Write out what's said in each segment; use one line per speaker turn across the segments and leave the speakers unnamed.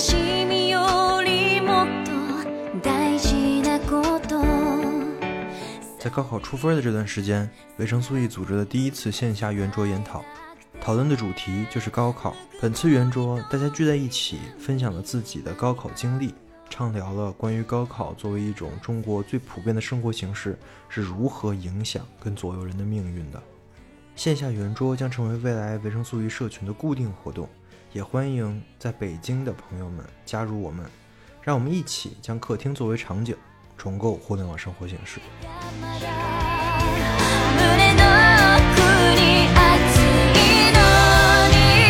しみよりもっと大事なこと
在高考出分的这段时间，维生素 E 组织了第一次线下圆桌研讨，讨论的主题就是高考。本次圆桌，大家聚在一起，分享了自己的高考经历，畅聊了关于高考作为一种中国最普遍的生活形式是如何影响跟左右人的命运的。线下圆桌将成为未来维生素 E 社群的固定活动，也欢迎在北京的朋友们加入我们，让我们一起将客厅作为场景，重构互联网生活形式。
胸の奥に熱いのに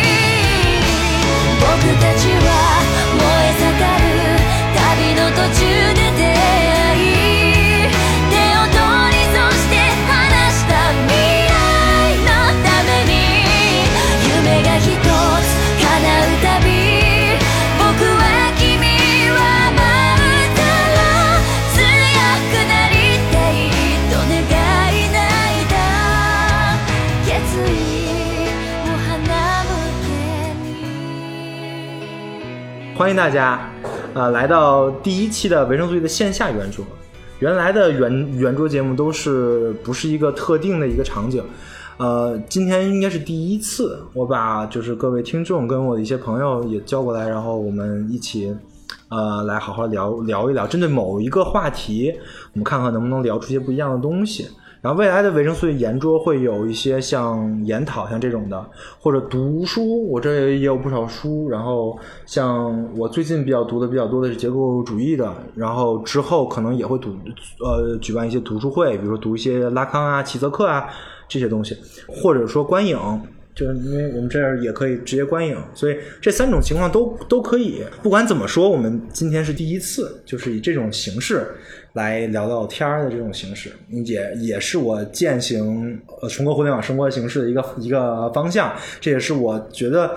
僕たちは燃え盛る旅の途中で出会い手を取りそして離した未来のために夢が一つ叶うたび僕は君はまぶたを強くなりたいと願い泣いた決意を花向けに
欢迎大家，呃，来到第一期的维生素 E 的线下圆桌。原来的圆圆桌节目都是不是一个特定的一个场景，呃，今天应该是第一次，我把就是各位听众跟我的一些朋友也叫过来，然后我们一起，呃，来好好聊聊一聊，针对某一个话题，我们看看能不能聊出一些不一样的东西。然后未来的维生素 E 研桌会有一些像研讨像这种的，或者读书，我这也有不少书。然后像我最近比较读的比较多的是结构主义的，然后之后可能也会读呃举办一些读书会，比如说读一些拉康啊、齐泽克啊这些东西，或者说观影。就是因为我们这儿也可以直接观影，所以这三种情况都都可以。不管怎么说，我们今天是第一次，就是以这种形式来聊聊天儿的这种形式，也也是我践行呃重构互联网生活形式的一个一个方向。这也是我觉得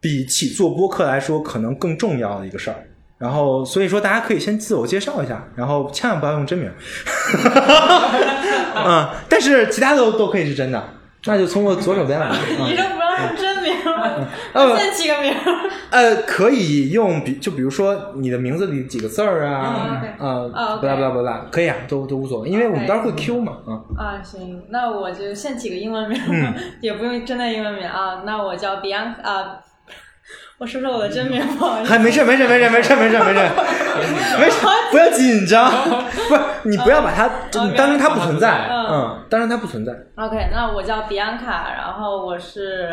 比起做播客来说，可能更重要的一个事儿。然后，所以说大家可以先自我介绍一下，然后千万不要用真名， 嗯，但是其他的都都可以是真的。那就从我左手边来。嗯
你这不让用真名儿，
呃
再起个名儿。
呃，可以用比就比如说你的名字里几个字儿啊，
嗯
啊，
哦
不
，OK
啦不啦不啦，可以啊，都都无所谓，因为我们
OK
待会儿会 Q 嘛，啊，
啊，行，那我就现起个英文名儿， 也不用真的英文名啊。那我叫 Bianca 啊，我说说我的真名吧。
还没事没事没事没事没事 没事没事，不要紧张，不是你不要把它，
嗯
你当成它不存在，
嗯
嗯，当成它不存在，
OK，那我叫 Bianca，然后我是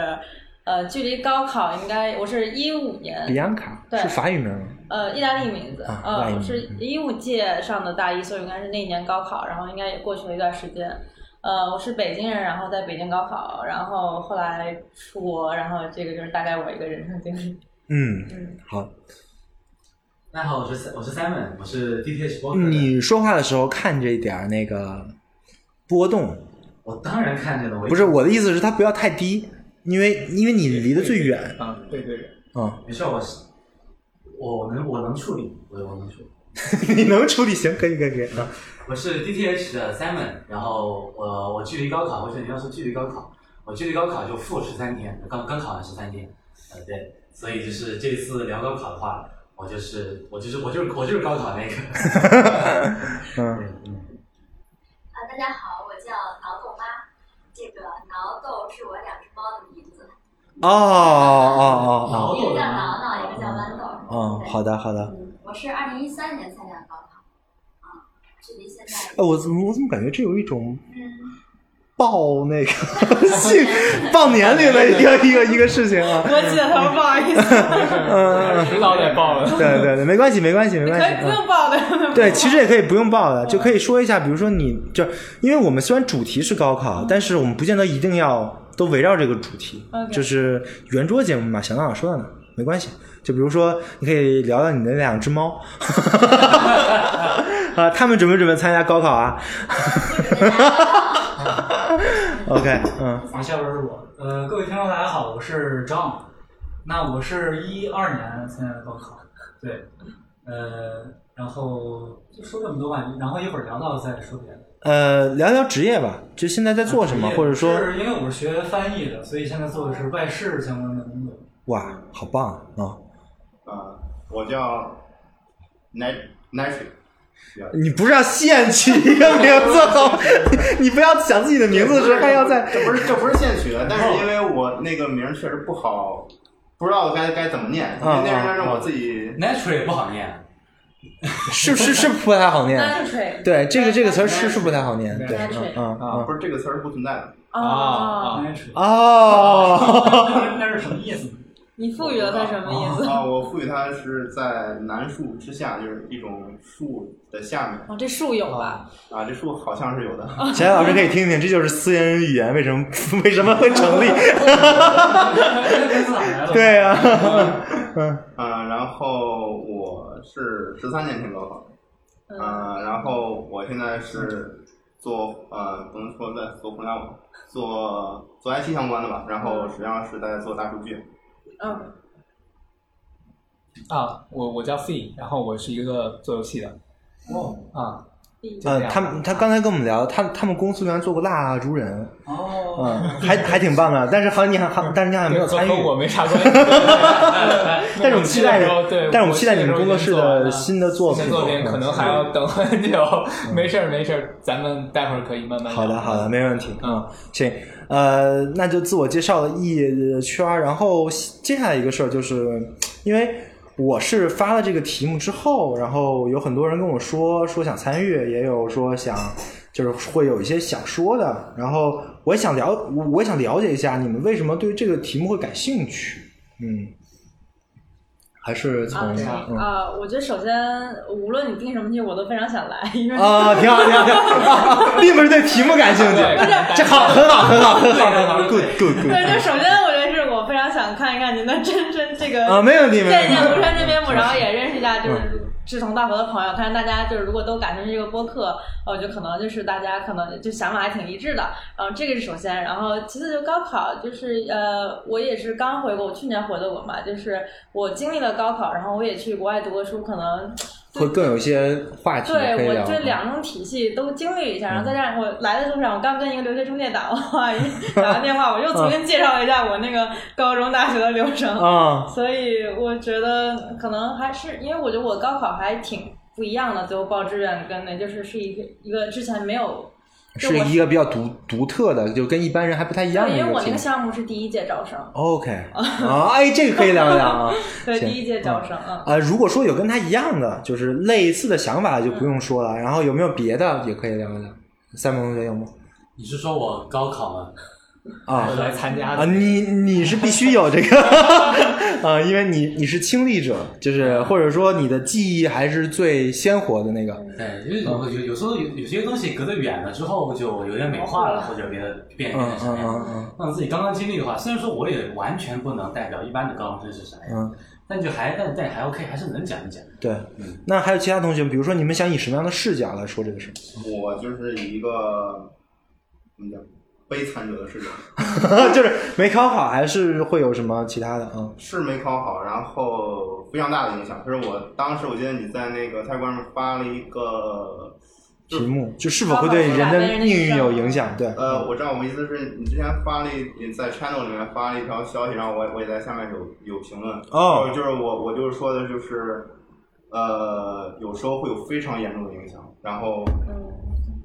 呃，距离高考应该我是一五
比
年，
安卡
对
是法语名吗？
呃，意大利名字，
啊意大利
呃，
名
我是一五届上的大一，所以应该是那一年高考，然后应该也过去了一段时间。呃，我是北京人，然后在北京高考，然后后来出国，然后这个就是大概我一个人生经历。
嗯，
嗯，
好，
大家好，我是我是 Simon，我是 DTH 播客。
你说话的时候看着一点儿那个波动，
我当然看见了，我
不是我的意思是它不要太低，因为因为你离得最远，
啊，对对对，
嗯。
没事，我是我我能我能处理，我我能处理。
你能处理行，可以可以可以。啊
我是 DTH 的 Simon，然后我我距离高考，我选你要说距离高考，我距离高考就负十三天，刚刚考完十三天，呃对，所以就是这次聊高考的话，我就是我就是我就是我就是高考那个，
嗯，
嗯嗯，
啊，大家好，我叫挠豆妈。这个挠豆是我两只猫的名字，
哦哦哦
挠
一
豆
个
的
叫
吗
挠挠，一个叫豌豆。
哦，哦，好
的。
的好的。
嗯，我是二零一三年参加的高考，啊，距离现在
哎，我怎么我怎么感觉这有一种
嗯，
报那 个性报年龄的一个一个一个事情啊？
我剪头， 不好意思，
嗯，
迟早得报了。
对对对，没关系没关系 没关
可以
系。
不
嗯
用报 的。
对，其实也可以不用报的，就可以说一下，比如说你就，因为我们虽然主题是高考，但是我们不见得一定要都围绕这个主题
OK
就是圆桌节目嘛，想到哪儿说到哪儿，没关系。就比如说，你可以聊聊你的两只猫，啊，他们准备准备参加高考啊？OK，嗯，
啊，下边是我。呃，各位听众大家好，我是张。那我是一二年参加的高考，对，呃，然后就说这么多吧，然后一会儿聊到再说别的。
呃，聊聊职业吧，就现在在做什
啊
么，或者说，
是因为我是学翻译的，所以现在做的是外事相关的工作。
哇，好棒啊！
啊，我叫奶奶水，是啊
你不是要现取一个名字好吗？你你不要想自己的名字的时候还要在
这不是这不是现取的，但是因为我那个名儿确实不好，不知道该该怎么念，
啊
因为那样让我自己
natural 也不好 念，啊
是是是不太好念。
Natural
对，这个这个词儿是是不太好念。对，嗯
Natural
嗯
啊，
嗯。
不是这个词儿不存在的，
啊
哦，
那是
哦，
那是什么意思呢？
你赋予了它什么意思？
啊，我赋予它是在楠树之下，就是一种树的下面
哦，这树有吧？
啊，这树好像是有的，
小杨老师可以听听，这就是私人语言为什么 为什么会成立？
名字哪来的？
对呀、啊，
啊，然后我是十三年前高考的，
嗯，
啊，然后我现在是做呃，不能说在做互联网，做做 IT 相关的吧，然后实际上是在做大数据，
哦
嗯，
啊，我我叫 C，然后我是一个做游戏的。
哦
啊，
第
嗯，他们他刚才跟我们聊，他他们公司原来做过蜡烛人，
哦，
嗯，还还挺棒的，但是好像你还还，但是你好像
没
没有
有 做
参与
和。我没啥 关系。但
但是我们期待，
对，
但是我们期待你们工作室的
新
新的作品。嗯
新作品，可能还要等很久。没事儿，没事儿，咱们待会儿可以慢慢。
好的，好的，，没问题。
嗯，
行，呃，那就自我介绍了一圈儿，然后接下来一个事儿就是，因为我是发了这个题目之后，然后有很多人跟我说说想参与，也有说想就是会有一些想说的，然后我也想了，我我也想了解一下你们为什么对这个题目会感兴趣，嗯，还是从
啊，对
嗯
啊，我觉得首先，无论你定什么题，我都非常想来，因为
啊，挺好，挺好，挺好。啊并不是对题目感兴趣，这好，很好，很好，很好，很好，good good
对，就
good。
首先我觉得是我非常想看一看您的真真这个
啊，没问题，没
见
问
见庐
题。
山这边目，然后也认识一下就是志同道合的朋友，看看大家就是如果都感兴趣这个播客，呃我觉得可能就是大家可能就想法还挺一致的。然后这个是首先，然后其次就高考，就是呃，我也是刚回国，我去年回的国嘛，就是我经历了高考，然后我也去国外读过书，可能
会更有一些话题
对
可以
我
聊。
这两种体系都经历一下，然后再加上我来的路上，我刚跟一个留学中介打完话打完电话，我又重新介绍了一下我那个高中大学的流程，
啊，
所以我觉得可能还是因为我觉得我高考还挺不一样的，最后报志愿跟那就是是一个一个之前没有，
是一个比较独独特的，就跟一般人还不太一样的
对，
一
因为
个
我那
题
个
目。
项目是第一届招生，
OK，啊， 哎，这个可以聊一聊啊。
对，
行
第一届招生，嗯。
呃，如果说有跟他一样的，就是类似的想法，就不用说了。然后有没有别的也可以聊一聊？三毛同学有吗？
你是说我高考吗？
啊，
我来参加
啊，
的。
你你是必须有这个 啊，因为你你是亲历者，就是或者说你的记忆还是最鲜活的那个。
对，因为有有有时候有有些东西隔得远了之后就有点美化了，或者别的变
嗯
成什
嗯
么样。
嗯
那自己刚刚经历的话，虽然说我也完全不能代表一般的高中生是啥
嗯
样，
嗯，
但就还但但还 OK，还是能讲一讲。
对
嗯。
那还有其他同学，比如说你们想以什么样的视角来说这个事情？
我就是以一个怎么讲悲惨者的视角，
就是没考好，还是会有什么其他的啊？
是没考好，然后非常大的影响，就是我当时我记得你在那个泰官上发了一个
题目就是否会对人的命运有影响？对，
呃，我知道我意思是你之前发了一你在 channel 里面发了一条消息，然后我我也在下面有有评论，
哦
就是我我就是说的就是，呃，有时候会有非常严重的影响，然后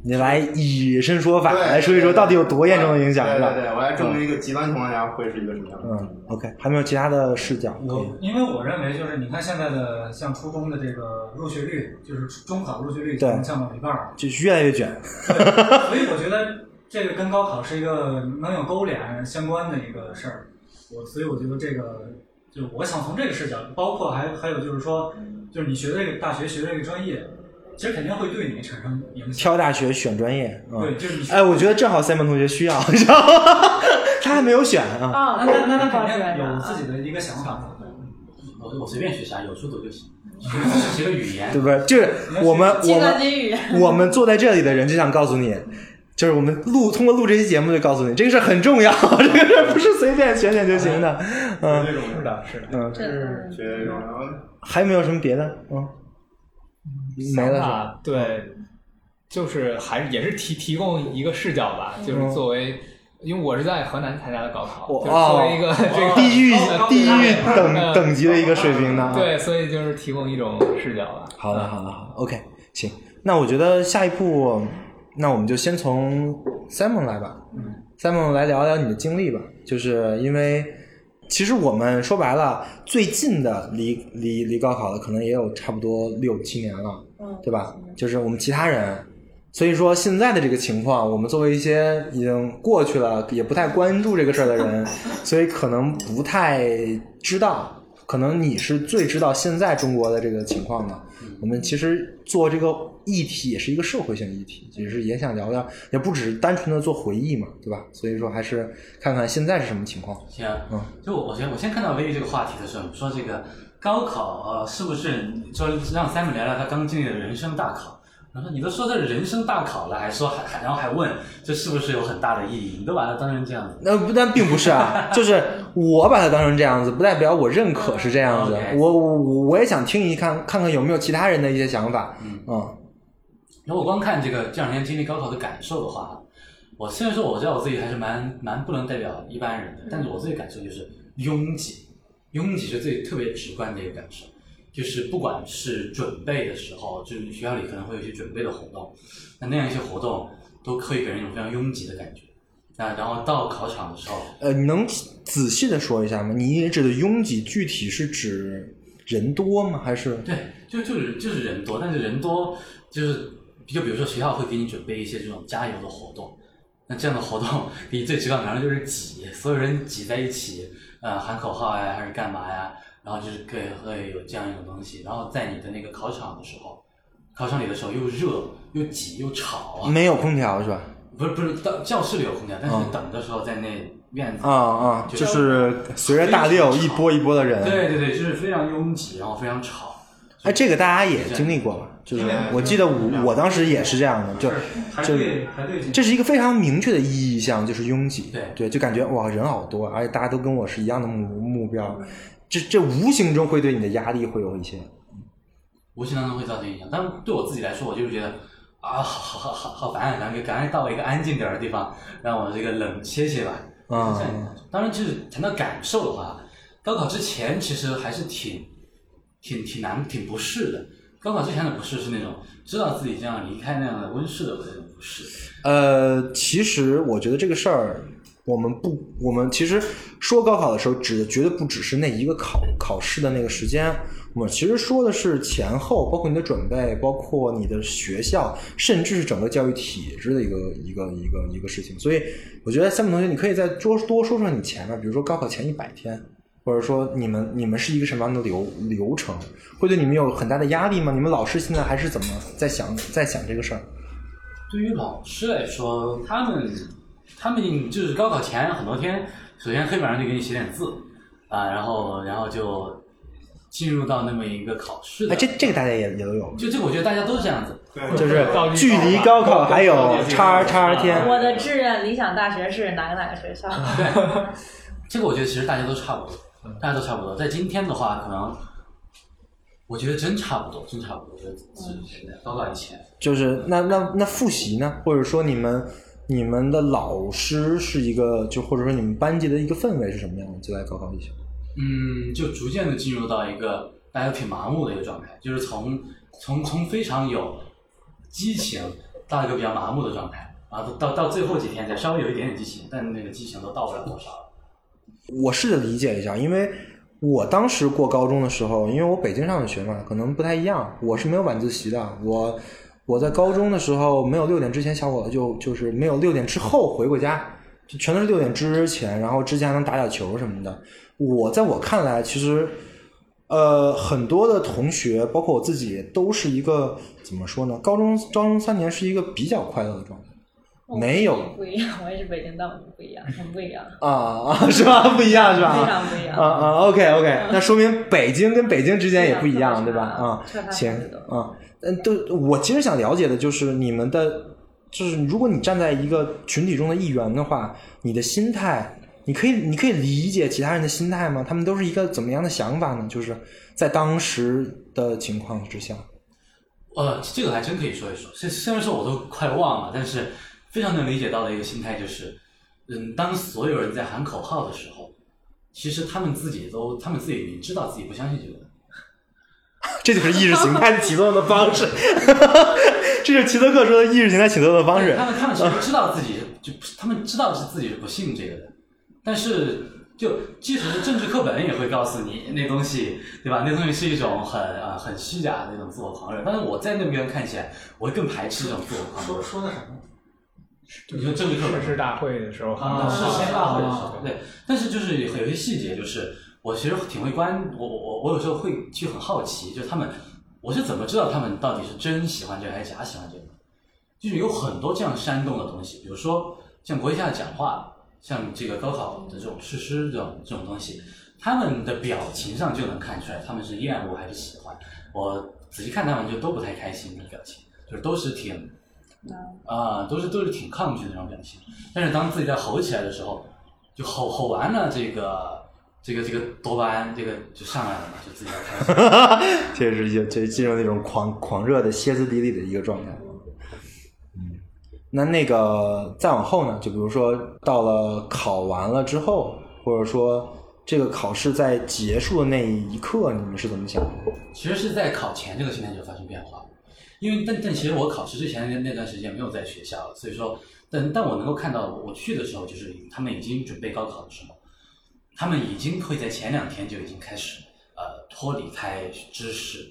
你来以身说法，
对
来说一说到底有多严重的影响，
对
是吧
对？对，我来证明一个极端情况下会是一个什么样的。
嗯，OK，还没有其他的视角
嗯
可以
我因为我认为就是你看现在的像初中的这个入学率，就是中考入学率已
对
经降到一半儿了，
就是越来越卷。
所以我觉得这个跟高考是一个能有勾连相关的一个事儿。我所以我觉得这个就我想从这个视角，包括还还有就是说，就是你学的这个大学学的这个专业，其实肯定会对你产生影响。
挑大学选专业， 嗯、
对，就是你
哎，我觉得正好 Simon 同学需要，你知道吗？ 他还没有选啊。
啊，
那那那那
报
肯
志愿
定
者啊
有自己的一个想法。
我我随便学啥，有出走就行，学学个语言
对。不对？就是我们我
计算
们
机语言。
我们坐在这里的人就想告诉你，就是我们录通过录这期节目就告诉你，这个事儿很重要， 这个事儿不是随便选选就行的。嗯
是的，是的。
嗯，
这嗯
学这种，然后
还没有什么别的，嗯，没了是吧？
啊，对，就是还是也是提提供一个视角吧，就是作为因为我是在河南参加的高考，
嗯我哦
就是作为一个这个
地狱
高考
地狱等
嗯
等级的一个水平呢。啊
对，所以就是提供一种视角吧。
好的，好的，好的，OK，行。那我觉得下一步，那我们就先从 Simon 来吧。Simon
嗯
来聊聊你的经历吧，就是因为其实我们说白了，最近的离离离高考的可能也有差不多六七年了，
嗯，
对吧？就是我们其他人。所以说现在的这个情况，我们作为一些已经过去了，也不太关注这个事儿的人，所以可能不太知道。可能你是最知道现在中国的这个情况的。我们其实做这个议题也是一个社会性议题，其实也想聊聊，也不只是单纯的做回忆嘛，对吧？所以说还是看看现在是什么情况。
行啊，
嗯
就我先我先看到微这个话题的时候，说这个高考呃是不是说让 Simon 聊聊他刚经历的人生大考？然后你都说这人生大考了，还说还还然后还问这是不是有很大的意义？你都把它当成这样子，
那不但并不是啊， 就是我把它当成这样子，不代表我认可是这样子。
OK
我我我也想听一看看看有没有其他人的一些想法。
嗯
嗯
如果光看这个这两天经历高考的感受的话，我虽然说我知道我自己还是蛮蛮不能代表一般人的，但是我自己感受就是拥挤，拥挤是最特别直观的一个感受，就是不管是准备的时候，就是学校里可能会有一些准备的活动，那那样一些活动都会给人一种非常拥挤的感觉。那然后到考场的时候，
呃，你能仔细的说一下吗？你指的拥挤具体是指人多吗？还是
对，就就是就是人多，但是人多就是就比如说学校会给你准备一些这种加油的活动，那这样的活动给你最直观的感受就是挤，所有人挤在一起，呃，喊口号呀，还是干嘛呀，然后就是会会有这样一种东西，然后在你的那个考场的时候，考场里的时候又热又挤又吵啊，
没有空调是吧？
不是不是，到教室里有空调，但是
嗯
等的时候在那院子
啊啊，
就
就是随着大六一波一波的人。
对对对，就是非常拥挤，然后非常吵。
哎，这个大家也经历过吧？就是我记得我我当时也是这样的，就
排
就
队排队进
这是一个非常明确的意义项，就是拥挤。
对
就感觉哇，人好多，啊而且大家都跟我是一样的目目标，这这无形中会对你的压力会有一些。
无形当中会造成影响。但对我自己来说，我就是觉得啊，好好好好烦啊，赶紧赶紧到一个安静点儿的地方，让我这个冷歇歇吧。
啊
这样一个感受当然，就是谈到感受的话，高考之前其实还是挺挺挺难、挺不适的。高考之前的不适是那种知道自己将要离开那样的温室的那种不适。
呃，其实我觉得这个事儿，我们不，我们其实说高考的时候，指的绝对不只是那一个考考试的那个时间，我们其实说的是前后，包括你的准备，包括你的学校，甚至是整个教育体制的一个一个一个一个事情。所以，我觉得三木同学，你可以再多多说说你前面，比如说高考前一百天。或者说你们你们是一个什么样的流流程，会对你们有很大的压力吗？你们老师现在还是怎么在想在想这个事儿？
对于老师来说，他们他们就是高考前很多天，首先黑板上就给你写点字啊，然后然后就进入到那么一个考试的。
哎，这这个大家也也都有吗？
就这个，我觉得大家都是这样子。
就是
到底
距离高考还有叉叉天
嗯我的志愿理想大学是哪个哪个学校？
啊
这个我觉得其实大家都差不多，大家都差不多。在今天的话，可能我觉得真差不多，真差不多。就是高考以前，
就是那那那复习呢，或者说你们你们的老师是一个，就或者说你们班级的一个氛围是什么样的？就在高考以前，
嗯，就逐渐的进入到一个大家挺麻木的一个状态，就是从从从非常有激情到一个比较麻木的状态，啊，到到到最后几天才稍微有一点点激情，但那个激情都到不了多少了。
我试着理解一下，因为我当时过高中的时候，因为我北京上的学嘛，可能不太一样，我是没有晚自习的，我。我在高中的时候没有六点之前小伙子就就是没有六点之后回过家，就全都是六点之前，然后之前还能打打球什么的。我在我看来，其实呃，很多的同学，包括我自己，都是一个怎么说呢？高中高中三年是一个比较快乐的状态。没有
不一样，我也是北京，但我们不一样，很不一样，
啊 啊，是吧？不一样是吧？
非常不一样。
啊啊，OK OK，那说明北京跟北京之间也不一样，对
嗯对
吧？
啊
啊
这还，
行
是的
啊，嗯，对，我其实想了解的就是你们的，就是如果你站在一个群体中的一员的话，你的心态，你可以你可以理解其他人的心态吗？他们都是一个怎么样的想法呢？就是在当时的情况之下，
呃，这个还真可以说一说。虽虽然说我都快忘了，但是非常能理解到的一个心态就是，嗯，当所有人在喊口号的时候，其实他们自己都，他们自己明知道自己不相信这个的。
这就是意识形态启动的方式， 这就是齐泽克说的意识形态启动的方式
他。们他们其实知道自己就他们知道是自己是不信这个的，但是就即使是政治课本也会告诉你那东西，对吧？那东西是一种很呃很虚假的那种自我狂热。但是我在那边看起来，我会更排斥这种自我狂
说
热。
说的什么？
你说政治课本
誓师大会的时候，
啊，
是
是
先
先
大
大
会
会
的
的
时
时
候
候，对。但是就是有些细节，就是我其实挺会关，我我我有时候会去很好奇，就是他们，我是怎么知道他们到底是真喜欢这个还是假喜欢这个？就是有很多这样煽动的东西，比如说像国际下的讲话，像这个高考的这种誓师这种这种东西，他们的表情上就能看出来他们是厌恶还是喜欢。我仔细看他们就都不太开心的表情，就是都是挺啊、都是都是挺抗拒的那种表情。但是当自己在吼起来的时候，就吼吼完了这个这个这个多巴胺这个就上来了嘛，就自己在开心。
这是就就进入那种狂狂热的歇斯底里的一个状态。嗯，那那个再往后呢，就比如说到了考完了之后，或者说这个考试在结束的那一刻，你们是怎么想的？
其实是在考前这个心态就发生变化，因为但但其实我考试之前那那段时间没有在学校了，所以说，但但我能够看到我去的时候，就是他们已经准备高考的时候，他们已经会在前两天就已经开始呃脱离开知识，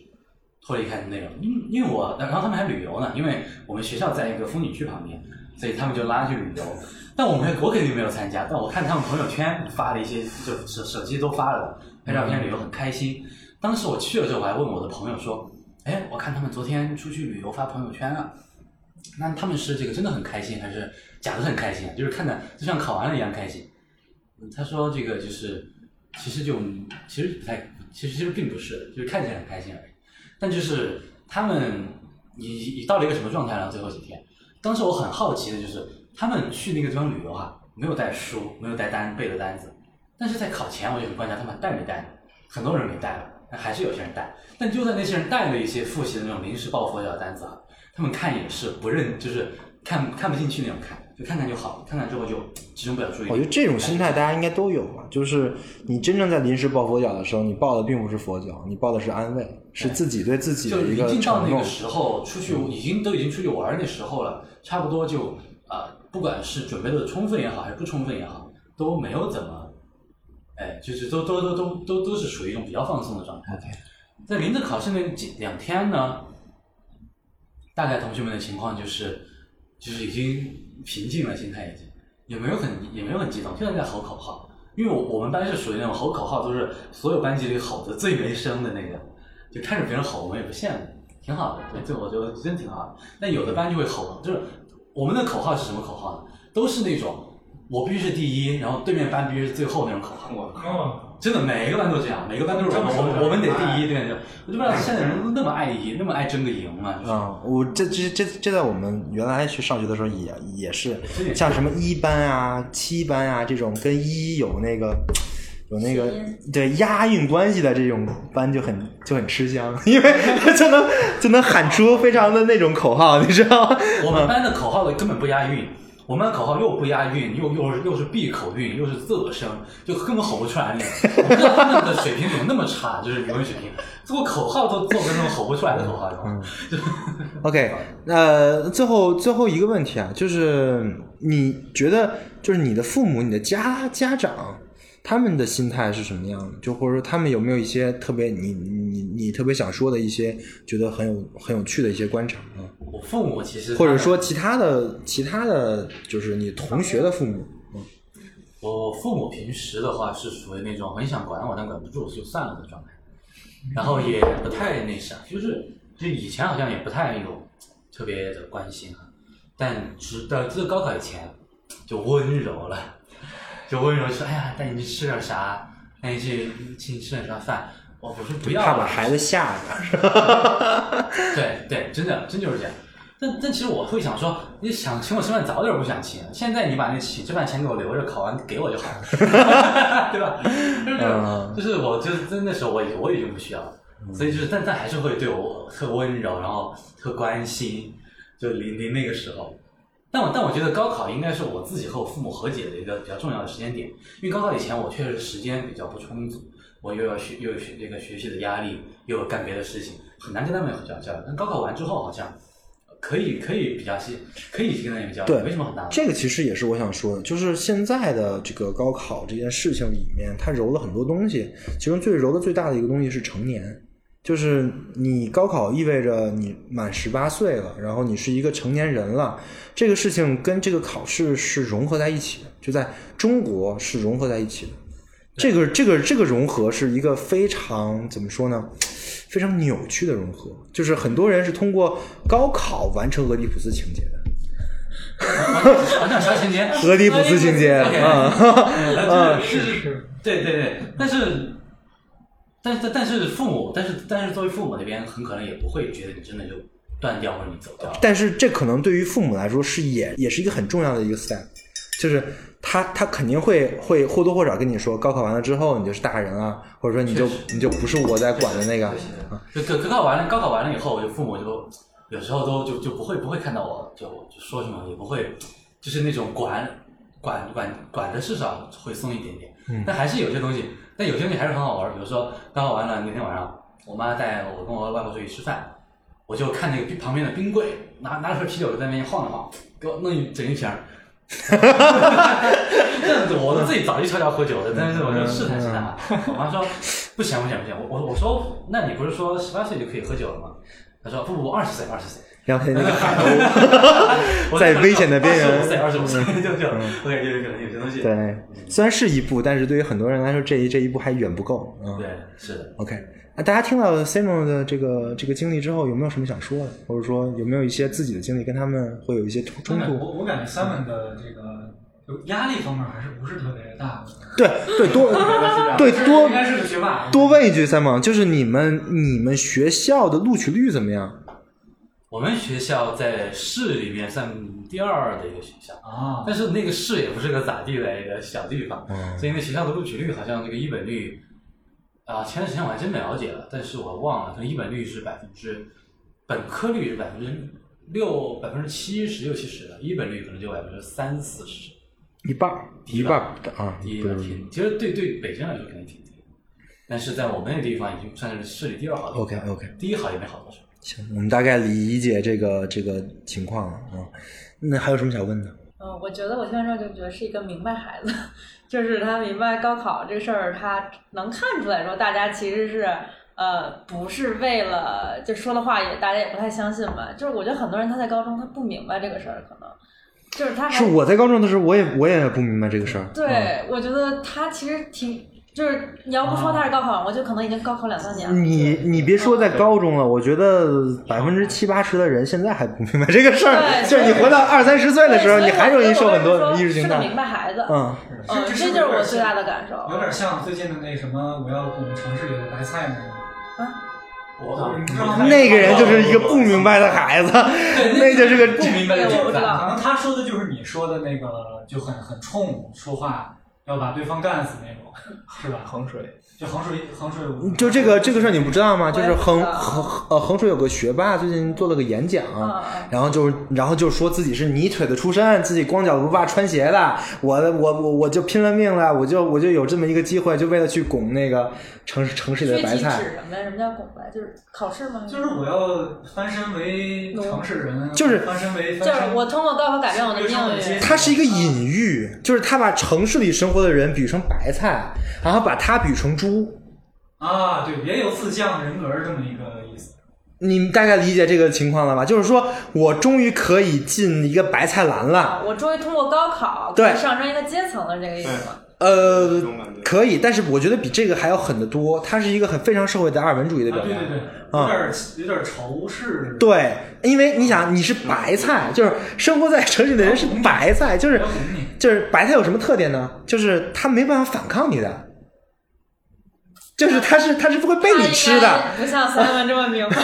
脱离开内容，因因为我然后他们还旅游呢，因为我们学校在一个风景区旁边，所以他们就拉去旅游。但我们我肯定没有参加，但我看他们朋友圈发了一些，就手手机都发了，拍照片旅游很开心。当时我去了之后，我还问我的朋友说：“哎，我看他们昨天出去旅游发朋友圈啊，那他们是这个真的很开心，还是假的很开心啊？就是看的就像考完了一样开心。嗯”他说：“这个就是，其实就其实不太，其实其实并不是的，就是看起来很开心而已。但就是他们，你你到了一个什么状态呢？最后几天，当时我很好奇的就是，他们去那个地方旅游哈、没有带书，没有带单背的单子，但是在考前我就很观察他们带没带，很多人没带了，但还是有些人带。但就在那些人带了一些复习的那种临时抱佛脚的单子啊，他们看也是不认，就是看看不进去那种看，就看看就好，看看之后就集中不了注意力。
我觉得哦这种心态大家应该都有吧，就是你真正在临时抱佛脚的时候，你抱的并不是佛脚，你抱的是安慰，是自己对自己
就
的一
已
个
经到
承
那
诺嗯
个。时候，出去已经都已经出去玩儿那时候了，差不多就呃，不管是准备的充分也好，还是不充分也好，都没有怎么，哎，就是都都都都都都是属于一种比较放松的状态。在临着考试那几两天呢，大概同学们的情况就是，就是已经平静了，心态已经也没有很也没有很激动，就像在吼口号。因为我我们班是属于那种吼口号都是所有班级里吼的最没声的那个，就看着别人吼，我们也不羡慕，挺好的。对，这我觉得真挺好的。但有的班就会吼，就是我们的口号是什么口号呢？都是那种我必须是第一，然后对面班必须是最后那种口号。
我靠，
哦，
真的每个班都这样，每个班都是
这
我
么
们
说
我
的
们我们得第一，对面就我就不知道现在人都那么爱赢，那么爱争个赢嘛，就是。
啊、我这这这这在我们原来去上学的时候也也是
这也，是
像什么一班啊、七班啊这种跟一有那个有那个
谐音
对押韵关系的这种班就很就很吃香， 因为就能就能喊出非常的那种口号，你知道吗？
我们班的口号根本不押韵，我们班口号又不押韵，又又又是闭口韵，又是仄声，就根本吼不出来那种。我不知道他们的水平怎么那么差，就是语文水平，做口号都做不那种吼不出来的口号。
嗯 OK，那、最后最后一个问题啊，就是你觉得就是你的父母、你的家家长他们的心态是什么样的？就或者说他们有没有一些特别你你你特别想说的一些觉得很有很有趣的一些观察啊？
我父母其实
或者说其他的其他的就是你同学的父母，
我父母平时的话是属于那种很想管我，但管不住就算了的状态，然后也不太那啥，就是就以前好像也不太有特别的关心啊，但直到这高考以前就温柔了， 就温柔说哎呀带你去吃点啥，带你去请你吃点啥饭，我我说不要啊
怕
了，
把孩子吓着，
对对，真的真就是这样。但但其实我会想说，你想请我吃饭，早点不想请。现在你把那请吃饭钱给我留着，考完给我就好了， 对吧？就是这
嗯
种就是我就是真的时候，我已我已经不需要了，所以就是但但还是会对我特温柔，然后特关心，就临临那个时候。但我但我觉得高考应该是我自己和我父母和解的一个比较重要的时间点，因为高考以前我确实时间比较不充足，我又要学又有学这个学习的压力，又有干别的事情，很难跟他们有交流。但高考完之后好像可以可以比较细，可以跟他们有交流，
对
没什么很大的。
这个其实也是我想说的，就是现在的这个高考这件事情里面，它揉了很多东西，其中最揉的最大的一个东西是成年。就是你高考意味着你满十八岁了，然后你是一个成年人了，这个事情跟这个考试是融合在一起的，就在中国是融合在一起的。这个这个这个融合是一个非常怎么说呢？非常扭曲的融合，就是很多人是通过高考完成俄狄浦斯情节的。
啊那啥情节？
俄狄浦斯情节
俄狄浦斯
啊，
啊，是是是，对对对，但是，但但但是父母，但是但是作为父母那边，很可能也不会觉得你真的就断掉或者你走掉了。
但是这可能对于父母来说是也也是一个很重要的一个 step，就是他他肯定会会或多或少跟你说，高考完了之后你就是大人了，或者说你就
确实
你就不是我在管的那个啊
对。对对，就高考完了，高考完了以后，我就父母就有时候都就就不会不会看到我就就说什么，也不会就是那种管管管管的至少会松一点点，
嗯
但还是有些东西，但有些东西还是很好玩儿。比如说高考完了那天晚上，我妈带我跟我外婆出去吃饭，我就看那个冰旁边的冰柜，拿拿了瓶啤酒在那边晃了晃，给我弄一整一瓶儿。这样子我自己早就悄悄喝酒了，但是
嗯
我就试探试探嘛。 我妈说不行不行不行，我我我说那你不是说十八岁就可以喝酒了吗？她说不不二十岁二十岁，
然后他那个海
我
鸥在危险的边
二十五岁
缘。嗯
二十五岁就就我感觉可能有些东西
对，虽然是一步，但是对于很多人来说，这一这一步还远不够。嗯
对是的。
，OK。啊，大家听到 Simon 的这个这个经历之后，有没有什么想说的，或者说有没有一些自己的经历跟他们会有一些冲冲突？
我我感觉 Simon 的这个就压力方面还是不是特别大的，
对对多对多
应该是个学霸。
多问一句，三毛，就是你们你们学校的录取率怎么样？
我们学校在市里面算第二的一个学校，
啊，
但是那个市也不是个咋地的一个小地方，
嗯
所以那学校的录取率好像这个一本率，啊、前段时间我还真了解了，但是我忘了，可能一本率是百分之，本科率是百分之六百分之七十六七十的，一本率可能就百分之三四十，
一半儿，
一
一
半
半
儿
儿啊，
低
不
的
是
挺，其实对对北京来说肯定挺低，但是在我们那个地方已经算是市里第二好的
OK OK，
第一好也没好多少。
行，我们大概理解这个这个情况了啊。那还有什么想问的？
嗯，我觉得我听完之后就觉得是一个明白孩子， 就是他明白高考这事儿，他能看出来说大家其实是呃不是为了就说的话也大家也不太相信吧，就是我觉得很多人他在高中他不明白这个事儿，可能就是他还
是我在高中的时候，我也我也不明白这个事儿。嗯
对，我觉得他其实挺就是你要不说他是高考，我就可能已经高考两三年了。
你你别说在高中了，我觉得百分之七八十的人现在还不明白这个事儿。
对
就是你活到二三十岁的时候，
对
你还容易受很
所
多
以我就说
意识形
是个
态
明。白孩子，
嗯，
嗯，
这
这
是不是
就是
有
我
点
最
像
大的感受。
有点像最近的那什么，我要滚城市里的白菜那个。
我
你知道吗
那个人就是一个不明白的孩子， 那就是个
不明白
对
的
我
点
不知
在。
道
可能他说的就是你说的那个，就很很冲，说话要把对方干死那种，是吧？
衡水，
就衡水衡水五，
就这个这个事儿你不知道吗？
我
就
也
是
不知
衡
道
衡呃衡水有个学霸最近做了个演讲，
嗯
然后就是然后就说自己是泥腿子出身，自己光脚不怕穿鞋的，我我我我就拼了命了，我就我就有这么一个机会，就为了去拱那个城市城市里
具
的白
体
菜。
指什么呀？什么叫拱白？就是考试吗？
就是我要翻身为城市人，
就是
翻身为
就是
翻身
我通过高考改变我的命
就是这
运
些。
它是一个隐喻，就是他把城市里生活的人比成白菜，然后把他比成猪。
啊，对，也有自降人格这么一个意思。
你们大概理解这个情况了吧？就是说我终于可以进一个白菜篮了。
啊我终于通过高考
对
可以上升一个阶层了，这个意思吗？
呃
这，种感觉
可以，但是我觉得比这个还要狠得多。它是一个很非常社会达尔文主义的
啊，
表
对
达。
对对，有
啊
点有点仇视，
对因为你想，你是白菜，就是生活在城市里的人是白菜，就是
我懂你
就是白菜有什么特点呢？就是它没办法反抗你的，就是它是它是不会被你吃的。，
不像三文这么明白。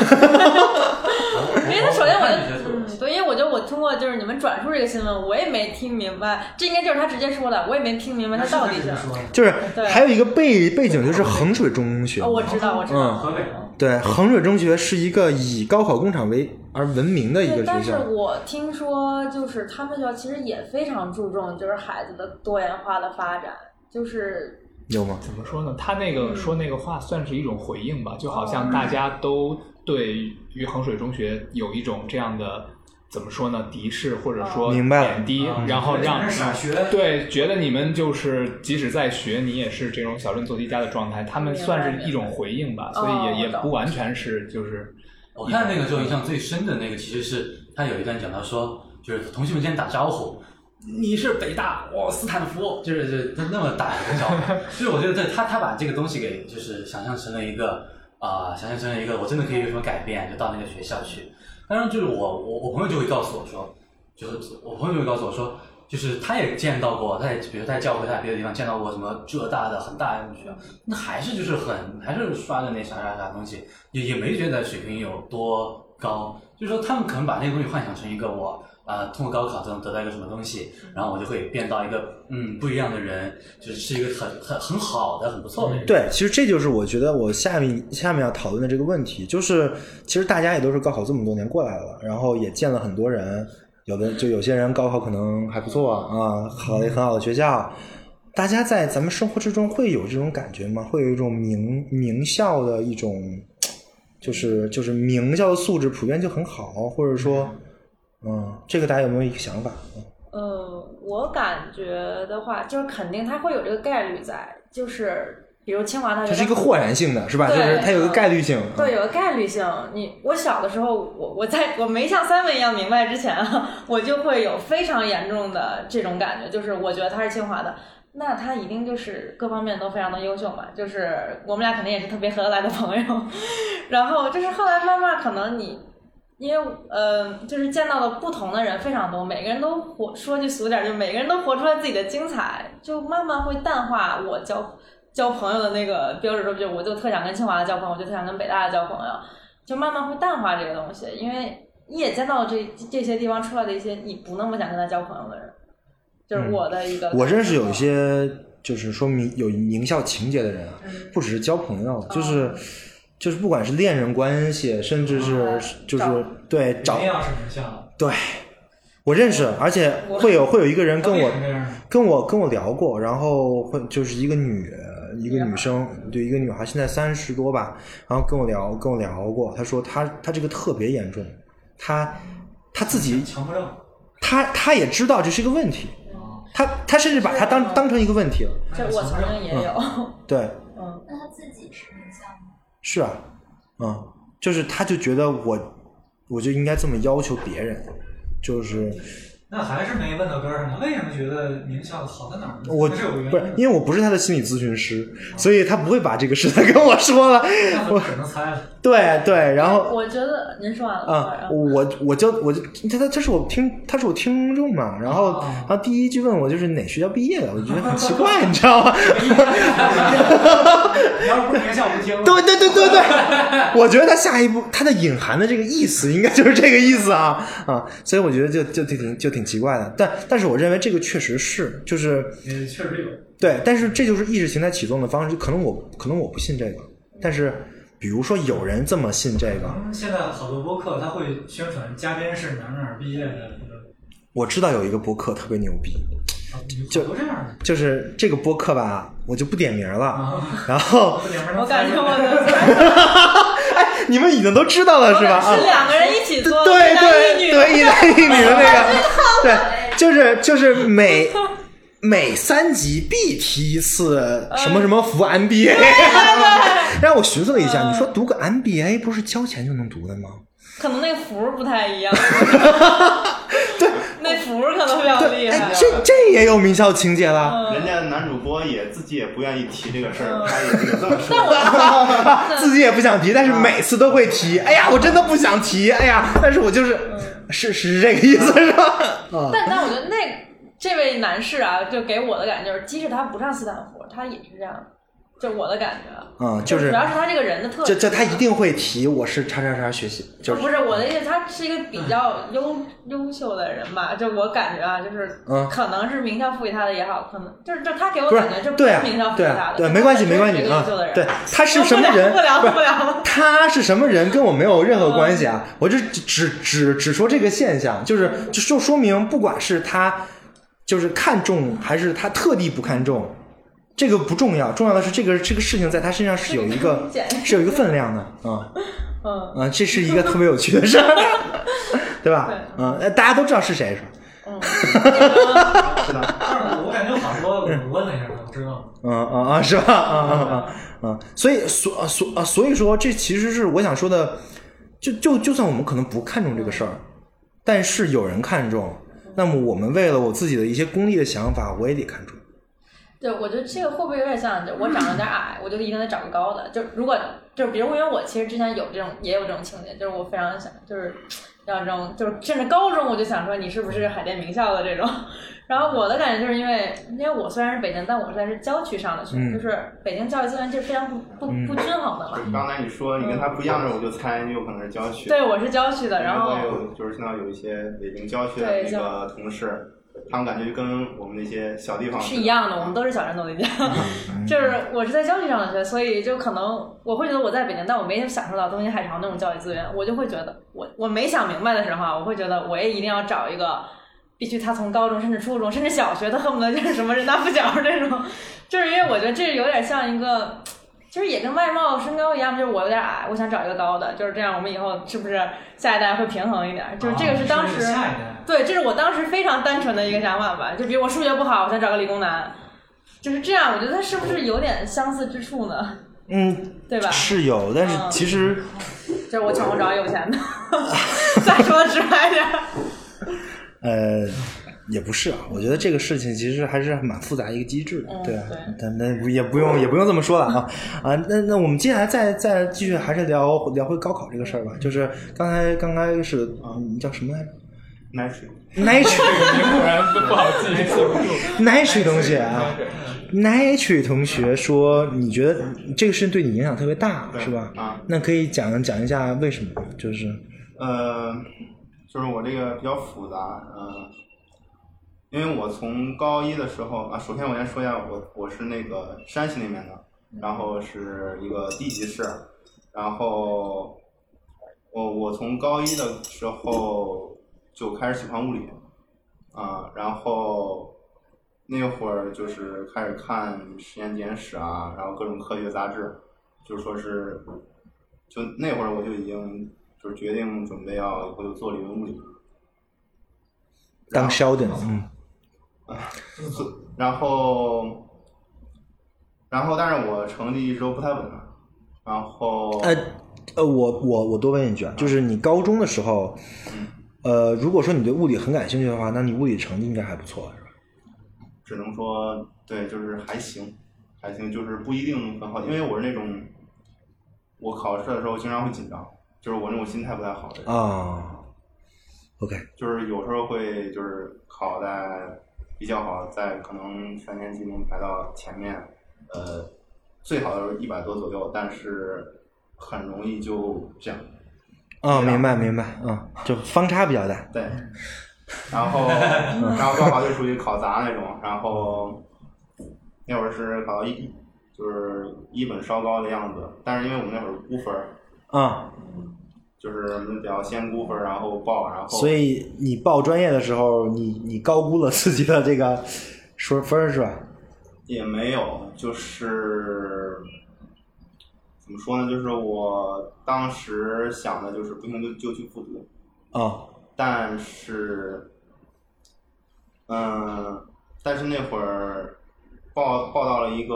因为他首先我就嗯，对，因为我觉得我通过就是你们转述这个新闻，我也没听明白，这应该就是他直接说的，我也没听明白他到底
是
是
这。么说的。
就是
对
还有一个背背景就是衡水中学
哦，，我知道，我知道。
嗯，
河北
对，衡水中学是一个以高考工厂为而闻名的一个
对，但
学
是
校。
我听说，就是他们学校其实也非常注重，就是孩子的多元化的发展，就是
有吗？
怎么说呢？他那
嗯
个说那个话算是一种回应吧，就好
哦
像大家都对于衡水中学有一种这样的怎么说呢敌视，或者说
哦明白了嗯
贬低，嗯
啊
然后让嗯
全是傻学，
对觉得你们就是即使在学，你也是这种小镇做题家的状态。他们算是一种回应吧，
明
所
白
以也
哦
也不完全是就是
我看那个时候印象最深的那个，其实是他有一段讲到说，就是同学们之间打招呼，你是北大，我斯坦福，就是就是他那么打一 个招呼，就是我觉得对他他把这个东西给就是想象成了一个啊、想象成了一个我真的可以有什么改变，就到那个学校去。当然就是我我我朋友就会告诉我说，就是我朋友就会告诉我说。就是他也见到过，他也比如在教会，他在别的地方见到过什么浙大的很大的学校，那还是就是很还是刷着那啥啥啥东西，也也没觉得水平有多高，就是说他们可能把那个东西幻想成一个我啊、通过高考都能得到一个什么东西，然后我就会变到一个嗯不一样的人，就是是一个很很很好的很不错的人。
对，其实这就是我觉得我下面下面要讨论的这个问题，就是其实大家也都是高考这么多年过来了，然后也见了很多人，有的就有些人高考可能还不错啊，考了一个很好的学校。大家在咱们生活之中会有这种感觉吗？会有一种名名校的一种，就是就是名校的素质普遍就很好，或者说，嗯，这个大家有没有一个想法？
呃，我感觉的话，就是肯定他会有这个概率在，就是比如清华大学，
它是一个豁然性的，是吧？就
对
是它有一个
嗯
概率性。
对，有个概率性。你我小的时候，我我在我没像三位一样明白之前啊， 我就会有非常严重的这种感觉，就是我觉得他是清华的，那他一定就是各方面都非常的优秀嘛。就是我们俩肯定也是特别合得来的朋友。 然后就是后来慢慢可能你。因为呃，就是见到的不同的人非常多，每个人都活说句俗点儿，就每个人都活出了自己的精彩，就慢慢会淡化我交交朋友的那个标准，就是我就特想跟清华的交朋友，我就特想跟北大的交朋友，就慢慢会淡化这个东西，因为你也见到这这些地方出来的一些你不那么想跟他交朋友的人，就是我的一个、
嗯我认识有一，些就是说明有名校情节的人啊，不只是交朋友，就是就是不管是恋人关系，甚至是
哦
就是
找
对
一
找
定要是名校，
对，我认识，而且会有会有一个人跟我
为什么这样呢
跟我跟我聊过，然后会就是一个女一个女生，对啊一个女孩，现在三十多吧，然后跟我聊跟我聊过，她说她她这个特别严重，她她自己
强迫症。哦
她她也知道这是一个问题，她她甚至把它当当成一个问题了，
这我曾经也有，
对。
嗯，
那他自己是名校吗？
是啊，嗯，就是他就觉得我我就应该这么要求别人，就是
那还是没问到根儿上，他为什么觉得名校好在哪儿呢？
我
那是有原因
不
的
是因为我不是他的心理咨询师，所以他不会把这个事情跟我说了。
那我只能猜了。
对对，然后
我觉得您说完了，
啊、
然后
我我就我就他他这是我听他是我听众嘛，然后、
哦
然后第一句问我就是哪学校毕业的，我觉得很奇怪，你知道吗？
你要是不是名校，我不听。
对对对对对，我觉得他下一步他的隐含的这个意思应该就是这个意思啊啊，所以我觉得就就挺就挺奇怪的，但但是我认为这个确实是就是
也确实有。
对，但是这就是意识形态启动的方式，可能我可能我不信这个，但是比如说有人这么信这个，
嗯，现在好多播客他会宣传嘉宾是哪儿哪儿毕业的，或者
我知道有一个博客特别牛逼，
啊有好多这样的。
就是这个播客吧，我就不点名了，
啊，
然后
不点名儿
我
能猜
感
出
觉
来
我的
哎，你们已经都知道 了是吧？啊
是。两个人一起
对
做的，一男一
对
女
对，一男一女的那个，对，就是就是每每三集必提一次什
嗯
么什么服 MBA，让 我寻思了一下，你说读个 MBA 不是交钱就能读的吗？
可能那个符儿不太一 样， 那符儿可能比较
对，
哦厉害
哎，。这这也有名校情节 了，
嗯
人家男主播也自己也不愿意提这个事
嗯
儿，他也没有这么说。
自己也不想提，但是每次都会提。哎呀，我真的不想提，哎呀，但是我就是
嗯
是是这个意思是吧？啊，
但但我觉得那这位男士啊，就给我的感觉就是，即使他不上斯坦福，他也是这样。就我的感觉啊，
嗯，就是
主要是他这个人的特
这
质，
这他一定会提我是叉叉叉学习，就是
不是我的意思，他是一个比较优优秀的人吧？就我感觉啊，就是
嗯
可能是名校赋予他的也好，可能就是就他给我
不是
感觉这
对
是
啊
名校赋予
对
他
啊
的，
对，
就
没关系
他
没关系
就是一个
啊
优秀的，人
对，他是
不
什么
聊
人
不聊
不是
不聊了。
他是什么人跟我没有任何关系
嗯
啊！我就只只只只说这个现象，就是就就说明，不管是他就是看重还是他特地不看重，这个不重要，重要的是这个这个事情在他身上是有一个
这个看不见
是有一个分量的啊
嗯
啊，这是一个特别有趣的事 儿，对吧？
对
嗯，呃大家都知道是谁是吧？
嗯，
是的，
但是我感觉好多，我问了一下他，我知道了。
嗯啊啊，是吧？啊啊啊啊！所以所所啊，所以说这其实是我想说的，就就就算我们可能不看重这个事儿，但是有人看重，那么我们为了我自己的一些功利的想法，我也得看重。
对，我觉得这个会不会有点像，就我长得有点矮，我就一定得找个高的。就如果就是，比如因为我其实之前有这种也有这种情节，就是我非常想就是要这种，就是甚至高中我就想说你是不是海淀名校的这种。 然后我的感觉就是因为，因为我虽然是北京，但我算是郊区上的学，
嗯
就是北京教育资源是非常不不
嗯
不均衡的嘛。
刚才你说你跟他不一样的，我就猜你有可能是郊区。
对，我是郊区的，然后
我有就是听到有一些北京郊区的
对
那个同事，他们感觉就跟我们那些小地方
是一样的，我们 都是小山东的家。就是我是在郊区上的学，所以就可能我会觉得我在北京，但我没享受到东西海潮那种教育资源，我就会觉得我我没想明白的时候啊，我会觉得我也一定要找一个，必须他从高中甚至初中甚至小学，他恨不得就是什么人大附小这种，就是因为我觉得这有点像一个。就是也跟外貌、身高一样，就是我有点矮，我想找一个高的，就是这样。我们以后是不是下一代会平衡一点？就是这个是当时、
啊下一代，
对，这是我当时非常单纯的一个想法吧。就比如我数学不好，我想找个理工男，就是这样。我觉得他是不是有点相似之处呢？
嗯，
对吧？
是有，但是
嗯
其实
就是我穷，我找有钱的。 再说直白点儿，
呃也不是啊，我觉得这个事情其实还是蛮复杂一个机制的，
嗯
对吧啊
对？
但那也不用也不用这么说了啊啊！那那我们接下来再再继续还是聊聊回高考这个事儿吧，就是刚才刚开始嗯叫什么来着？
南水。
Nature
你果然不好记这个数。
Nature 同学啊，Nature 同学说，你觉得这个事情对你影响特别大，
对
是吧？
啊
那可以讲讲一下为什么吗？就是
呃，就是我这个比较复杂，呃，因为我从高一的时候啊，首先我先说一下，我我是那个山西那边的，然后是一个地级市，然后我我从高一的时候就开始喜欢物理，啊、然后那会儿就是开始看实验简史啊，然后各种科学杂志，就是说是，就那会儿我就已经就是决定准备要以后就做理论物理，
当 Sheldon，嗯，
然后，然后但是我成绩一直都不太稳，啊然后
呃呃，我我我多问一句啊，就是你高中的时候，呃，如果说你对物理很感兴趣的话，那你物理成绩应该还不错，是吧？
只能说对，就是还行，还行，就是不一定很好，因为我是那种我考试的时候经常会紧张，就是我那种心态不太好的人，
啊，OK，
就是有时候会就是考在比较好，在可能全年级能排到前面，呃，最好的时候一百多左右，但是很容易就这样，
啊，明白明白，啊，就方差比较大，
对，然后然后高考就属于考砸那种，然后那会儿是考到一就是一本稍高的样子，但是因为我们那会儿估分儿，
啊，
就是我们得要先估分儿，然后报，然后
所以你报专业的时候，你你高估了自己的这个说分儿是吧？
也没有，就是怎么说呢？就是我当时想的就是不行就就去复读，
啊，
但是，嗯，但是那会儿报报到了一个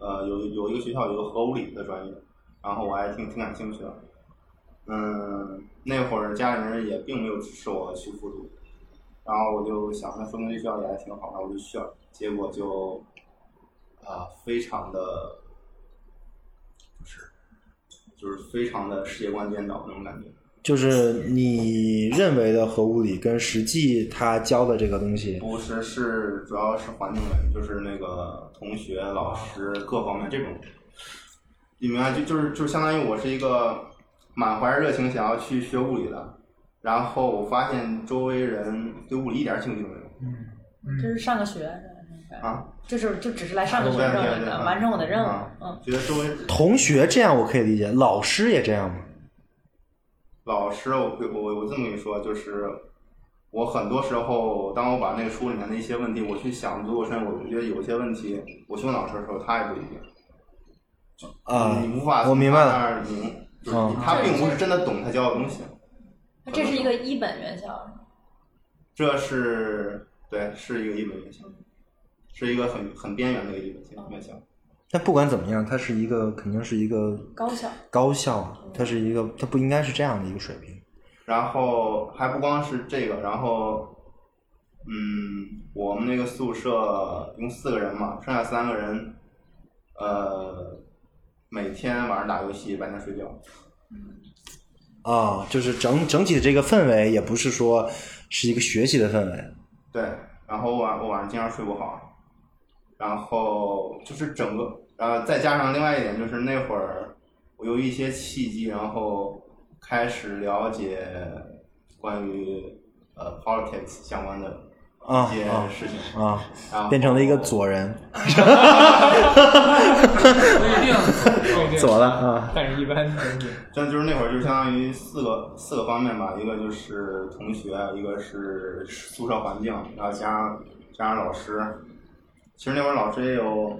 呃，有有一个学校有一个核物理的专业，然后我还挺挺感兴趣的。嗯，那会儿家里人也并没有支持我去复读，然后我就想，那说明这学校也还挺好，然后我就去了，结果就啊、非常的，就是就是非常的世界观颠倒那种感觉。
就是你认为的核物理跟实际他教的这个东西，
不是是主要是环境类，就是那个同学、老师各方面这种。你明白？就就是就是相当于我是一个满怀热情想要去学物理的，然后我发现周围人对物理一点兴趣都没有
就是上个学是吧应该
啊，
就是就只是来上个学
对对
任务
对
的，
对
完成我的任务
啊。
嗯，
觉得周围
同学这样我可以理解，老师也这样吗？
老师，我会我我这么跟你说，就是我很多时候，当我把那个书里面的一些问题，我去想，如果深，我觉得有些问题，我去问老师的时候，他也不一定，
啊、
你无法
我明白了。
了，明，就是
嗯
他并不是真的懂他教的东西，
这是一个一本院校，
这是对，是一个一本院校，是一个很很边缘的一个一本院校。
但不管怎么样，它是一个肯定是一个
高校
高校啊，它是一个它不应该是这样的一个水平。
然后还不光是这个，然后，嗯，我们那个宿舍一共四个人嘛，剩下三个人，呃，每天晚上打游戏，白天睡觉。
啊，就是整整体的这个氛围，也不是说是一个学习的氛围。
对，然后晚我晚上经常睡不好，然后就是整个，然后再加上另外一点就是那会儿我由于一些契机，然后开始了解关于呃 politics 相关的
啊
一些
啊
事情，
啊，
然后
变成了一个左人，
不一定，不 一定
左了啊，
但是一般 就是
但就是那会儿就相当于四个四个方面吧，一个就是同学，一个是宿舍环境，然后加上加上老师。其实那会儿老师也有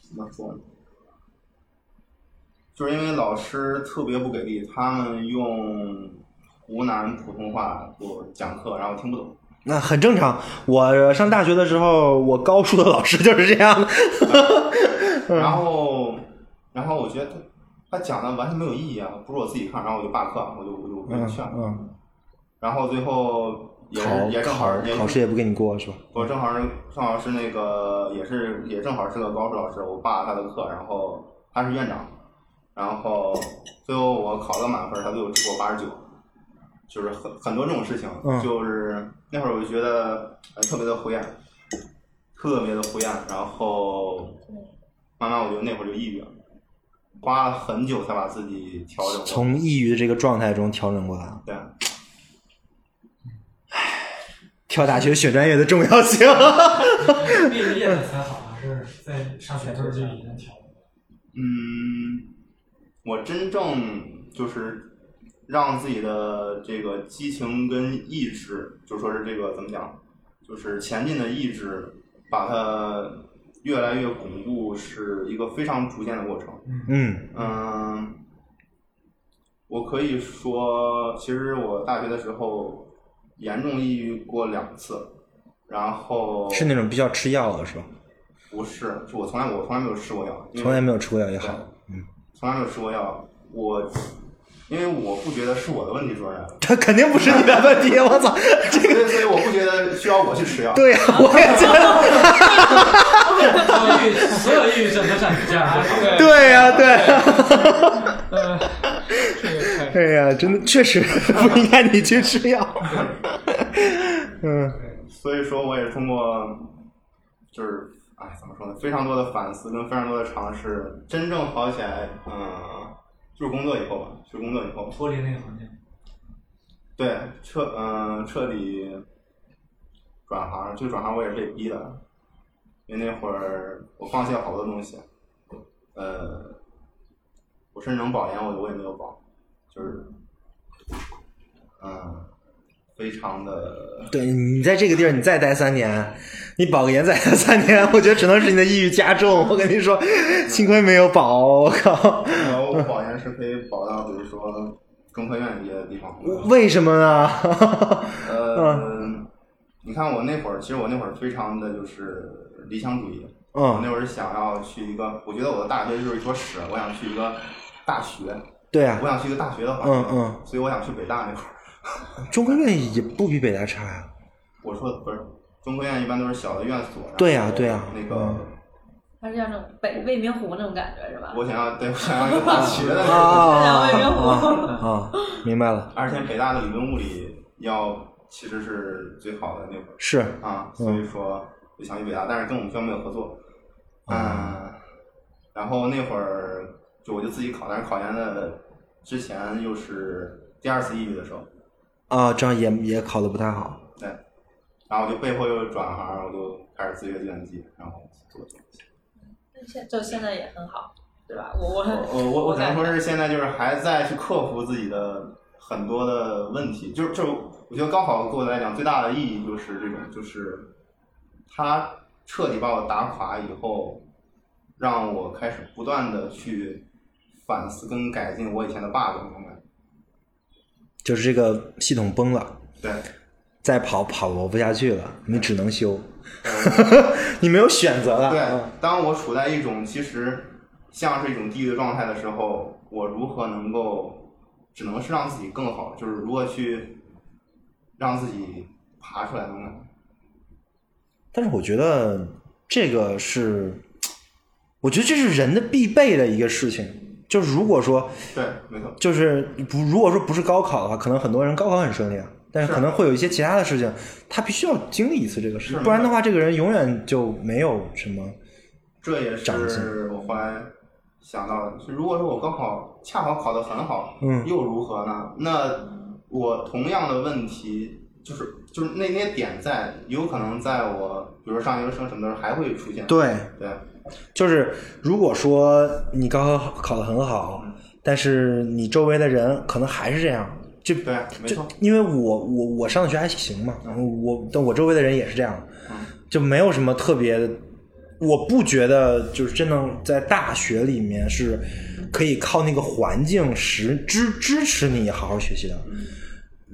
怎么说呢？就是因为老师特别不给力，他们用湖南普通话给我讲课，然后我听不懂。
那很正常。我上大学的时候，我高数的老师就是这样的。嗯啊
然后，然后我觉得他他讲的完全没有意义啊，不是我自己看，然后我就罢课，我就我就我就
嗯
劝了。
嗯，
然后最后也
考
是也正好
考
也
考试也不给你过是吧？
我正好是正好是那个也是也正好是个高数老师，我爸他的课，然后他是院长，然后最后我考了满分，他最后只给我八十九，就是很很多这种事情，
嗯
就是那会儿我就觉得呃特别的灰暗，特别的灰暗，然后慢慢我就那会儿就抑郁了，花了很久才把自己调整过来
从抑郁的这个状态中调整过来，
对。
跳大学选专业的重要性。
毕业了才好，还是在上学的时候就已经调了。
嗯，我真正就是让自己的这个激情跟意志，就说是这个怎么讲，就是前进的意志，把它越来越巩固，是一个非常逐渐的过程。
嗯
嗯，我可以说，其实我大学的时候严重抑郁过两次，然后，
是那种必须要吃药了是吧？
不是，是我从来我从来没有吃过药，因为
从来没有吃过药也好
对。嗯从来没有吃过药。我因为我不觉得是我的问题出在 哪儿，
他肯定不是你的问题，我 操！这
所以所以我不觉得需要我去吃药。
对呀、我也觉 得，
抑郁，所有抑郁症都像你这样啊，这个
对呀、对，
呃，这个太
哎呀，真的确实 不应该你去吃药。嗯
所以说，我也通过就是哎怎么说呢，非常多的反思跟非常多的尝试，真正好起来，嗯，就是工作以后吧，就是工作以后，
脱离那个环境。
对，彻嗯、彻底转行，这个转行我也是被逼的，因为那会儿我放弃了好多东西，呃，我甚至能保研我我也没有保，就是嗯、非常 的
对你在这个地儿，你再待三年，你保个研再待三年，我觉得只能是你的抑郁加重。我跟你说，幸亏没有保，我靠！
然后我保研是可以保到比如说中科院一些地方，
为什么呢？
呃，你看我那会儿，其实我那会儿非常的就是理想主义，我
嗯，
那会儿想要去一个，我觉得我的大学就是一坨屎，我想去一个大学，
对啊
我，想去一个大学的环境，
嗯嗯，
所以我想去北大那会儿。
中科院也不比北大差呀、
我说的不是，中科院一般都是小的院所，然后
对呀对呀
那个、
嗯
它是像那种北未名湖那种感觉是吧？
我想要，对，我想要一个大学的那
啊啊
种。
未名
啊
湖。
啊！明白了，
而且北大的理论物理要其实是最好的那会儿
是
啊，所以说就想去北大，但是跟我们学校没有合作。嗯，然后那会儿就我就自己考，但是考研的之前又是第二次抑郁的时候，
啊，这样也也考的不太好。
对，然后我就被迫又转行，我就开始自学计算机，然后做计算机。
现就现在也很好，对啊吧？我我
我我我我只能
感觉
说是现在就是还在去克服自己的很多的问题，就是就是我觉得高考对我来讲最大的意义就是这种，就是它彻底把我打垮以后，让我开始不断的去反思跟改进我以前的 bug，明白？
就是这个系统崩了，
对，
再跑跑我不下去了，你只能修，
呃
你没有选择了。
对，当我处在一种其实像是一种地狱的状态的时候，我如何能够，只能是让自己更好，就是如何去让自己爬出来那种感觉。
但是我觉得这个是，我觉得这是人的必备的一个事情。就是如果说，
对，没错，
就是不如果说不是高考的话，可能很多人高考很顺利啊，但是
是
可能会有一些其他的事情，他必须要经历一次这个事
是
情，不然的话，这个人永远就没有什么。
这也
长进
是我后来想到的。就如果说我高考恰好考得很好，
嗯
又如何呢？那我同样的问题，就是就是那那些点在，有可能在我比如说上研究生什么的时候还会出现。
对，
对，
就是如果说你高考考得很好，但是你周围的人可能还是这样，就
对没
就
错
因为我我我上学还行嘛，我但我周围的人也是这样，就没有什么特别，我不觉得就是真的在大学里面是可以靠那个环境使支支持你好好学习的。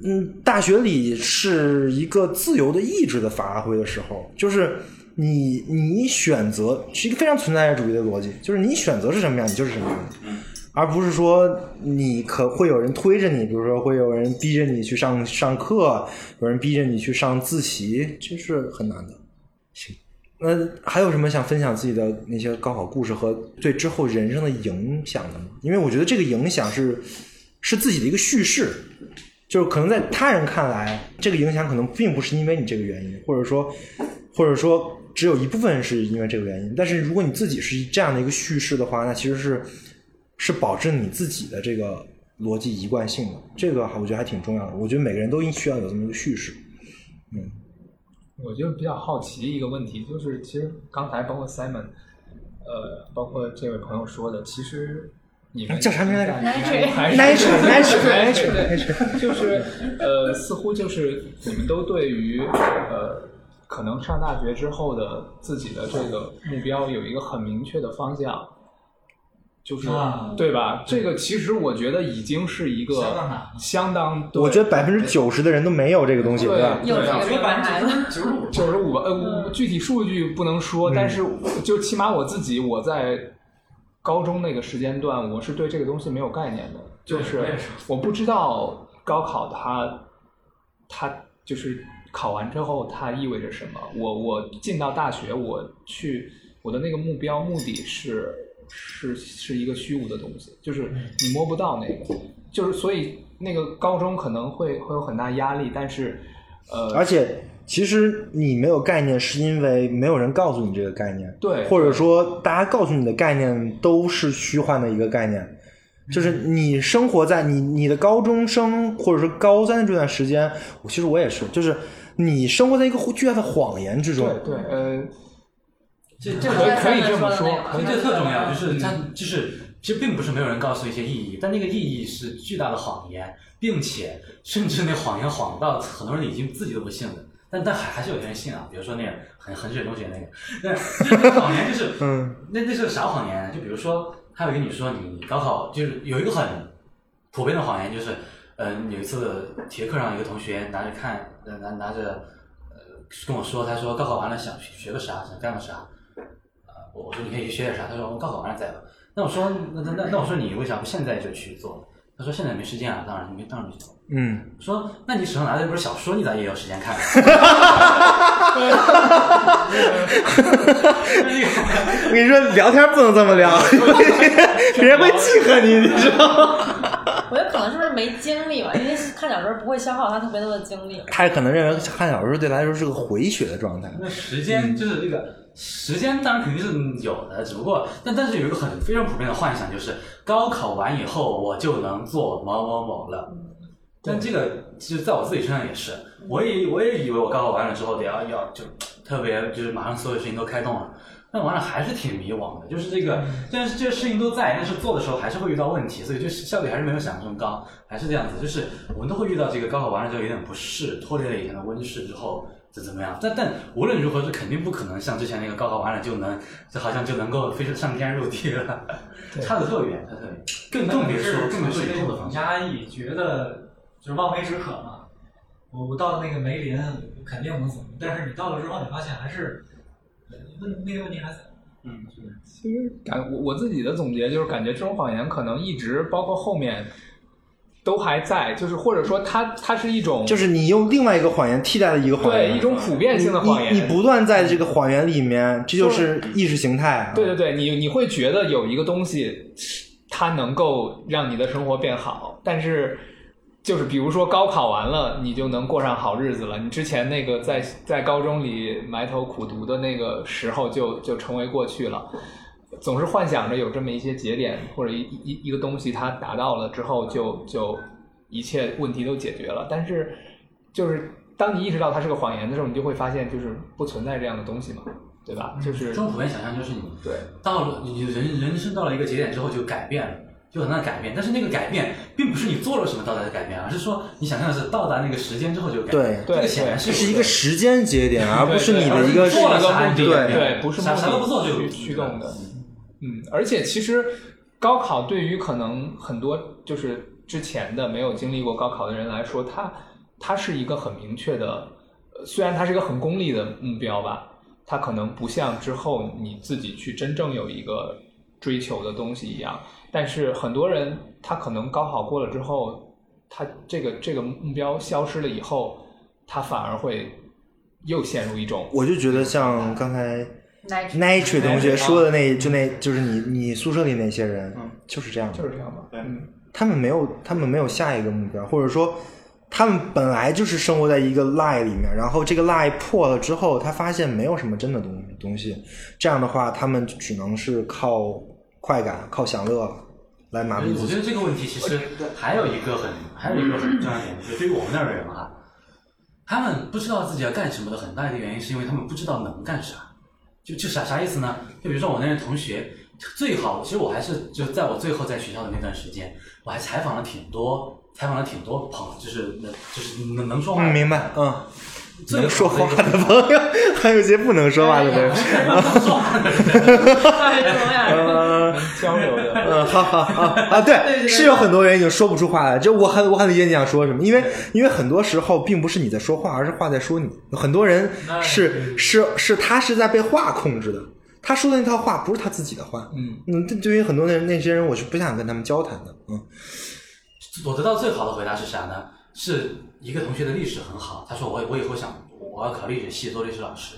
嗯，大学里是一个自由的意志的发挥的时候，就是你你选择是一个非常存在主义的逻辑，就是你选择是什么样，你就是什么样，而不是说你可会有人推着你，比如说会有人逼着你去上上课，有人逼着你去上自习，这是很难的。行，那还有什么想分享自己的那些高考故事和对之后人生的影响的吗？因为我觉得这个影响是是自己的一个叙事，就是可能在他人看来，这个影响可能并不是因为你这个原因，或者说，或者说只有一部分是因为这个原因。但是如果你自己是这样的一个叙事的话，那其实是是保证你自己的这个逻辑一贯性的。这个我觉得还挺重要的。我觉得每个人都需要有这么一个叙事。
我就比较好奇一个问题，就是其实刚才包括 Simon，呃，包括这位朋友说的，其实你们
哎叫啥名来着
？Nitre
Nitre- Nitre- Nitre-
就是呃，似乎就是你们都对于呃，可能上大学之后的自己的这个目标有一个很明确的方向。就是、
啊
对吧？这个其实我觉得已经是一个
相当难了
相当对
我觉得百分之九十的人都没有这个东西，
对
吧？
有
对
几个男孩子，
九十五
九十五吧，呃，
嗯
我具体数据不能
嗯
说，但是我就起码我自己，我在高中那个时间段，我是对这个东西没有概念的，就
对
是
我也是
我不知道高考它它就是考完之后它意味着什么。我我进到大学，我去我的那个目标目的是是是一个虚无的东西，就是
嗯
你摸不到那个，就是所以那个高中可能会会有很大压力，但是呃，
而且其实你没有概念，是因为没有人告诉你这个概念，
对
或者说大家告诉你的概念都是虚幻的一个概念。就是你生活在你你的高中生或者说高三的这段时间，我其实我也是，就是你生活在一个巨大的谎言之中。
对对，呃，
这这
可以
个
可以这么说
这这特重要，就是嗯它就是其实并不是没有人告诉一些意义，但那个意义是巨大的谎言，并且甚至那谎言谎到很多人已经自己都不信了。但但还还是有些人信啊，比如说那个很很水中学那个，那那那个谎言就是，
嗯，
那那是啥谎言啊？就比如说，他有跟你说你你高考就是有一个很普遍的谎言，就是，嗯、有一次体育课上有一个同学拿着看拿拿拿着呃跟我说，他说高考完了想学学个啥，想干个啥，我我说你可以去学点啥？他说我高考完了再吧。那我说那那那那我说你为啥不现在就去做？他说现在没时间啊，当然没当然没去做。
嗯，
说，那你手上拿的不是小说，你咋也有时间看？啊
我跟你说，聊天不能这么 聊，别人会记恨你，你知道吗？
我觉得可能是不是没精力吧，因为看小说不会消耗他特别多的精力。
他可能认为看小说对他来说是个回血的状态。
那时间就是这个时间，当然肯定是有的，只不过但但是有一个很非常普遍的幻想，就是高考完以后我就能做某某某了。但这个其实在我自己身上也是，我也我也以为我高考完了之后得要要就特别就是马上所有事情都开动了，但完了还是挺迷惘的，就是这个，但是这个事情都在，但是做的时候还是会遇到问题，所以就是效率还是没有想象中高，还是这样子，就是我们都会遇到这个高考完了之后有点不适，脱离了以前的温室之后。怎怎么样？但但无论如何是肯定不可能像之前那个高考完了就能，就好像就能够飞上上天入地了， 差得特远，差得特远。更更别说，更别说以后的方向。
压抑，觉得就是望梅止渴嘛。我我到了那个梅林，肯定能怎么，但是你到了之后，你发现还是呃问那个问题还在。
嗯，
其实感我我自己的总结就是，感觉这种谎言可能一直包括后面都还在，就是或者说它它是一种
就是你用另外一个谎言替代了一个谎言，
对一种普遍性的谎言。
你你不断在这个谎言里面，这就是意识形态、啊。
对对对，你你会觉得有一个东西，它能够让你的生活变好，但是就是比如说高考完了，你就能过上好日子了。你之前那个在在高中里埋头苦读的那个时候就，就成为过去了。总是幻想着有这么一些节点或者一一一个东西，它达到了之后就就一切问题都解决了。但是就是当你意识到它是个谎言的时候，你就会发现就是不存在这样的东西嘛，对吧？就是
这种普遍想象就是你
对。
到了你人人生到了一个节点之后就改变了，就很大的改变。但是那个改变并不是你做了什么到达的改变，而是说你想象的是到达那个时间之后就改变。
对
这个显然
这
是
是一个时间节点，而不是你的一
对
个
而是你做了啥
对
你就改变
对，不是
啥
目的
啥都不做就
驱驱动的。嗯，而且其实高考对于可能很多就是之前的没有经历过高考的人来说，它它是一个很明确的，呃虽然它是一个很功利的目标吧，它可能不像之后你自己去真正有一个追求的东西一样。但是很多人他可能高考过了之后，他这个这个目标消失了以后，他反而会又陷入一种
我就觉得像刚才
奶
Nature 同学说的那，就那就是你你宿舍里那些人
嗯，
就是这样的
就是这样吧。嗯
对，
他们没有，他们没有下一个目标，或者说，他们本来就是生活在一个 lie 里面，然后这个 lie 破了之后，他发现没有什么真的东东西，这样的话，他们只能是靠快感、靠享乐来麻痹
我
自己。
觉得这个问题其实还有一个很还有一个很重要的点，就是对于我们那儿的人哈，他们不知道自己要干什么的很大一个原因是因为他们不知道能干啥。就就啥啥意思呢？就比如说我那些同学，最好其实我还是就在我最后在学校的那段时间，我还采访了挺多，采访了挺多朋友，就是能就是能能说话的
嗯，
人。
明白，嗯，
最
能说
好的
话
一个
的朋友，还有一些不能说话的朋友，
能说话的人。
奶是聋哑
哎
人。
嗯。
交流的。
嗯，好好好啊，对，是有很多人已经说不出话来。就我很我很理解你想说什么，因为因为很多时候并不是你在说话，而是话在说你。很多人
那
是是是他是在被话控制的，他说的那套话不是他自己的话。
嗯，
嗯，对对于很多的人那些人，我是不想跟他们交谈的。嗯，
我得到最好的回答是啥呢？是一个同学的历史很好，他说我我以后想我要考历史系做历史老师，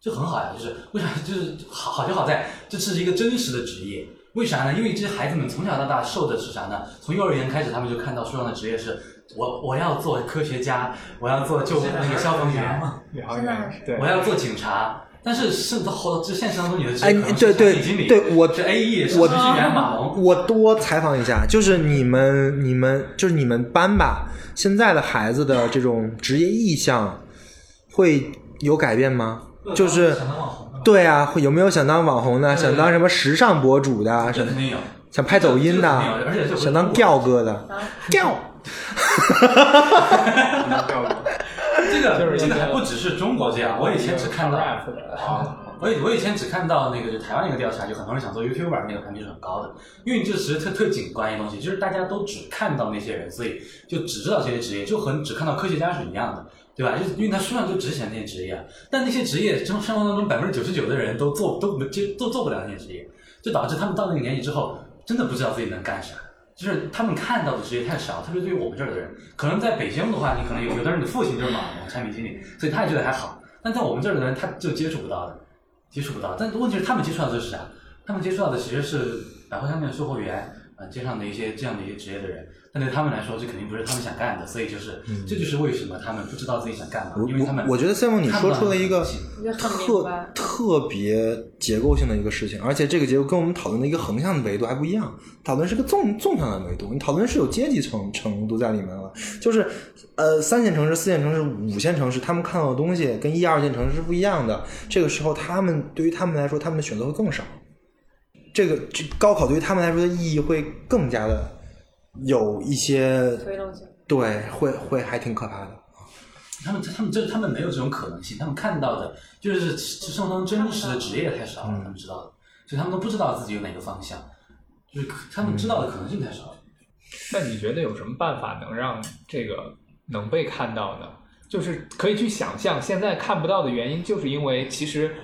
这很好呀。就是为啥？就是好好就好在这是一个真实的职业。为啥呢？因为这些孩子们从小到大受的是啥呢？从幼儿园开始，他们就看到书上的职业是我我要做科学家，我要做救那个消防员，
宇航
真的还
员，
是
对
我要做警察。但是是到后这现实当中，你的职
哎
业可能
对
是
对
产品经理，
对我
是 A E，是
我
程序员码农，
我多采访一下，就是你们你们就是你们班吧，现在的孩子的这种职业意向会有改变吗？就是。
想当网红的嘛，
对啊，会有没有想当网红的？想当什么时尚博主的？
这
想
肯定有。
想拍抖音
这个肯定有而且这
的？
不是
想当吊哥的？吊
调过。
这个
就是
这
应
个
该
还不只是中国这样，我以前只看到，
rap 的
啊，我以我以前只看到那个就台湾那个调查，就很多人想做 YouTuber 那个排名是很高的，因为这其实特特景观一东西，就是大家都只看到那些人，所以就只知道这些职业，就和只看到科学家是一样的，对吧？就因为他书上就只写那些职业，啊但那些职业生生活当中百分之九十九的人都做都没就都做不了那些职业，就导致他们到那个年纪之后，真的不知道自己能干啥。就是他们看到的职业太少，特别对于我们这儿的人，可能在北京的话，你可能有有的人的父亲就是码农、产品经理，所以他也觉得还好。但在我们这儿的人，他就接触不到的，接触不到。但问题是，他们接触到的是啥？他们接触到的其实是百货商店的售货员，呃，街上的一些这样的一些职业的人。但对他们来说，这肯定不是他们想干的，所以就是、这就是为什么他们不知道自己想干嘛，
嗯我
啊因为他们
我我觉得 Simon 你说出了一个
看不到那
我觉得很明
特
白。
特别结构性的一个事情，而且这个结构跟我们讨论的一个横向的维度还不一样，讨论是个纵纵向的维度，你讨论是有阶级程程度在里面了，就是呃三线城市、四线城市、五线城市，他们看到的东西跟一二线城市是不一样的，这个时候他们对于他们来说，他们的选择会更少，这个这高考对于他们来说的意义会更加的有一些
推动性，
对，会会还挺可怕的。
他们他们这他们没有这种可能性，他们看到的就是生活中真实的职业太少
嗯
了，他们知道的，所以他们都不知道自己有哪个方向，就是可他
嗯
们知道的可能性太少了。
那你觉得有什么办法能让这个能被看到呢？就是可以去想象，现在看不到的原因，就是因为其实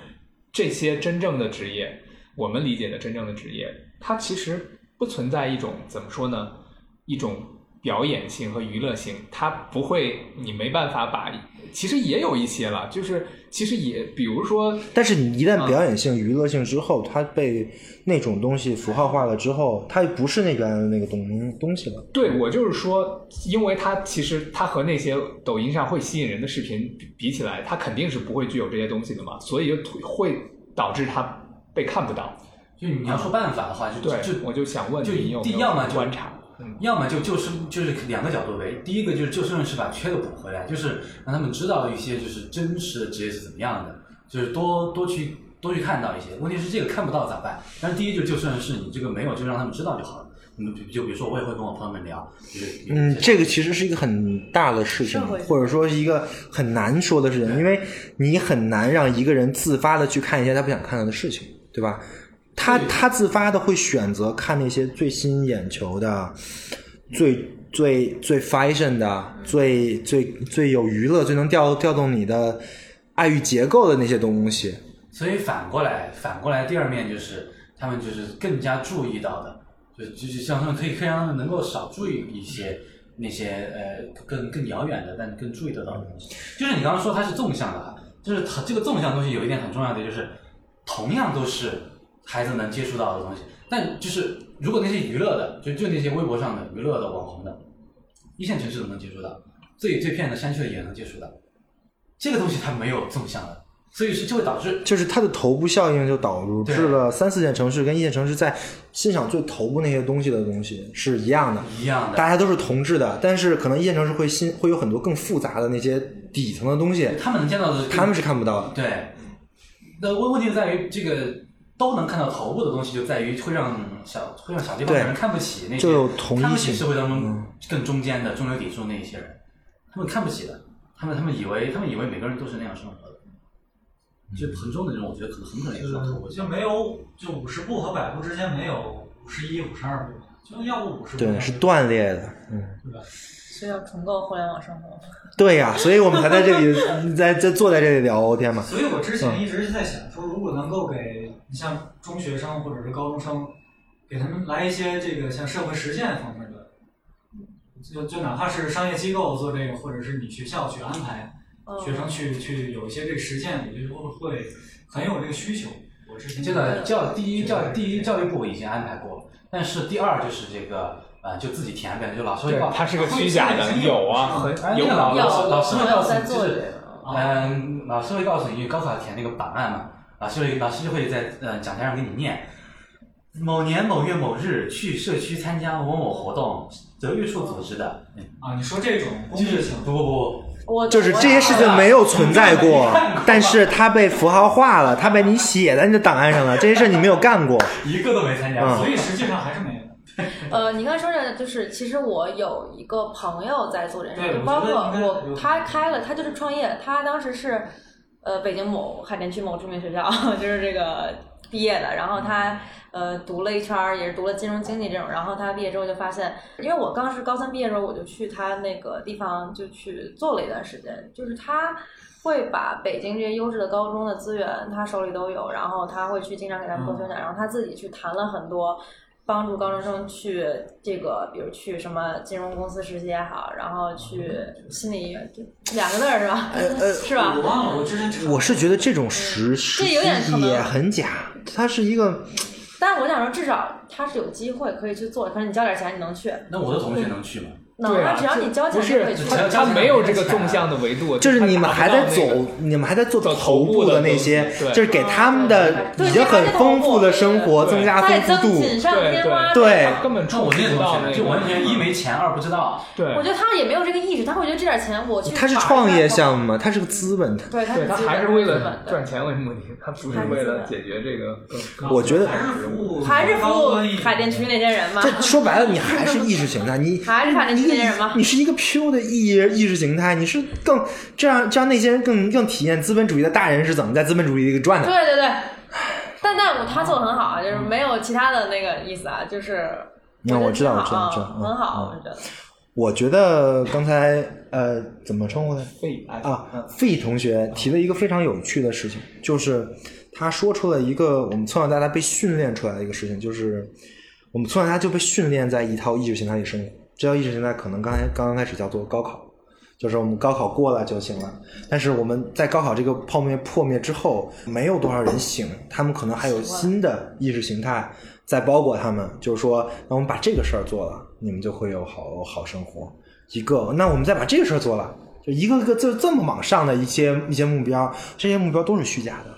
这些真正的职业，我们理解的真正的职业，它其实不存在一种怎么说呢，一种表演性和娱乐性，它不会，你没办法把，其实也有一些了，就是其实也，比如说
但是你一
嗯
旦表演性、娱乐性之后，它被那种东西符号化了之后，它不是那原来的那个东东西了。
对我就是说，因为它其实它和那些抖音上会吸引人的视频比比起来，它肯定是不会具有这些东西的嘛，所以就突会导致它被看不到。
就你要说办法的话，就
对，
就
我就想问
就
你有没
第
有
要么就
观察？嗯，
要么就就是就是两个角度为，第一个就是就事论事把缺的补回来，就是让他们知道一些就是真实的职业是怎么样的，就是多多去多去看到一些。问题是这个看不到咋办？但是第一就就事论事，你这个没有就让他们知道就好了。嗯，就就比如说我也会跟我朋友们聊，就是
嗯，这个其实是一个很大的事情
社会，
或者说是一个很难说的事情，因为你很难让一个人自发的去看一些他不想看到的事情，对吧？他
对
他自发的会选择看那些最吸引眼球的、最最最 fashion 的、最最最有娱乐、最能调调动你的爱与结构的那些东西。
所以反过来，反过来第二面就是他们就是更加注意到的，就就是像他们可以可以让他们能够少注意一些那些呃更更遥远的，但更注意得到的东西。就是你刚刚说它是纵向的啊，就是它这个纵向的东西有一点很重要的就是，同样都是孩子能接触到的东西，但就是如果那些娱乐的，就就那些微博上的娱乐的网红的，一线城市都能接触到，最最偏的山区的也能接触到，这个东西它没有纵向的，所以是就会导致。
就是它的头部效应就导致了三四线城市跟一线城市在欣赏最头部那些东西的东西是一样的，
一样的，
大家都是同质的，但是可能一线城市会新会有很多更复杂的那些底层的东西，
他们能见到的，
他们是看不到的。
对。那问问题在于这个都能看到头部的东西，就在于会让小会让小地方的
对
人看不起那些
就有同一性嗯
看不起社会当中更中间的中流砥柱那一些人，他们看不起的，他们他们以为他们以为每个人都是那样生活的，就很重的人，我觉得可能很可能也是
嗯
到头部
嗯
呃，就没有就五十步和百步之间没有五十一、五十二步，就要不五十步，
对，是断裂的，嗯，
对吧？
所以要重构互联网生活。
对呀、所以我们才在这里，在在坐在这里聊，天嘛，
所以我之
嗯
前一直在想说，如果能够给你像中学生或者是高中生，给他们来一些这个像社会实践方面的，就就哪怕是商业机构做这个，或者是你学校去安排
嗯
学生去去有一些这个实践，我觉得会会很有这个需求。我之前
这个教第一教第一教育部已经安排过了，但是第二就是这个呃，就自己填呗，就老师
对
会，报
它是个虚假的，有啊，
哎
很
那
有
个
脑
老师
的。
老师
有
会告诉
在
你就
做这
是
个。
嗯，老师会告诉你高考填那个档案嘛，老师会老师就会在呃讲台上给你念，某年某月某日去社区参加某某某活动，德育处组织的，
啊，你说这种
就
工具
是
性，
不不不，
我
就是这些事情没有存在过，但是它被符号化了，它被你写在你的档案上了，这些事儿你没有干过，
一个都没参加
嗯
过，所
所
以
以实际上还是没有。
呃，你刚才说这个就是，其实我有一个朋友在做这件事，
对
就
我
包
觉得
括
应该
我
有
他开了，他就是创业，他当时是呃北京某海淀区某著名学校， 就是这个毕业的，然后他呃读了一圈儿，也是读了金融经济这种，然后他毕业之后就发现，因为我刚是高三毕业的时候，我就去他那个地方就去做了一段时间，就是他。会把北京这些优质的高中的
嗯
资源，他手里都有，然后他会去经常给他们做宣传，然后他自己去谈了很多帮助高中生去这个，比如去什么金融公司实习也好，然后去心理
哦
两个字儿是吧？
呃
是吧
嗯
我？忘了，我之前查
我是觉得这种实实
这有点可
习
能
也很假，它是一个
但是我想说，至少他是有机会可以去做，可能你交点钱你能去，
那我的同学能去吗？
能
对
啊，
啊
只要你交钱
不
就可以
是
去。
他他没有这个纵向的维度，
就是你们还在
它达不到那个
走，你们还在做
走
头
头
部
部
的
的
那些
东西，对
就是给他们的
对
已经很丰富的生活
对
增加
再
丰
增
富度。
锦上
对
添花。
对
这种
根本
那
触
我那
及
个
不
同
到
学
那
呢，
个，
就完全一没钱，二不知道。
对
我觉得他也没有这个意识，他会觉得这点钱我去。
它是创业项目嘛，它是个资本。它
对，他
对他
资本
还是为
资本
了
对
赚钱为目的，他不是为了解决这个
啊
更更
我觉得
还是服务
啊还是服务
高端一点
海淀区那些人嘛，
这说白了，你还是意识形态，你
啊 还是海淀
你
区那些人嘛。
你是一个 pure 的意意识形态，你是更这样这样那些人更更体验资本主义的大人是怎么在资本主义里赚的。
对对对，但但我他做的很好啊，就是没有其他的那个意思啊，就是。
那我知道
觉得
我知道我
挺好啊
知道
很好，我
嗯
觉得。
我觉得刚才呃怎么称呼他？
费哎
啊，费同学提了一个非常有趣的事情，就是他说出了一个我们从小到大被训练出来的一个事情，就是我们从小到大就被训练在一套意识形态里生活。这套意识形态可能刚才刚刚开始叫做高考，就是我们高考过了就行了。但是我们在高考这个泡沫破灭之后，没有多少人醒，他们可能还有新的意识形态在包裹他们，就是说，那我们把这个事儿做了，你们就会有好好生活。一个，那我们再把这个事儿做了，就一个个就这么往上的一些一些目标，这些目标都是虚假的，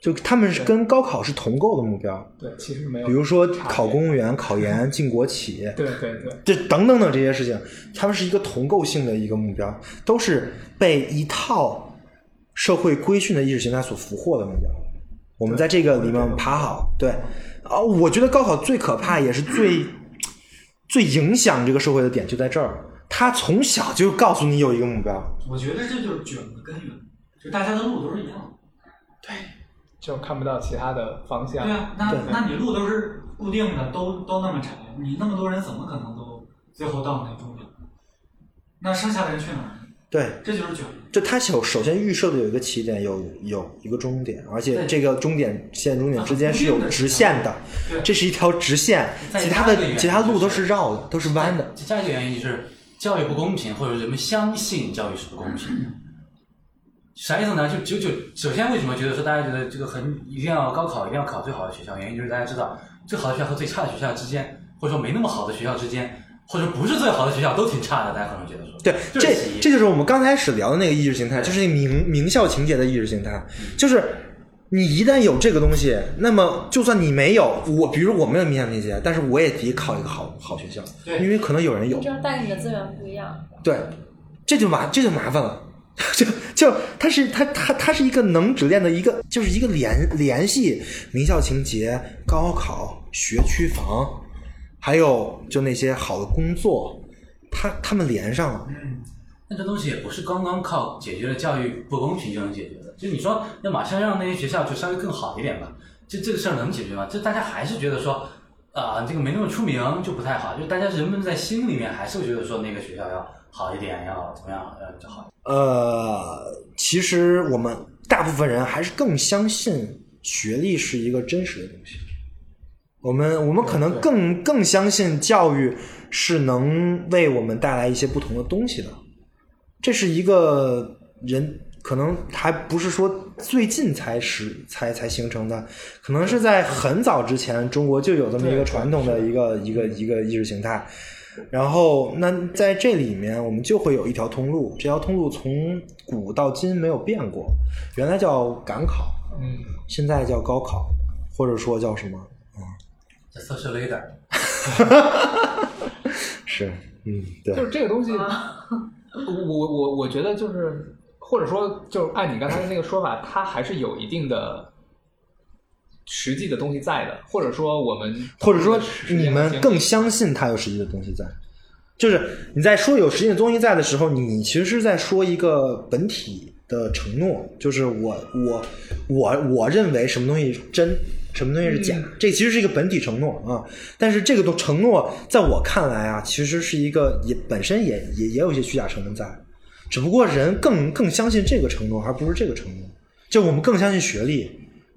就他们是跟高考是同构的目标，
对，其实没有，
比如说考公务员、考研、进国企，
对对对，
这等等等这些事情，他们是一个同构性的一个目标，都是被一套社会规训的意识形态所俘获的目标。我们在这个里面爬好，对啊，我觉得高考最可怕也是最最影响这个社会的点就在这儿，他从小就告诉你有一个目标，
我觉得这就是卷的根源，就大家的路都是一样的。
就看不到其他的方向
对。啊，那
对
那你路都是固定的，都都那么窄，你那么多人怎么可能都最后到那个终点？那剩下的人去哪儿？
对，
这就是卷。
就他首首先预设的有一个起点，有有一个终点，而且
对
这个终点线终点之间是有直线的
对，
这是一条直线，
再
其他
加一个
的
圆
其他路都
就是
绕的，都是弯的。
再加一个原因就是教育不公平，或者人们相信教育是不公平的。啥意思呢？就就就首先为什么觉得说大家觉得这个很一定要高考一定要考最好的学校？原因就是大家知道最好的学校和最差的学校之间，或者说没那么好的学校之间，或者不是最好的学校都挺差的，大家可能觉得说
对，
这
这
是其一
这就是我们刚开始聊的那个意识形态，就是那个名名校情节的意识形态，
嗯
就是你一旦有这个东西，那么就算你没有，我比如我没有名校情节，但是我也得考一个好好学校，
对
因为可能有人有
你，知道带给你的资源不一样，
对，这就麻这就麻烦了， 就就它是它它它是一个能指链的一个，就是一个联联系名校情节、高考、学区房，还有就那些好的工作，它它们连上了。
但这东西也不是刚刚靠解决了教育不公平就能解决的。就你说，那马上让那些学校就稍微更好一点吧，这这个事儿能解决吗？这大家还是觉得说，啊、这个没那么出名就不太好。就大家人们在心里面还是觉得说那个学校要好一点，要怎么样，要就好。
呃，其实我们大部分人还是更相信学历是一个真实的东西。我们我们可能更更相信教育是能为我们带来一些不同的东西的。这是一个人可能还不是说最近才使才才形成的，可能是在很早之前中国就有这么一个传统的一个一个一个意识形态。然后，那在这里面，我们就会有一条通路，这条通路从古到今没有变过。原来叫赶考，
嗯，
现在叫高考，或者说叫什么？
这 social leader，
是，嗯，
就
对，
是这个东西，
啊
我我我我觉得就是，或者说就是按你刚才的那个说法，它还是有一定的实际的东西在的，或者说我们
或者说
实践的
你们
经历
更相信它有实际的东西在。就是你在说有实际的东西在的时候，你其实是在说一个本体的承诺，就是我我我我认为什么东西是真，什么东西是假，这其实是一个本体承诺啊。但是这个都承诺，在我看来啊，其实是一个也本身也也也有一些虚假成分在，只不过人更更相信这个承诺，而不是这个承诺。就我们更相信学历，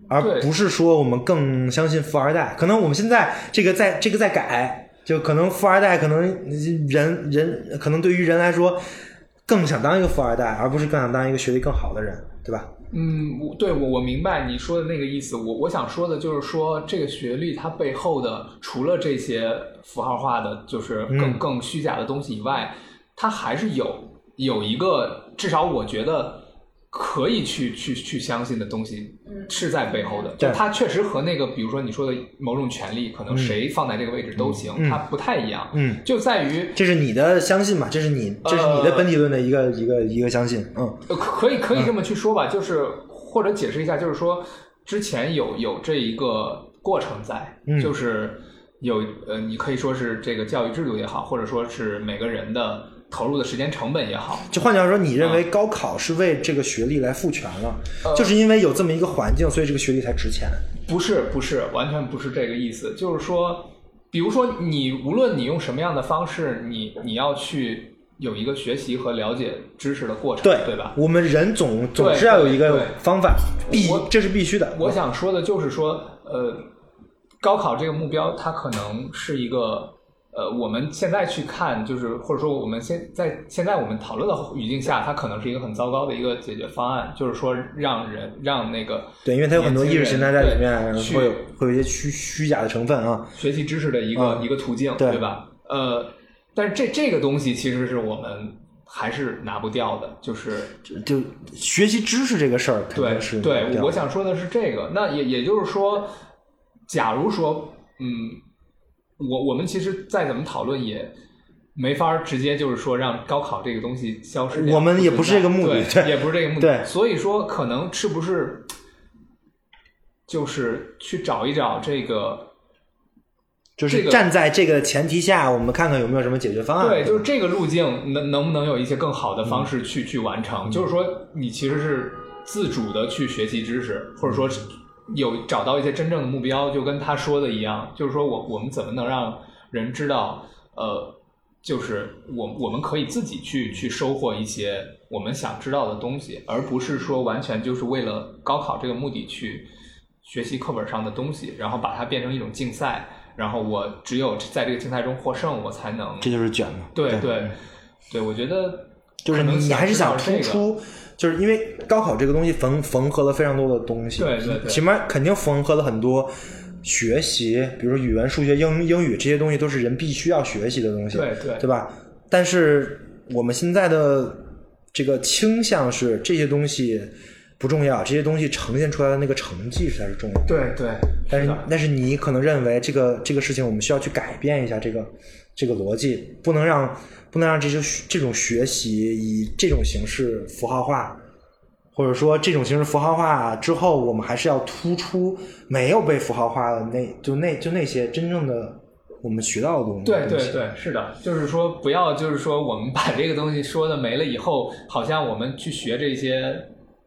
而
对
不是说我们更相信富二代。可能我们现在这个在这个在改，就可能富二代可能人人可能对于人来说更想当一个富二代，而不是更想当一个学历更好的人，对吧？
嗯，我对我我明白你说的那个意思。我我想说的就是说，这个学历它背后的除了这些符号化的，就是更、
嗯
更虚假的东西以外，它还是有有一个，至少我觉得可以去去去相信的东西
嗯
是在背后的。
对
就它确实和那个，比如说你说的某种权利，可能
嗯
谁放在这个位置都行，
嗯
它不太一样。
嗯，
就在于
这是你的相信嘛？这是你这是你的
呃
本体论的一个、一个一个相信。嗯
呃，可可以可以这么去说吧，就是或者解释一下，就是说之前有有这一个过程在，
嗯
就是有呃，你可以说是这个教育制度也好，或者说是每个人的投入的时间成本也好，
就换句话说，你认为
嗯
高考是为这个学历来赋权了，
呃
就是因为有这么一个环境，所以这个学历才值钱。
不是不是，完全不是这个意思，就是说，比如说你无论你用什么样的方式，你你要去有一个学习和了解知识的过程，对吧？
我们人总总
对
是要有一
对
个
对
方法，必
我
这是必须的。
我想说的就是说，呃，高考这个目标，它可能是一个，呃，我们现在去看，就是或者说我们现在现在我们讨论的语境下，它可能是一个很糟糕的一个解决方案，就是说让人让那个
对，因为它有很多意识形态在里面，
年
然后
轻
会
人
有
对去
会有一些虚虚假的成分啊。
学习知识的一个、
嗯
一个途径，
对
吧？呃，但是这这个东西其实是我们还是拿不掉的，就是
就学习知识这个事儿，肯
对
定是
对，
要
我想说的是这个。那也也就是说，假如说，嗯，我我们其实再怎么讨论也。没法儿直接就是说让高考这个东西消失掉，
我们也不是这个目的
对
对
也不是这个目的。
对
所以说可能是不是就是去找一找这个
就
这
是
个
站在这个前提下，我们看看有没有什么解决方案。
对，就是这个路径能能不能有一些更好的方式去、去完
嗯
成？就是说，你其实是自主的去学习知识，或者说是有找到一些真正的目标，就跟他说的一样，就是说我我们怎么能让人知道，呃，就是我我们可以自己去去收获一些我们想知道的东西，而不是说完全就是为了高考这个目的去学习课本上的东西，然后把它变成一种竞赛。然后我只有在这个竞赛中获胜，我才能
这就是卷嘛。
对
对
对对，我觉得
就是你
哎可能
你还是想
知
突
道这个
出，就是因为高考这个东西缝缝合了非常多的东西，
对对对
起码肯定缝合了很多学习，比如说语文、数学、英英语这些东西都是人必须要学习的东西，
对对
对吧？但是我们现在的这个倾向是这些东西不重要，这些东西呈现出来的那个成绩才是重要的。
对对，
但
是
是
的
但是你可能认为这个这个事情我们需要去改变一下这个这个逻辑，不能让不能让这些这种学习以这种形式符号化，或者说这种形式符号化之后，我们还是要突出没有被符号化的那就那就那些真正的我们学到的东西。
对对对，是的，就是说不要就是说我们把这个东西说的没了以后，好像我们去学这些。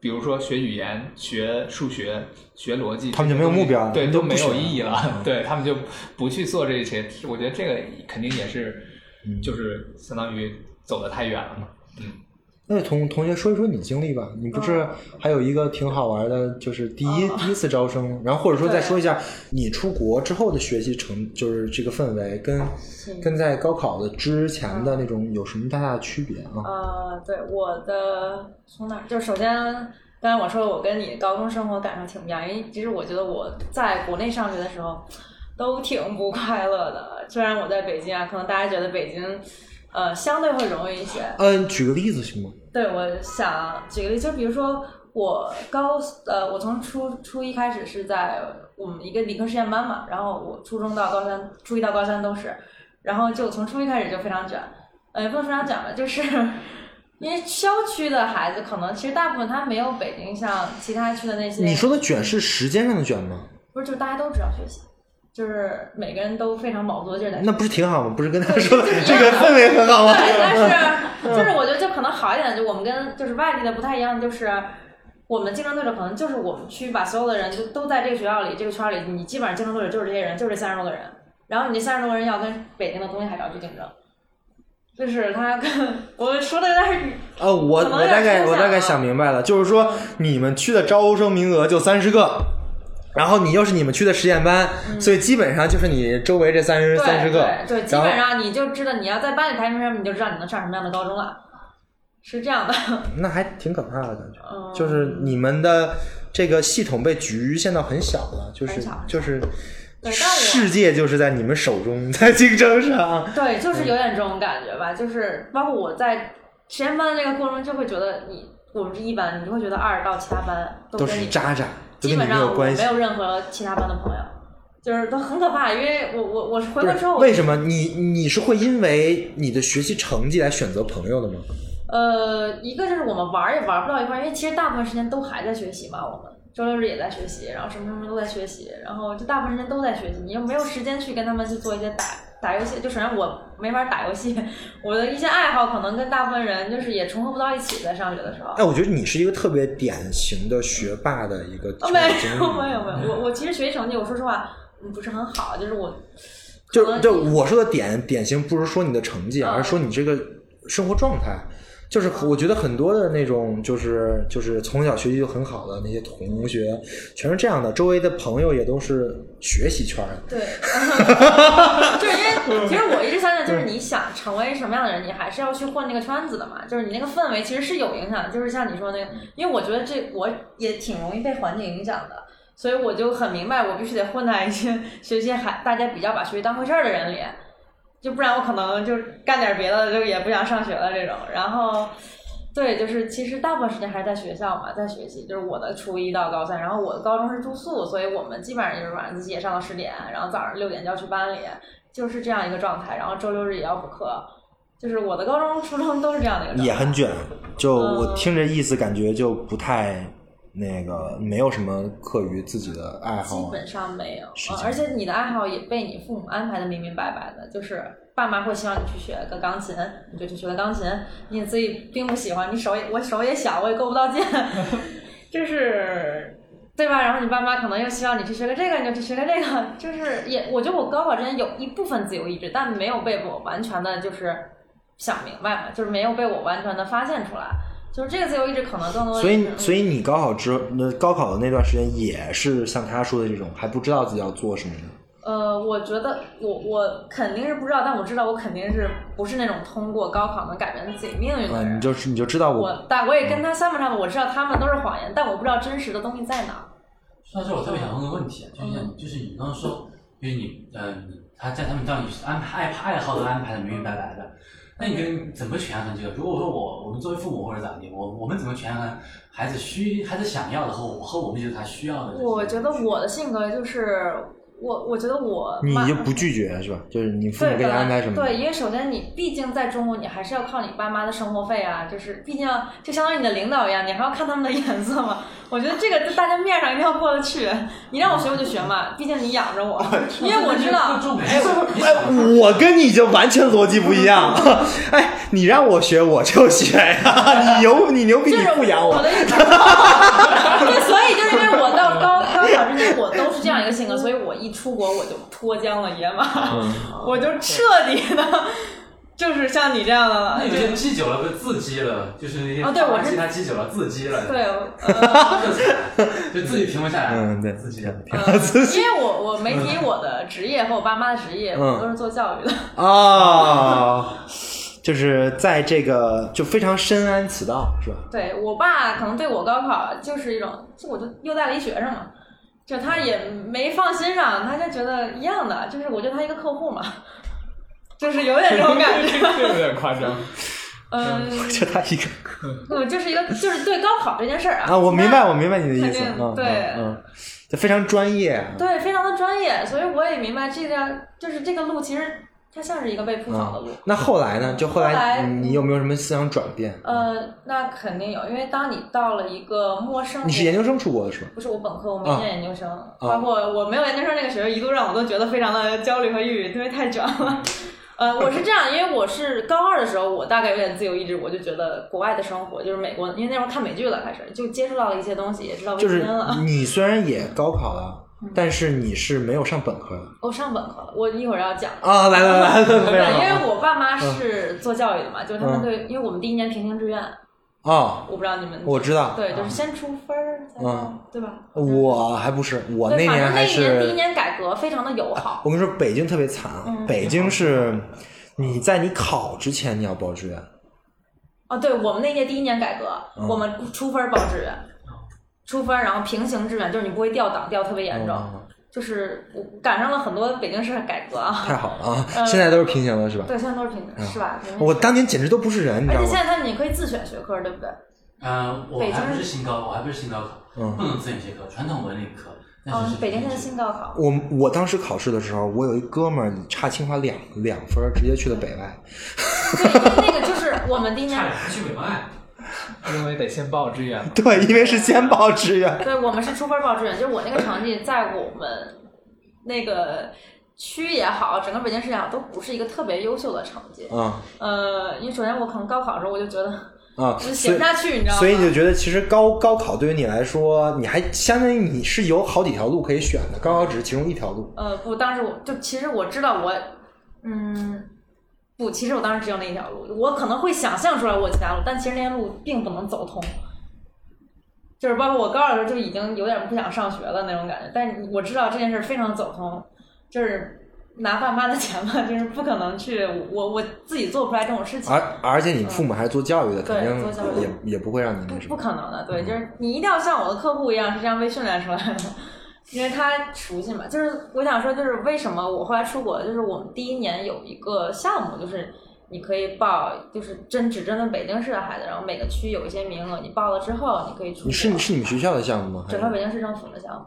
比如说学语言、学数学、学逻辑，
他们就
这些
没有
东西
目标了
对，
都
都
不
没
学
有
了
意义了，对他们就不去做这些。我觉得这个肯定也是，
嗯
就是相当于走得太远 了嘛。
那同同学说一说你经历吧，你不是还有一个挺好玩的，就是第一、 第一次招生，然后或者说再说一下你出国之后的学习成，就是这个氛围跟
行
跟在高考的之前的那种有什么太大的区别啊？
呃，对，我的从哪儿？就首先，刚才我说我跟你高中生活感受挺不一样，因为其实我觉得我在国内上学的时候都挺不快乐的。虽然我在北京啊，可能大家觉得北京呃相对会容易一些。
嗯，举个例子行吗？
对，我想举个例，就比如说我高呃，我从初初一开始是在我们一个理科实验班嘛，然后我初中到高三，初一到高三都是，然后就从初一开始就非常卷，呃，也不能非常卷吧，就是 因为郊区的孩子可能其实大部分他没有北京像其他区的那些，
你说的卷是时间上的卷吗？
不是，就大家都知道学习。就是每个人都非常卯足了劲儿在学习
那不是挺好吗？不是跟他说的这个氛围很好吗？
对，但是就是我觉得就可能好一点，就我们跟就是外地的不太一样，就是我们竞争对手可能就是我们区把所有的人就都在这个学校里、这个圈里，你基本上竞争对手就是这些人，就是这三十多个人，然后你这三十多个人要跟北京的东西海潮去竞争。就是他跟我说的有点儿
呃，我
可能
我
有点
大概
抽
我大
象
概
啊
想明白了，就是说你们区的招生名额就三十个，然后你又是你们去的实验班，所以基本上就是你周围这三十
嗯对
三十个，
对对，基
然后
本上你就知道你要在班里排名上，你就知道你能上什么样的高中了，是这样的。
那还挺可怕的感觉。
嗯，
就是你们的这个系统被局限到很小了，就是
很小
就是
对但我
世界就是在你们手中， 在竞争上。
对，
嗯
就是有点这种感觉吧，就是包括我在实验班的这个过程中，就会觉得你我们是一班，你就会觉得二到其他班都
都
跟
是
你
渣渣，都跟
基
你
本
没
上
有
我
关系
没。有任何其他班的朋友，就是都很可怕，因为我我我
不
回国
是
之后，
为什么你你是会因为你的学习成绩来选择朋友的吗？
呃，一个就是我们玩儿也玩不到一块儿，因为其实大部分时间都还在学习嘛，我们周六日也在学习，然后什么什么都在学习，然后就大部分时间都在学习，你又没有时间去跟他们去做一些打 打游戏，就首先我没法打游戏，我的一些爱好可能跟大部分人就是也重合不到一起，在上学的时候。
哎，我觉得你是一个特别典型的学霸的一个
哦，
成
没
长
有
经历
没有没有，我我其实学习成绩，我说实话嗯不是很好，就是我
就
可能
是就
你
我说的典典型，不是说你的成绩，
嗯
而是说你这个生活状态。就是我觉得很多的那种，就是就是从小学习就很好的那些同学，全是这样的，周围的朋友也都是学习圈的。
对，就是因为其实我一直相信，就是你想成为什么样的人，你还是要去混那个圈子的嘛。就是你那个氛围其实是有影响的，就是像你说那个，因为我觉得这我也挺容易被环境影响的，所以我就很明白，我必须得混在一些学习还大家比较把学习当回事儿的人里，就不然我可能就是干点别的，就也不想上学了这种。然后。对，就是其实大部分时间还是在学校嘛，在学习。就是我的初一到高三，然后我的高中是住宿，所以我们基本上就是晚自习也上到十点，然后早上六点就要去班里，就是这样一个状态。然后周六日也要补课，就是我的高中、初中都是这样的一个状态。
也很卷。就
嗯
我听这意思，感觉就不太那个，没有什么课余自己的爱
基
哎好。啊
本上没有，
时
嗯
间
而且你的爱好也被你父母安排的明明白白的，就是爸妈会希望你去学个钢琴，你就去学了钢琴，你自己并不喜欢，你手也我手也小，我也够不到 劲，就是对吧？然后你爸妈可能又希望你去学个这个，你就去学个这个，就是也我觉得我高考之前有一部分自由意志，但没有被我完全的就是想明白嘛，就是没有被我完全的发现出来，就是这个自由意志可能更多的
所以，
是
所以你高考之那高考的那段时间，也是像他说的这种，还不知道自己要做什么的。
呃，我觉得我我肯定是不知道，但我知道我肯定是不是那种通过高考能改变自己命运的
嗯，
人。
你就是你就知道
我但我也跟他相不上的，我知道他们都是谎言，但我不知道真实的东西在哪儿。
说到这，我特别想问个问题，啊，就是
嗯
像就是你刚刚说，因为你呃，你他在他们让你安排爱爱好都安排的明明白白的，那你跟怎么权衡这个？如果说我我们作为父母或者咋地，我我们怎么权衡孩子需孩子想要的和我和我们觉得他需要的？
我觉得我的性格就是我，我觉得我
你
妈
就不拒绝是吧？就是你父母
对
给你安排什么？
对，因为首先你毕竟在中国，你还是要靠你爸妈的生活费啊，就是毕竟就相当于你的领导一样，你还要看他们的颜色嘛。 我觉得这个大家面上一定要过得去，你让我学我就学嘛，毕竟你 养着我，因为我知道。
重点是你
哎，我跟你就完全逻辑不一 样。哎，你让我学我就学呀，你 牛你牛逼
就
你
是
不养
我
我。
的 意思。对，所以就是因为我到高高考之前，我都是这样一个性格，所以我一出国我就脱缰了野马，
嗯
我就彻底的，就是像你这样的了
那。有
就
嗯
些激久了，不是自激了，就是那些
哦对我是
激他激久了，自激了，
对，呃，
就自己停不下来，
嗯对
自激了。
呃 因为我我没提我的职业和我爸妈的职业，
嗯
我都是做教育的。
啊，就是在这个就非常深谙此道，是吧？
对我爸可能对我高考就是一种，就我就又带了一学生嘛，就他也没放心上，他就觉得一样的，就是我觉得他一个客户嘛，就是有点这种感觉。
这有点夸张。
嗯，
就他一个
嗯，就是一个就是对高考这件事儿啊
啊，我明白，我明白你的意思，
肯定
嗯，
对
嗯嗯，就非常专业啊，
对，非常的专业，所以我也明白这个就是这个路其实它像是一个被铺好的路。
嗯那后来呢？就后
后
来
来嗯
你你有没有什么思想转变？
呃，那肯定有，因为当你到了一个陌生，
你是研究生出国的是吧？
不是我本科，我没
啊
念研究生，包括我没有研究生那个学位，一度让我都觉得非常的焦虑和抑郁，因为太卷了。呃，我是这样，因为我是高二的时候，我大概有点自由意志，我就觉得国外的生活就是美国，因为那时候看美剧了，开始就接触到了一些东西，也知道维啊
就
京
是
了。嗯
你虽然也高考了，但是你是没有上本科的
我上本科了，我一会儿 要讲。
啊！来来来，非
嗯对，因
常好嗯
为我爸妈是做教育的嘛，就是他们对，因为我们第一年平行志愿，
啊，
我不知道你们
我知道，
对，就是先出分儿，才
嗯
对吧？
我还不是，我那
对反正
还
那一年第一
是，
年改革非常的友好，
我跟你说，北京特别惨啊，
嗯
北京是你在你考之前你要报志愿，
哦，对我们那届第一年改革，
啊嗯
我们出分儿报志愿，出分儿然后平行志愿，就是你不会掉档，掉得特别嗯严重。
哦
就是我赶上了很多北京市的改革啊，
太好了啊！
嗯
现在都是平行的，是吧？
对，现在都是平行，是吧？
嗯我当年简直都不是人，你知
而
道
且现
吗？
在他们你可以自选学科，对不对？
嗯，我
北京
还不是新高，我还不是新高考，
嗯
不能自选学科，传统文理科。但
哦
是，是
北京
自
现在
选
新高考，
我我当时考试的时候，我有一哥们儿差清华两两分儿，直接去的北外。
对，因为那个就是我们第一年
差点去北外，
因为得先报志愿嘛。
对，因为是先报志愿。
对，我们是出分报志愿，就是我那个成绩在我们那个区也好，整个北京市也好，都不是一个特别优秀的成绩。
啊
呃，因为首先我可能高考的时候我就觉得
啊，
就
所
是写
以
不下去，你知道吗？
所以你就觉得其实高高考对于你来说，你还相当于你是有好几条路可以选的，高考只是其中一条路。
呃，不，当时我就其实我知道我，嗯，不，其实我当时只有那一条路，我可能会想象出来我有其他路，但其实那些路并不能走通。就是包括我高二的时候就已经有点不想上学了那种感觉，但是我知道这件事非常走通，就是拿爸妈的钱嘛，就是不可能去我我自己做不出来这种事情
而，而且你父母还是做教育的，肯
对做教
定
育
也也不会让你
不
那什
不
么。
可能的，
嗯
对，就是你一定要像我的客户一样是这样被训练出来的， 因为他熟悉嘛。就是我想说，就是为什么我后来出国，就是我们第一年有一个项目，就是你可以报，就是针只针对北京市的孩子，然后每个区有一些名额，你报了之后你可以出国。
你是你是你们学校的项目吗？还
整
是
个北京市政府的项目？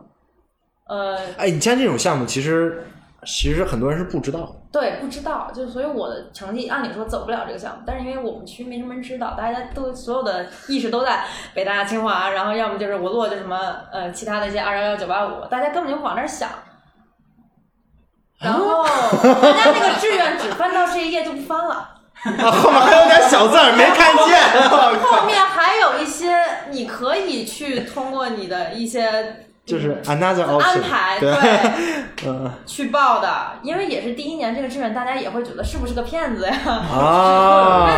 呃，
哎，你像这种项目，其实其实很多人是不知道的。
对，不知道，就是所以我的成绩按理说走不了这个项目，但是因为我们区没什么人知道，大家都所有的意识都在北大、清华，然后要么就是我落就什么呃其他的一些二幺幺、九八五，大家根本就不往那儿想。然后
啊
大家那个志愿只翻到这一页就不翻了，
啊，后面还有点小字儿没看见。
后面还有一些你可以去通过你的一些
就是 another
安
option，
排
对， 嗯
去报的，因为也是第一年这个志愿，大家也会觉得是不是个骗子呀？ 但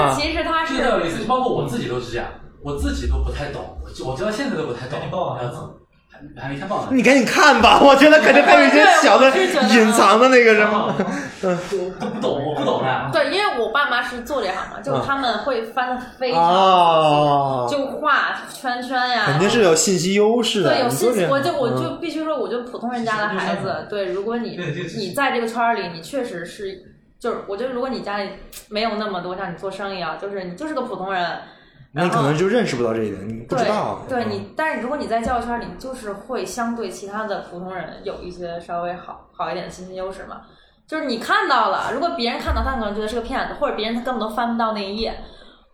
啊，
其实他
这
是
个道理是，包括我自己都是这样，我自己都不太懂，我我直到现在都不太懂。
没报啊
然后还还没看报呢。
你赶紧看吧，我觉得肯定还有一些小的
对我是觉得
隐藏的那个什
然
么
后。
都不懂，我不懂的。
对，因为我爸妈是做这行嘛，就
嗯
他们会翻的非常仔
啊
细，，就画圈圈呀，
肯定是有信息优势的。
对有
你说
信息，
这
我就我
嗯
就必须说，我就普通人家的孩子，对，如果你
对这
你在这个圈儿里，你确实是，就是我觉得如果你家里没有那么多像你做生意啊，就是你就是个普通人，
那你
然后
可能就认识不到这一点，你不知道。
对对
嗯
你，但是如果你在教育圈里，你就是会相对其他的普通人有一些稍微好好一点的信息优势嘛。就是你看到了，如果别人看到，他可能觉得是个骗子，或者别人他根本都翻不到那一页。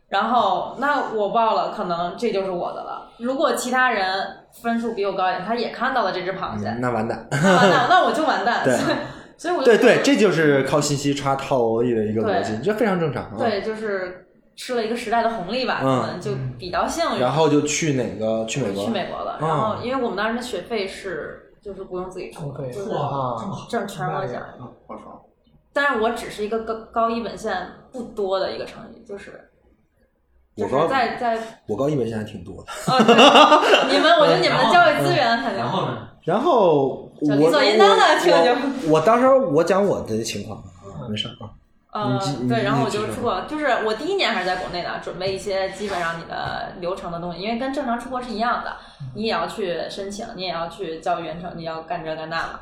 然后，那我报了，可能这就是我的了。如果其他人分数比我高一点，他也看到了这只螃蟹，
嗯那完蛋。
啊那完蛋，那我就完蛋。
对
所以 所以我就
对
觉得
对，这就是靠信息差套逻辑的一个逻辑，这非常正常。嗯。
呃对，就是吃了一个时代的红利吧，
嗯
可能就比较幸运。
然后就去哪个去美国？
去美国了。
嗯
然后因为我们当时的学费是就是不用自己出的，
对
就是
哇，这么好，
挣全额奖。
好爽。
但是我只是一个高高一本线不多的一个成绩，就是。就
我
是
高
在在
我高一本线还挺多的。
啊，对你们我觉得你们的教育资源肯定
嗯然后呢？
然后我
就理所应当的这个
我我当时我讲我的情况，没事啊。
呃
你记你
对，然后我
你记
就
住
出国，就是我第一年还是在国内的，准备一些基本上你的流程的东西，因为跟正常出国是一样的，
嗯
你也要去申请，你也要去教育远程，你要干这干那嘛。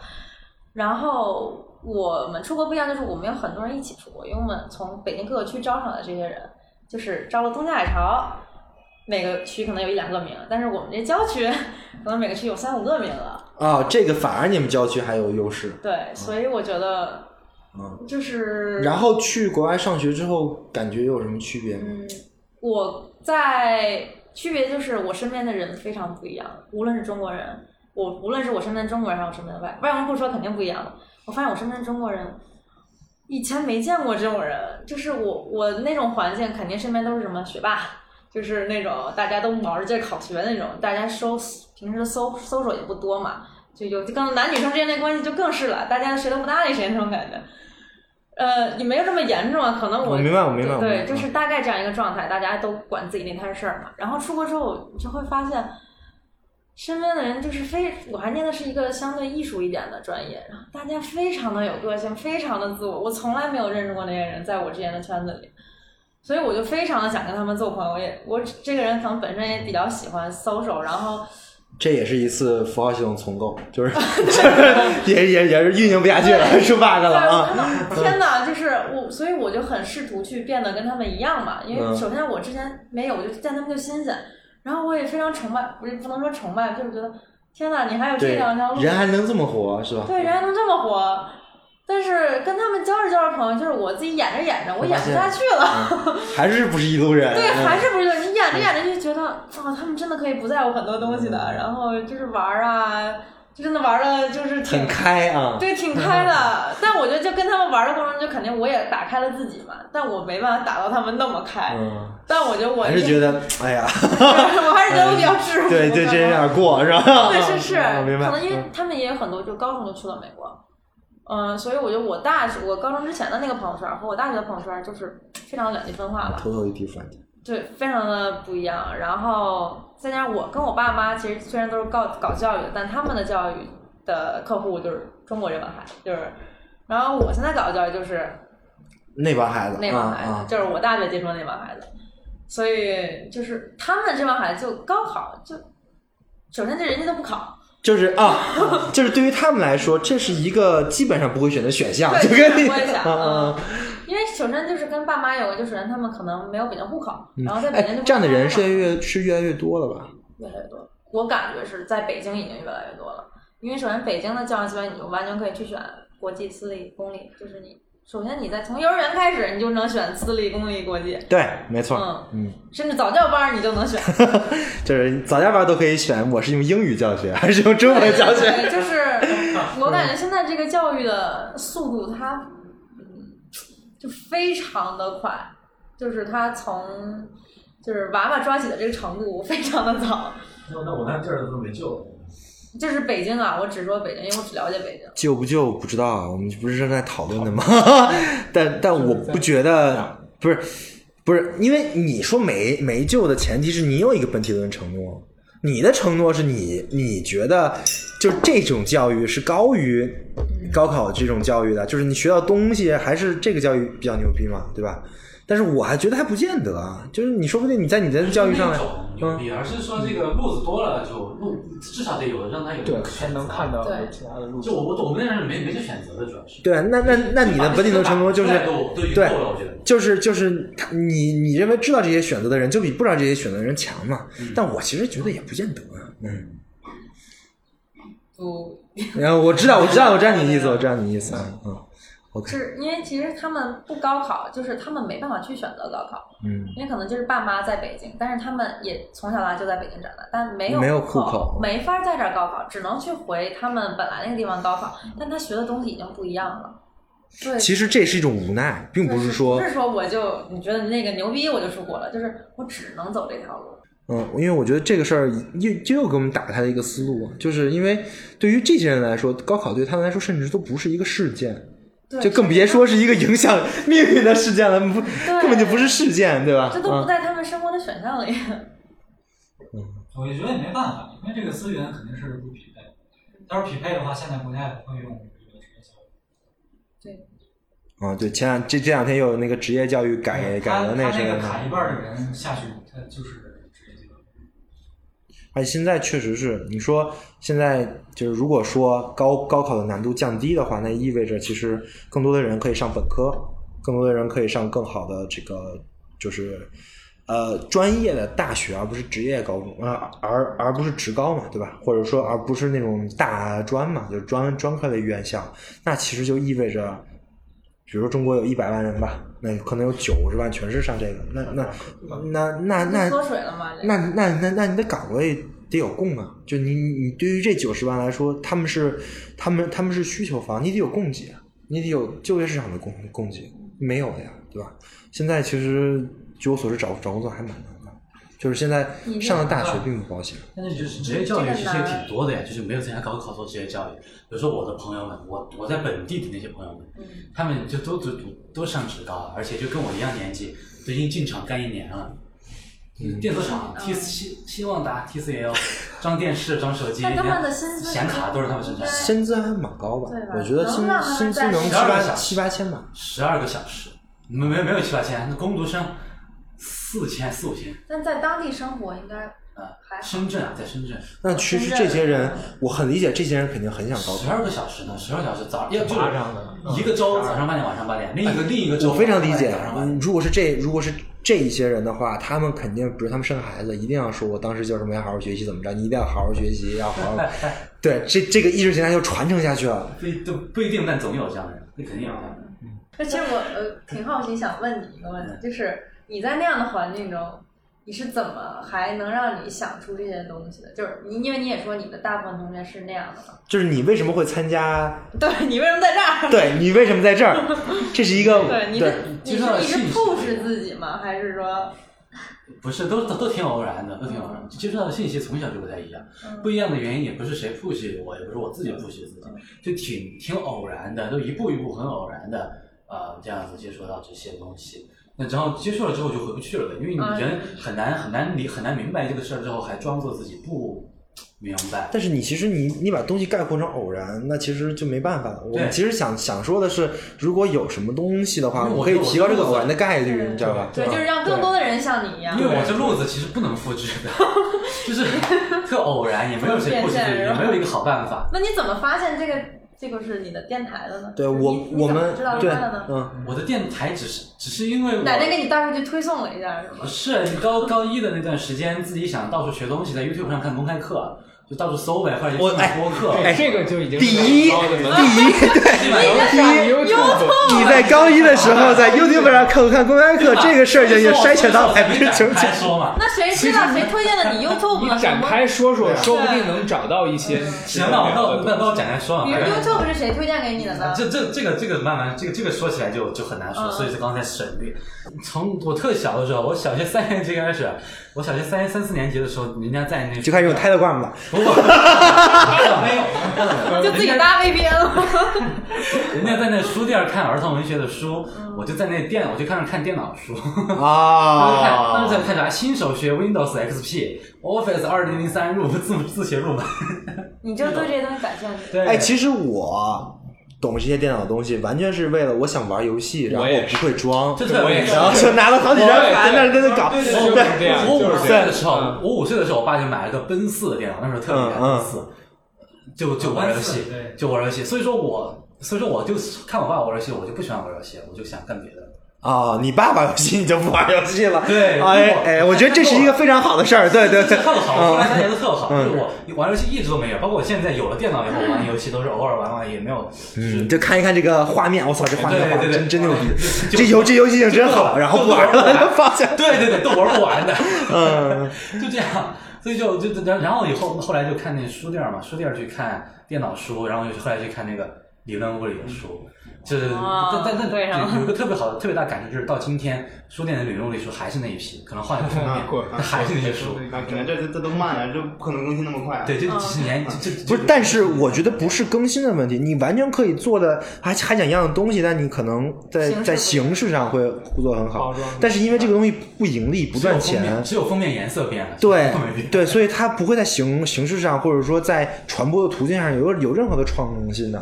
然后我们出国不一样，就是我们有很多人一起出国，因为我们从北京各个区招上的这些人，就是招了东家海潮，每个区可能有一两个名额，但是我们这郊区可能每个区有三五个名额，
啊，这个反而你们郊区还有优势。
对，所以我觉得
嗯，
就是
然后去国外上学之后，感觉有什么区别吗？
嗯，我在区别就是我身边的人非常不一样，无论是中国人，我无论是我身边的中国人，还是我身边的外外国人不说肯定不一样的。我发现我身边的中国人以前没见过这种人，就是我我那种环境肯定身边都是什么学霸，就是那种大家都卯着劲儿考学那种，大家搜平时搜搜索也不多嘛，就有就更男女生之间的关系就更是了，大家谁都不搭理谁那种感觉。呃，也没有这么严重啊，可能
我明白，我明白，我明白
对，就是大概这样一个状态，大家都管自己那摊事儿嘛。然后出国之后，你就会发现，身边的人就是非，我还念的是一个相对艺术一点的专业，然后大家非常的有个性，非常的自我。我从来没有认识过那些人，在我之前的圈子里，所以我就非常的想跟他们做朋友。我也，我这个人可能本身也比较喜欢 social，然后
这也是一次符号系统重构，就是 就是也也也是运营不下去了，出 bug 了啊！
对，我看到，天哪，就是我，所以我就很试图去变得跟他们一样嘛。因
嗯
为首先我之前没有，我就见他们就新鲜，然后我也非常崇拜，不是不能说崇拜，就是觉得天哪，你还有这
对
两条，路，
人还能这么活是吧？
对，人还能这么活。但是跟他们交着交着朋友，就是我自己演着演着，我
我发
演
现
不下去了。
嗯还是不是一路人？
对，
嗯
还是不是你演着演着就觉得，哦，他们真的可以不在乎很多东西
嗯
的，然后就是玩儿啊，就真的玩的，就是挺
很开啊。
对，挺开的。但我觉得就跟他们玩的过程中，就肯定我也打开了自己嘛。但我没办法打到他们那么开。
嗯，
但我觉得我
还是觉 得，哎呀，
我还是觉得我比较世俗。
对对，这有
样。
点过是吧？
对，是是，
嗯明白。
可能因为
嗯
他们也有很多，就高中就去了美国。嗯，所以我觉得我大学，我高中之前的那个朋友圈和我大学的朋友圈就是非常两极分化吧。
头头一地反正
对，非常的不一样。然后再加上我跟我爸妈，其实虽然都是搞搞教育的，但他们的教育的客户就是中国这帮孩子，就是。然后我现在搞的教育就是
那帮孩子，
那帮孩子，
啊啊
就是我大学接触的那帮孩子，所以就是他们这帮孩子就高考就，首先这人家都不考，
就是啊， 就是对于他们来说，这是一个基本上不会选的选项，
对
就跟
基
你
本上不会选
啊啊，
嗯因为首先就是跟爸妈有个，就首先他们可能没有北京户口，
嗯
然后在北京
哎
就，
这样的人是
越
越来越是越来越多了吧？
越来越多，我感觉是在北京已经越来越多了，因为首先北京的教育资源你就完全可以去选国际、私立、公立，就是你首先你在从幼儿园开始你就能选私立、公立、国际，
对，没错，
嗯，
嗯，
甚至早教班儿你就能选。
就是早教班都可以选，我是用英语教学还是用中文教 学？
对，就是我感觉现在这个教育的速度它，嗯，就非常的快，就是它从就是娃娃抓起的这个程度非常的早。
那那我那这儿都没救了。
就是北京啊，我只说北京，因为我只了解北京。
救不救不知道啊，我们不是正在讨论的吗？但但我不觉得不是不是，因为你说没没救的前提是你有一个本体论承诺，你的承诺是你你觉得就是这种教育是高于高考这种教育的，就是你学到东西还是这个教育比较牛逼嘛，对吧？但是我还觉得还不见得啊，就是你说不定你在你的教育上来，
那种牛逼，而是说这个路子多了就路，至少得有让他有
对，才
选择
能看。到
对
有其他的路
就
径。
我我我们那人没没得选择的，主要是。
对啊，那那那你的本体论承诺就是
把这些都都已经够了，我觉得。
就是就是他你你认为知道这些选择的人，就比不知道这些选择的人强嘛？但我其实觉得也不见得。嗯，
不，
然后我知道，我知道，我知道你的意思，我知道你的意思。嗯嗯，OK，
是因为其实他们不高考，就是他们没办法去选择高考，
嗯，
因为可能就是爸妈在北京，但是他们也从小到大就在北京长大，但没
没有
有
户口
没法在这儿高考，只能去回他们本来那个地方高考，但他学的东西已经不一样了。对，
其实这是一种无奈，并不是说
不，是说我就你觉得你那个牛逼我就出国了，就是我只能走这条路。
嗯，因为我觉得这个事儿又又又给我们打开了一个思路，啊就是因为对于这些人来说，高考对他们来说甚至都不是一个事件，
对，
就更别说是一个影响命运的事件了，不，
对
根本就不是事件，对吧？
这都
嗯
不在他们生活的选项里。
我也觉得也没办法，因为这个资源肯定是不匹配。要是匹配的话，现在国家也不会用这个职业教育。
啊，对，前两这这两天又有那个职业教育改改
他
了
他
什
那个
么，
砍一半的人下去，他就是职业教育。
而且现在确实是，你说现在就是如果说高高考的难度降低的话，那意味着其实更多的人可以上本科，更多的人可以上更好的这个就是呃专业的大学，而不是职业高中，呃而而不是职高嘛，对吧？或者说而不是那种大专嘛，就是专专科类院校，那其实就意味着。比如说中国有一百万人吧，那可能有九十万全是上这个，那那那 那那
就缩水了嘛？这
那那那那你的岗位得有供啊！就你你对于这九十万来说，他们是他们他们是需求方，你得有供给啊，你得有就业市场的供供给，没有的呀，对吧？现在其实据我所知找找工作还蛮难的，就是现在
你这
上了大学并不保险。
但是就是职业教育其实也挺多的呀，就是没有参加高考做职业教育。比如说我的朋友们，我我在本地的那些朋友们，
嗯
他们就都读读都上职高，而且就跟我一样年纪，都已经进厂干一年了。电子厂、T
嗯
希希望达、TCL 装电视、装手机，
但他们的
连
薪资
显卡都是他们生产的，
薪资还蛮高吧
对吧？
我觉得薪
能让他们
薪资
在
能七
12个
八
小时
七八千吧。
十二个小时，没没没有七八千，那工读生四千四五千
但在当地生活应该
啊
还。好
深圳啊，在深圳
那区区
深圳
这些人，我很理解，这些人肯定很想高
十
考。
二个小时呢，十二小时早要就
夸张了嗯
一个周早上八点，晚上八
哎
点，另一个另一个周
我非常理解
早上八，点
嗯如果是这如果是这一些人的话，他们肯定，比如他们生孩子，一定要说我当时就是没好好学习，怎么着？你一定要好好学习，要好 好。对，这这个意识形态就传承下去了。
不一都不一定，但总有这样的人，那肯定有这样的人。
那其实我呃挺好奇，想问你一个问题，就是你在那样的环境中，你是怎么还能让你想出这些东西的？就是你，因为你也说你的大部分同学是那样的嘛，
就是你为什么会参加？
对你为什么在这儿？
对你为什么在这儿？这是一个
对，你是你
就是像
你是
兴趣
push 自己吗？还是说
不是，都都都挺偶然的，都挺偶然的。接触到的信息从小就不太一样，不一样的原因也不是谁 push 我，也不是我自己 push 自己，就挺挺偶然的，都一步一步很偶然的，呃，这样子接触到这些东西。那然后接触了之后就回不去了，因为
嗯
你人很难很难理很难明白这个事儿之后，还装作自己不明白。
但是你其实你你把东西概括成偶然，那其实就没办法了。我
对
们其实想想说的是，如果有什么东西的话，
因为
我
我
可以
觉得我
提高这个
是
偶然的概率，
对
你知道吧？
对，就是让更多的人像你一样
因？为我这路子其实不能复 制的，就是特偶然，也没有谁复制，也没有一个好办法。
那你怎么发现这个这个是你的电台的呢？
对
就是
我
你你
我
怎么
们
知道它
对
的呢？
嗯，
我的电台只是只是因为我
奶奶给你大数据推送了一下是吗？
是你高高一的那段时间，自己想到处学东西，在 YouTube 上看公开课，就到处搜呗，或者就
我
听
哎
播客。
哎，这个就已经
第一
高的门槛
第一，对，
对吧然 后
第一 YouTube
你在高一的时候 在 YouTube 上看看公开 课，这个事儿就已经筛选到百分之九
我
十
才。说嘛。
那谁知道谁推荐了你 YouTube
你
呢？
展
什么
开说说，说不
对
定能找到一些值
行，
得
那我
聊
那那
的东
那我展开说嘛。
比如
反正
YouTube 是谁推荐给你的呢？
这这这个这个慢慢这个这个说起来就就很难说，
嗯
所以是刚才省略。从我特小的时候，我小学三年级开始，我小学三三四年级的时候，人家在那
就开始用 Telegram 了，
不不，没有，
就自己搭 VPN 了。
人家在那书店看儿童文学的书，我就在那电，我就开始看电脑书。
啊
当时在看啥？新手学 Windows XP、Office 二零零三入自自学入门。
你就对这些东西感兴趣？
对
哎，其实我懂这些电脑的东西，完全是为了我想玩游戏，然后
我也
不会装，
这特
我也
别
是
然后 就拿了好几张盘在那在那搞，
对对对就是这
对，
样
我
就
五
是
岁
这样
的时候
嗯，
我五岁的时候，我爸就买了个奔四的电脑，那时候特
嗯
别爱奔四，就就玩游戏
奔四对，
就玩游戏。所以说我，所以说我就看我爸玩游戏，我就不喜欢玩游戏，我就想干别的。
哦，你爸玩游戏你就不玩游戏了？
对
哎
我
哎，我觉得这是一个非常好的事儿，对对对，
特好，后来发现
嗯，
都特好。
嗯
就是我玩游戏一直都没有，包括我现在有了电脑以后玩游戏，都是偶尔玩玩，也没有。
嗯，就看一看这个画面，我操，这画面
对
哇
对对
真真牛逼，
就
这游这游戏性真好，然后不玩 了，就放下。
对对对，都玩不完的。
嗯，
就这样，所以就就然然后以后后来就看那书店嘛，书店去看电脑书，然后又去后来去看那个理论物理的书，就是
哦
但但但
对上了
有有一个特别好的特别大感受，就是到今天书店的理论物理书还是那一批，可能换了个封面
啊过，
但还是那些书。
啊，感觉这这这都慢呀，这不可能更新那么快啊。
对，这几十年，这这
不是，但是我觉得不是更新的问题，你完全可以做的还还想一样的东西，但你可能在
形式
在
不一样
形式上会做得很
包
好
装，
但是因为这个东西不盈利不
只有
赚
封面
钱，啊
只有封面颜色变了，
对
都没变。
对，所以它不会在形形式上，或者说在传播的途径上有有任何的创新的。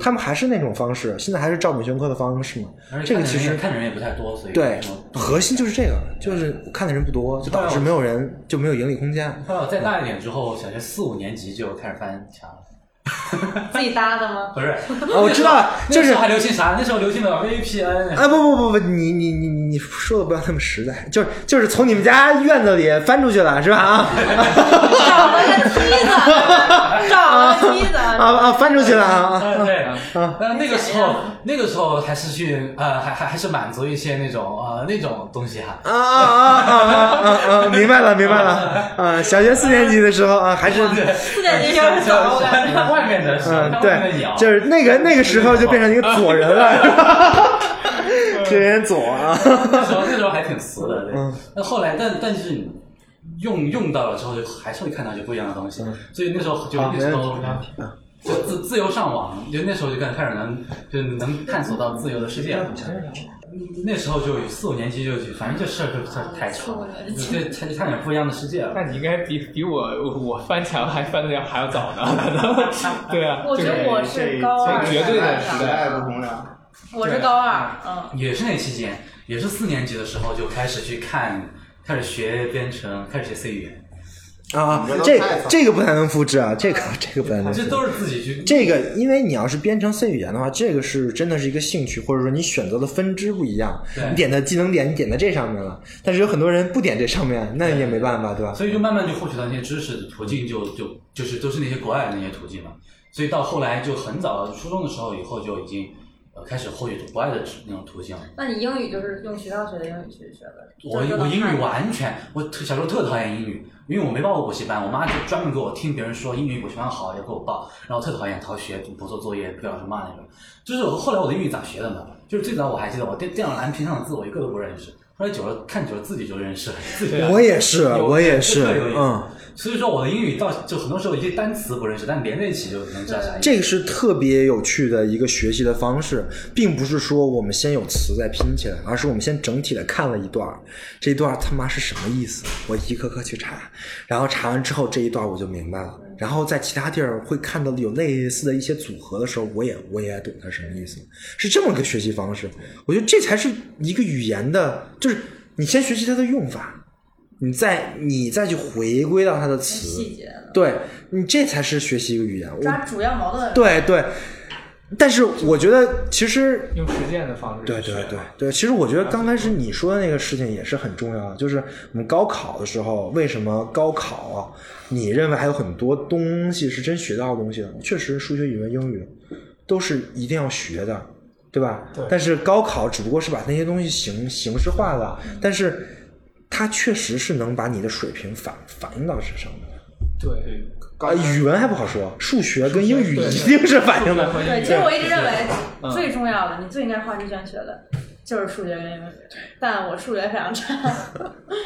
他们还是那种方式，现在还是照本宣科的方式嘛
而。且
这
看
个
的
其
人也
实
看的人也不太多，啊所以
对
没什么，
核心就是这个，就是看的人不多，就导致没有人就没有盈利空间。
后来我再大一点之后，小学四五年级就开始翻墙了。
自己搭的吗？
不是，
我知道了
那时候
就是
那时候还流行啥？那时候流行的 VPN，
啊不不不不，你你你你你说的不要那么实在，就是就是从你们家院子里翻出去了是吧？啊
找了个梯子， 找了个梯子。
啊啊，翻出去了啊！啊
嗯，对，但那个时候，那个时候还是去呃，还还还是满足一些那种呃那种东西哈。
啊啊啊啊啊啊！明白了，明白了。啊，小学四年级的时候啊，还是
四点零有点早，我感觉。
外面的
嗯，
外面的
对
鸟，，
就是那个那个时候就变成一个左人了，是 吧？这人左啊，嗯
那时候那时候还挺俗的。对，那后来，但但是用用到了之后，就还是会看到一些不一样的东西
嗯。
所以那时候就
好没
那时
问
候
题没问题啊
就自自由上网，就那时候就开开始能就是能探索到自由的世界了。那时候就四五年级就反正这事儿就太长了，就差差点不一样的世界了。
那你应该比比我我翻墙还翻的要 还要早呢，可能对啊，
我觉
就是
得我
这
是高二，
绝对的
时代不同了。
我是高二，嗯，
也是那期间，也是四年级的时候就开始去看，开始学编程，开始学 C 语言，
啊
你这，都
这
太早
这个不太能复制啊，这个这个不太能复
这
制。
都是自己去
这个，因为你要是编程 C 语言的话，这个是真的是一个兴趣，或者说你选择的分支不一样
对。
你点的技能点，你点在这上面了，但是有很多人不点这上面，那你也没办法，对吧？
所以就慢慢就获取到那些知识的途径就，就就是都是那些国外的那些途径嘛。所以到后来就很早，初中的时候以后就已经呃开始获取国外的那种途径了。
那你英语就是用学校学的英语去学的？
我
就是
我英
看
语完全，我特小时候特讨厌英语，因为我没报过补习班，我妈就专门给我听别人说英语补习班好，要给我报，然后特讨厌逃学、不做作业、被老师骂那种。就是我后来我的英语咋学的呢？就是最早我还记得我电电脑蓝屏上的字我一个都不认识，后来久了看久了自己就认识了，自己就
我也是，
啊有
我也
这
是
特有意，思
嗯，
所以说我的英语到就很多时候一些单词不认识，但连在一起就能知道啥意思。
这个是特别有趣的一个学习的方式，并不是说我们先有词再拼起来，而是我们先整体的看了一段儿，这一段儿他妈是什么意思，我一个个去查，然后查完之后这一段我就明白了，然后在其他地儿会看到有类似的一些组合的时候，我也我也懂它什么意思，是这么个学习方式。我觉得这才是一个语言的，就是你先学习它的用法。你再你再去回归到它的词，
细节的，
对你这才是学习一个语言。我
抓主要矛盾。
对对，但是我觉得其实。
用实践的方式
对
去
对
学
对对，其实我觉得刚开始你说的那个事情也是很重要的，就是我们高考的时候，为什么高考啊你认为还有很多东西是真学到的东西的？确实，数学、语文、英语都是一定要学的，对吧？
对
但是高考只不过是把那些东西形形式化了，
嗯
但是它确实是能把你的水平反反映到这上面。
对
啊，语文还不好说，数学跟英语
对
一定是反映的。
对，其实我一直认
嗯
为最重要的，你最应该花时间学的，就是数学跟英语。但我数学非常差，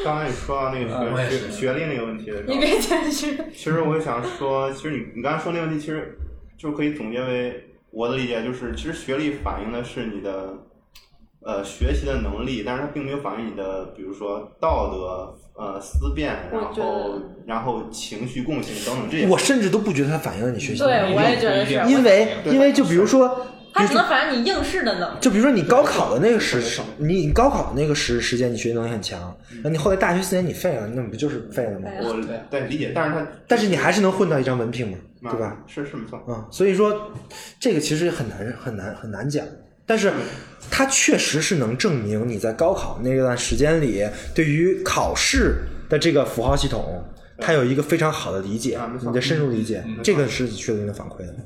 刚才你说到那
嗯我
个
也
学
是
学学历那个问题的时
你
候，
别谦虚。
其实我想说，其实你你刚才说那个问题，其实就可以总结为我的理解就是，其实学历反映的是你的呃学习的能力，但是它并没有反映你的，比如说道德、呃思辨，
我
然
觉
后
得
然后情绪共情等等这些。
我甚至都不觉得它反映了你学习，
对，我也觉得
不一
是，
因为
对
因为就比如说，比
它
如
只
说
能反映你应试的能力。
就比如说你高考的那个时时，你高考的那个时时间，你学习能力很强，
嗯
那你后来大学四年你废了，那你不就是废了吗？
对
我对理解，但是它
但是你还是能混到一张文凭嘛，对吧？？
是是没错。
嗯，所以说这个其实很难很难很难讲，但是它确实是能证明你在高考那段时间里，对于考试的这个符号系统，它有一个非常好的理解
啊没，错
你的深入理解，这个是确实能反馈的。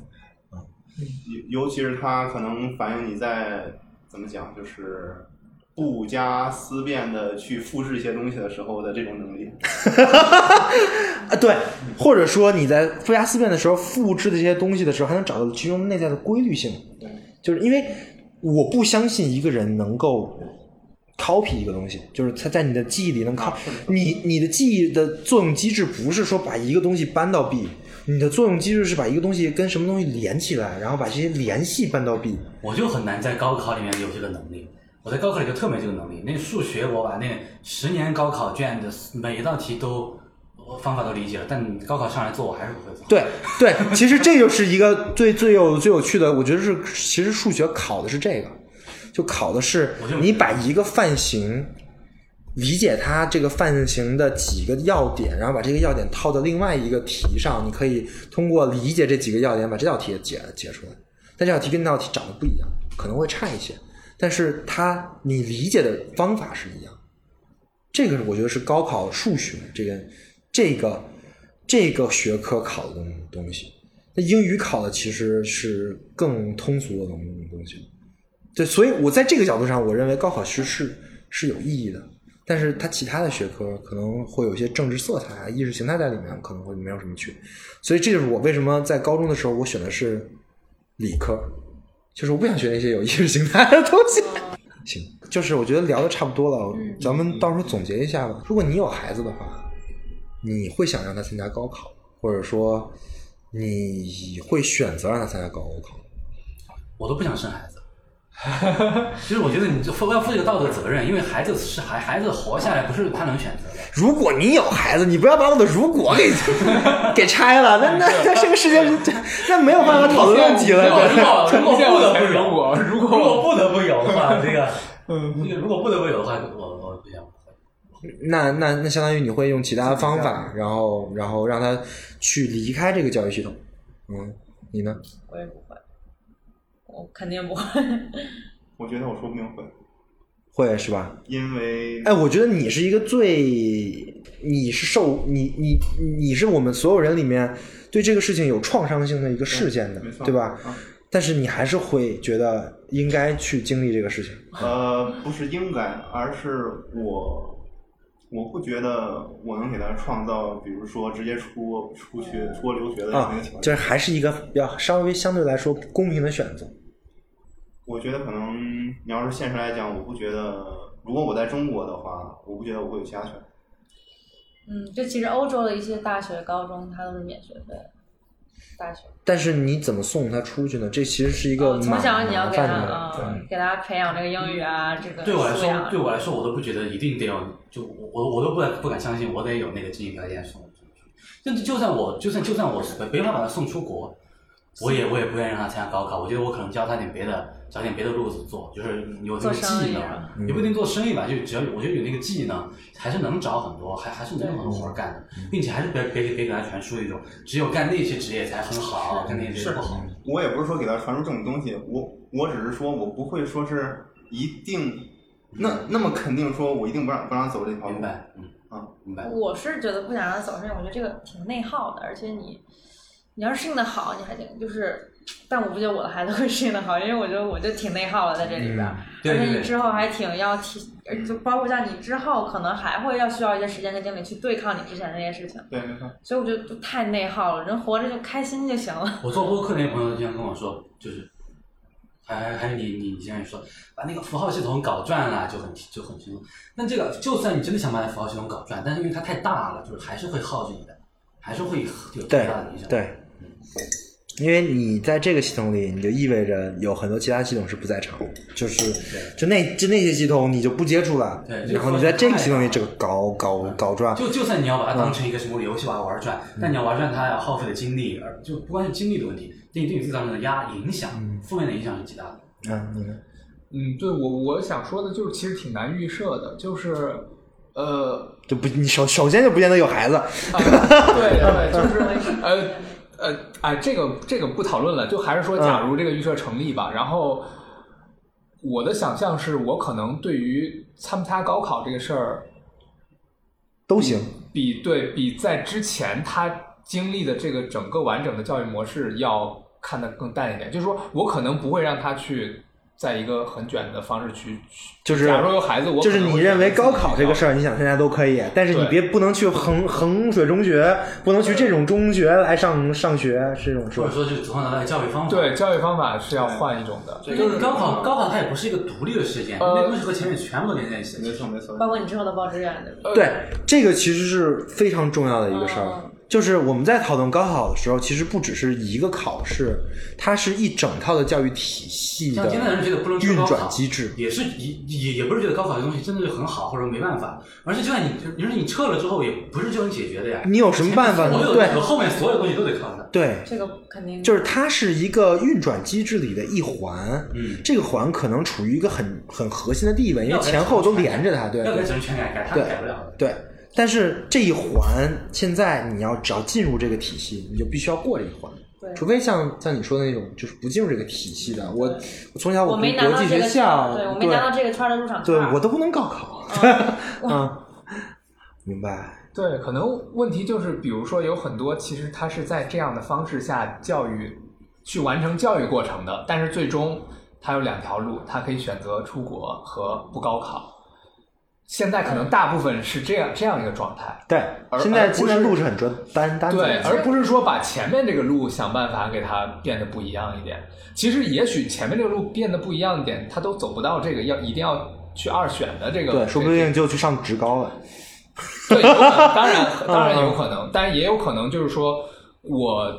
尤尤其是它可能反映你在怎么讲，就是不加思辨的去复制一些东西的时候的这种能力。
啊，对，或者说你在不加思辨的时候复制这些东西的时候，还能找到其中内在的规律性。
对，
就是因为我不相信一个人能够 copy 一个东西，就是他在你的记忆里能 copy、你啊你的记忆的作用机制不是说把一个东西搬到 B，你的作用机制是把一个东西跟什么东西连起来，然后把这些联系搬到 B。
我就很难在高考里面有这个能力。我在高考里就特没这个能力。那数学我把那十年高考卷的每一道题都我方法都理解了，但高考上来做我还是不会做。
对对，其实这就是一个最最有最有趣的，我觉得是其实数学考的是这个，就考的是
我就
你把一个范型理解它这个范型的几个要点，然后把这个要点套到另外一个题上，你可以通过理解这几个要点把这道题解解出来。但这道题跟那道题长得不一样，可能会差一些，但是它你理解的方法是一样。这个是我觉得是高考数学这个这个这个学科考的东东西。那英语考的其实是更通俗的东东西。对，所以我在这个角度上，我认为高考其实是是有意义的，但是它其他的学科可能会有一些政治色彩啊、意识形态在里面，可能会没有什么趣。所以这就是我为什么在高中的时候我选的是理科，就是我不想学那些有意识形态的东西。行，就是我觉得聊的差不多了，咱们到时候总结一下吧。如果你有孩子的话，你会想让他参加高考，或者说你会选择让他参加高考？
我都不想生孩子。其实我觉得你就负要负这个道德责任，因为孩子是孩孩子活下来不是他能选择的。
如果你有孩子，你不要把我的“如果给” 给拆了，那那那这个世界是，那没有办法讨论问题了。
如果
对
如果如果
现
不得不有，如
在我才如果如果我
果不得不有的话，这个，嗯，如果不得不有的话，我我不想。
那那那相当于你会用其他方法，然后然后让他去离开这个教育系统。嗯，你呢？
我也不会，我肯定不会。
我觉得我说不定会，
会是吧？
因为
哎，我觉得你是一个最，你是受你你你是我们所有人里面对这个事情有创伤性的一个事件的
没，错
对吧？
啊
但是你还是会觉得应该去经历这个事情。
呃，不是应该，而是我，我不觉得我能给他创造，比如说直接出出去出国留学的这样
啊
一个情，况。
这还是一个比较稍微相对来说公平的选择。
我觉得可能你要是现实来讲，我不觉得，如果我在中国的话，我不觉得我会有其他选择。
嗯，就其实欧洲的一些大学、高中，它都是免学费的。大学，
但是你怎么送他出去呢？这其实是一个
哦
蛮
从小你要
麻
给
烦
他
的。
啊
嗯，
给他培养这个英语啊，这个
对我来
素养
说，对我来说，我都不觉得一定得有，就我我我都不敢不敢相信，我得有那个经济条件送我出去。甚至就算我就算就算我没没办法把他送出国，我也我也不愿意让他参加高考。我觉得我可能教他点别的，找点别的路子做，就是有这
做
个
生
技
意
能
啊，
也不一定做生意吧，就只要有我觉得有那个技能，还是能找很多，还还是能有很多活儿干的，并且还是别别别给他传输一种只有干那些职业才很好，干那些职业不好。
我也不是说给他传输这种东西，我我只是说我不会说是一定，那那么肯定说我一定不让不让他走这条路。
明白，嗯
啊，
明白。
我是觉得不想让他走这个，我觉得这个挺内耗的，而且你，你要是适应的好，你还挺就是，但我不觉得我的孩子会适应的好，因为我觉得我就挺内耗了在这里
嗯
边儿，
对
而且
对
你
对。
之后还挺要提，呃就包括像你之后可能还会要需要一些时间跟精力去对抗你之前那些事情，
对，没错。
所以我觉得就太内耗了，人活着就开心就行了。
我做播客那朋友经常跟我说，就是，还还是你你经常说把那个符号系统搞转了就很就很轻松。但这个就算你真的想把那符号系统搞转，但是因为它太大了，就是还是会耗着你的，还是会有
对
很大的影响。
对，因为你在这个系统里，你就意味着有很多其他系统是不在场的，就是就那就那些系统你就不接触了，
对
然后你在这个系统里这个搞搞搞转，
就就算你要把它当成一个什么游戏把它玩转，
嗯
但你要玩转它要耗费的精力，而就不光是精力的问题，对你对你自己造成的压影响，负面的影响是极大的。
嗯，你呢？
嗯，对我我想说的就是，其实挺难预设的，就是，呃，
就不你首首先就不见得有孩子，
对对，就是呃呃哎，这个这个不讨论了，就还是说，
嗯
假如这个预设成立吧，然后我的想象是我可能对于参不参加高考这个事儿，
都
嗯
行。
比对比在之前他经历的这个整个完整的教育模式要看得更淡一点，就是说我可能不会让他去。在一个很卷的方式去，去
就是
假如有孩子，我
就是你认为高考这个事
儿，
儿，你想参加都可以，但是你
对
别不能去衡衡水中学，不能去这种中学来上上学，是这种
或
说
者。说就是从小到大教育方法，
对教育方法是要换一种的，
这个
就是高考，高考它也不是一个独立的事件，
呃
那东西和前面全部连在一起的。
没错没错。
包括你之后的报志愿，对不
呃
对？
对，这个其实是非常重要的一个事儿
嗯。
就是我们在讨论高考的时候，其实不只是一个考试，它是一整套的教育体系
像
的
现在人觉得不能说
运
高
转
考
机制。
也是也也也不是觉得高考这东西真的是很好或者没办法，而是就算你你说你撤了之后也不是就能解决的呀。
你有什么办法呢
所有
对
的后面所有东西都得靠它。
对，
这个肯定
就是它是一个运转机制里的一环，
嗯
这个环可能处于一个很很核心的地位，因为
要改
前后都连着它，对
要
对
改只能全改，改它
对
改不了的。
对。但是这一环，现在你要只要进入这个体系，你就必须要过这一环，
对
除非像像你说的那种，就是不进入这个体系的。我我从小
我
读
没拿
国
到
际学
这个圈
校，
儿，对我没
对
拿到这个圈儿的入场券
对
儿，
我都不能高考， 嗯，明白。
对，可能问题就是，比如说有很多其实他是在这样的方式下教育去完成教育过程的，但是最终他有两条路，他可以选择出国和不高考。现在可能大部分是这样这样一个状态，
对，
而
现在
而不
现在
是
路是很专单单子
对，
的
而不是说把前面这个路想办法给它变得不一样一点。其实也许前面这个路变得不一样一点，他都走不到这个要一定要去二选的这个，
对，说不
这个
定就去上职高了。
对，有可能当然当然有可能，但也有可能就是说我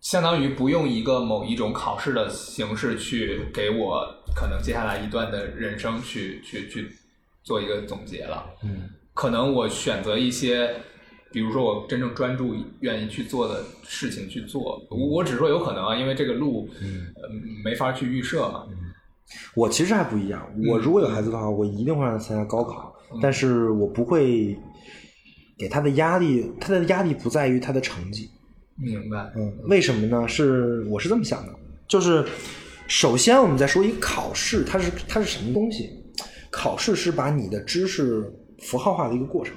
相当于不用一个某一种考试的形式去给我可能接下来一段的人生去去去做一个总结了。
嗯，
可能我选择一些，比如说我真正专注愿意去做的事情去做。我我只是说有可能啊，因为这个路、呃、没法去预设嘛。
我其实还不一样，我如果有孩子的话，我一定会让他参加高考，但是我不会给他的压力，他的压力不在于他的成绩，
明白？
嗯，为什么呢？是我是这么想的，就是首先我们再说一考试，它是它是什么东西？考试是把你的知识符号化的一个过程，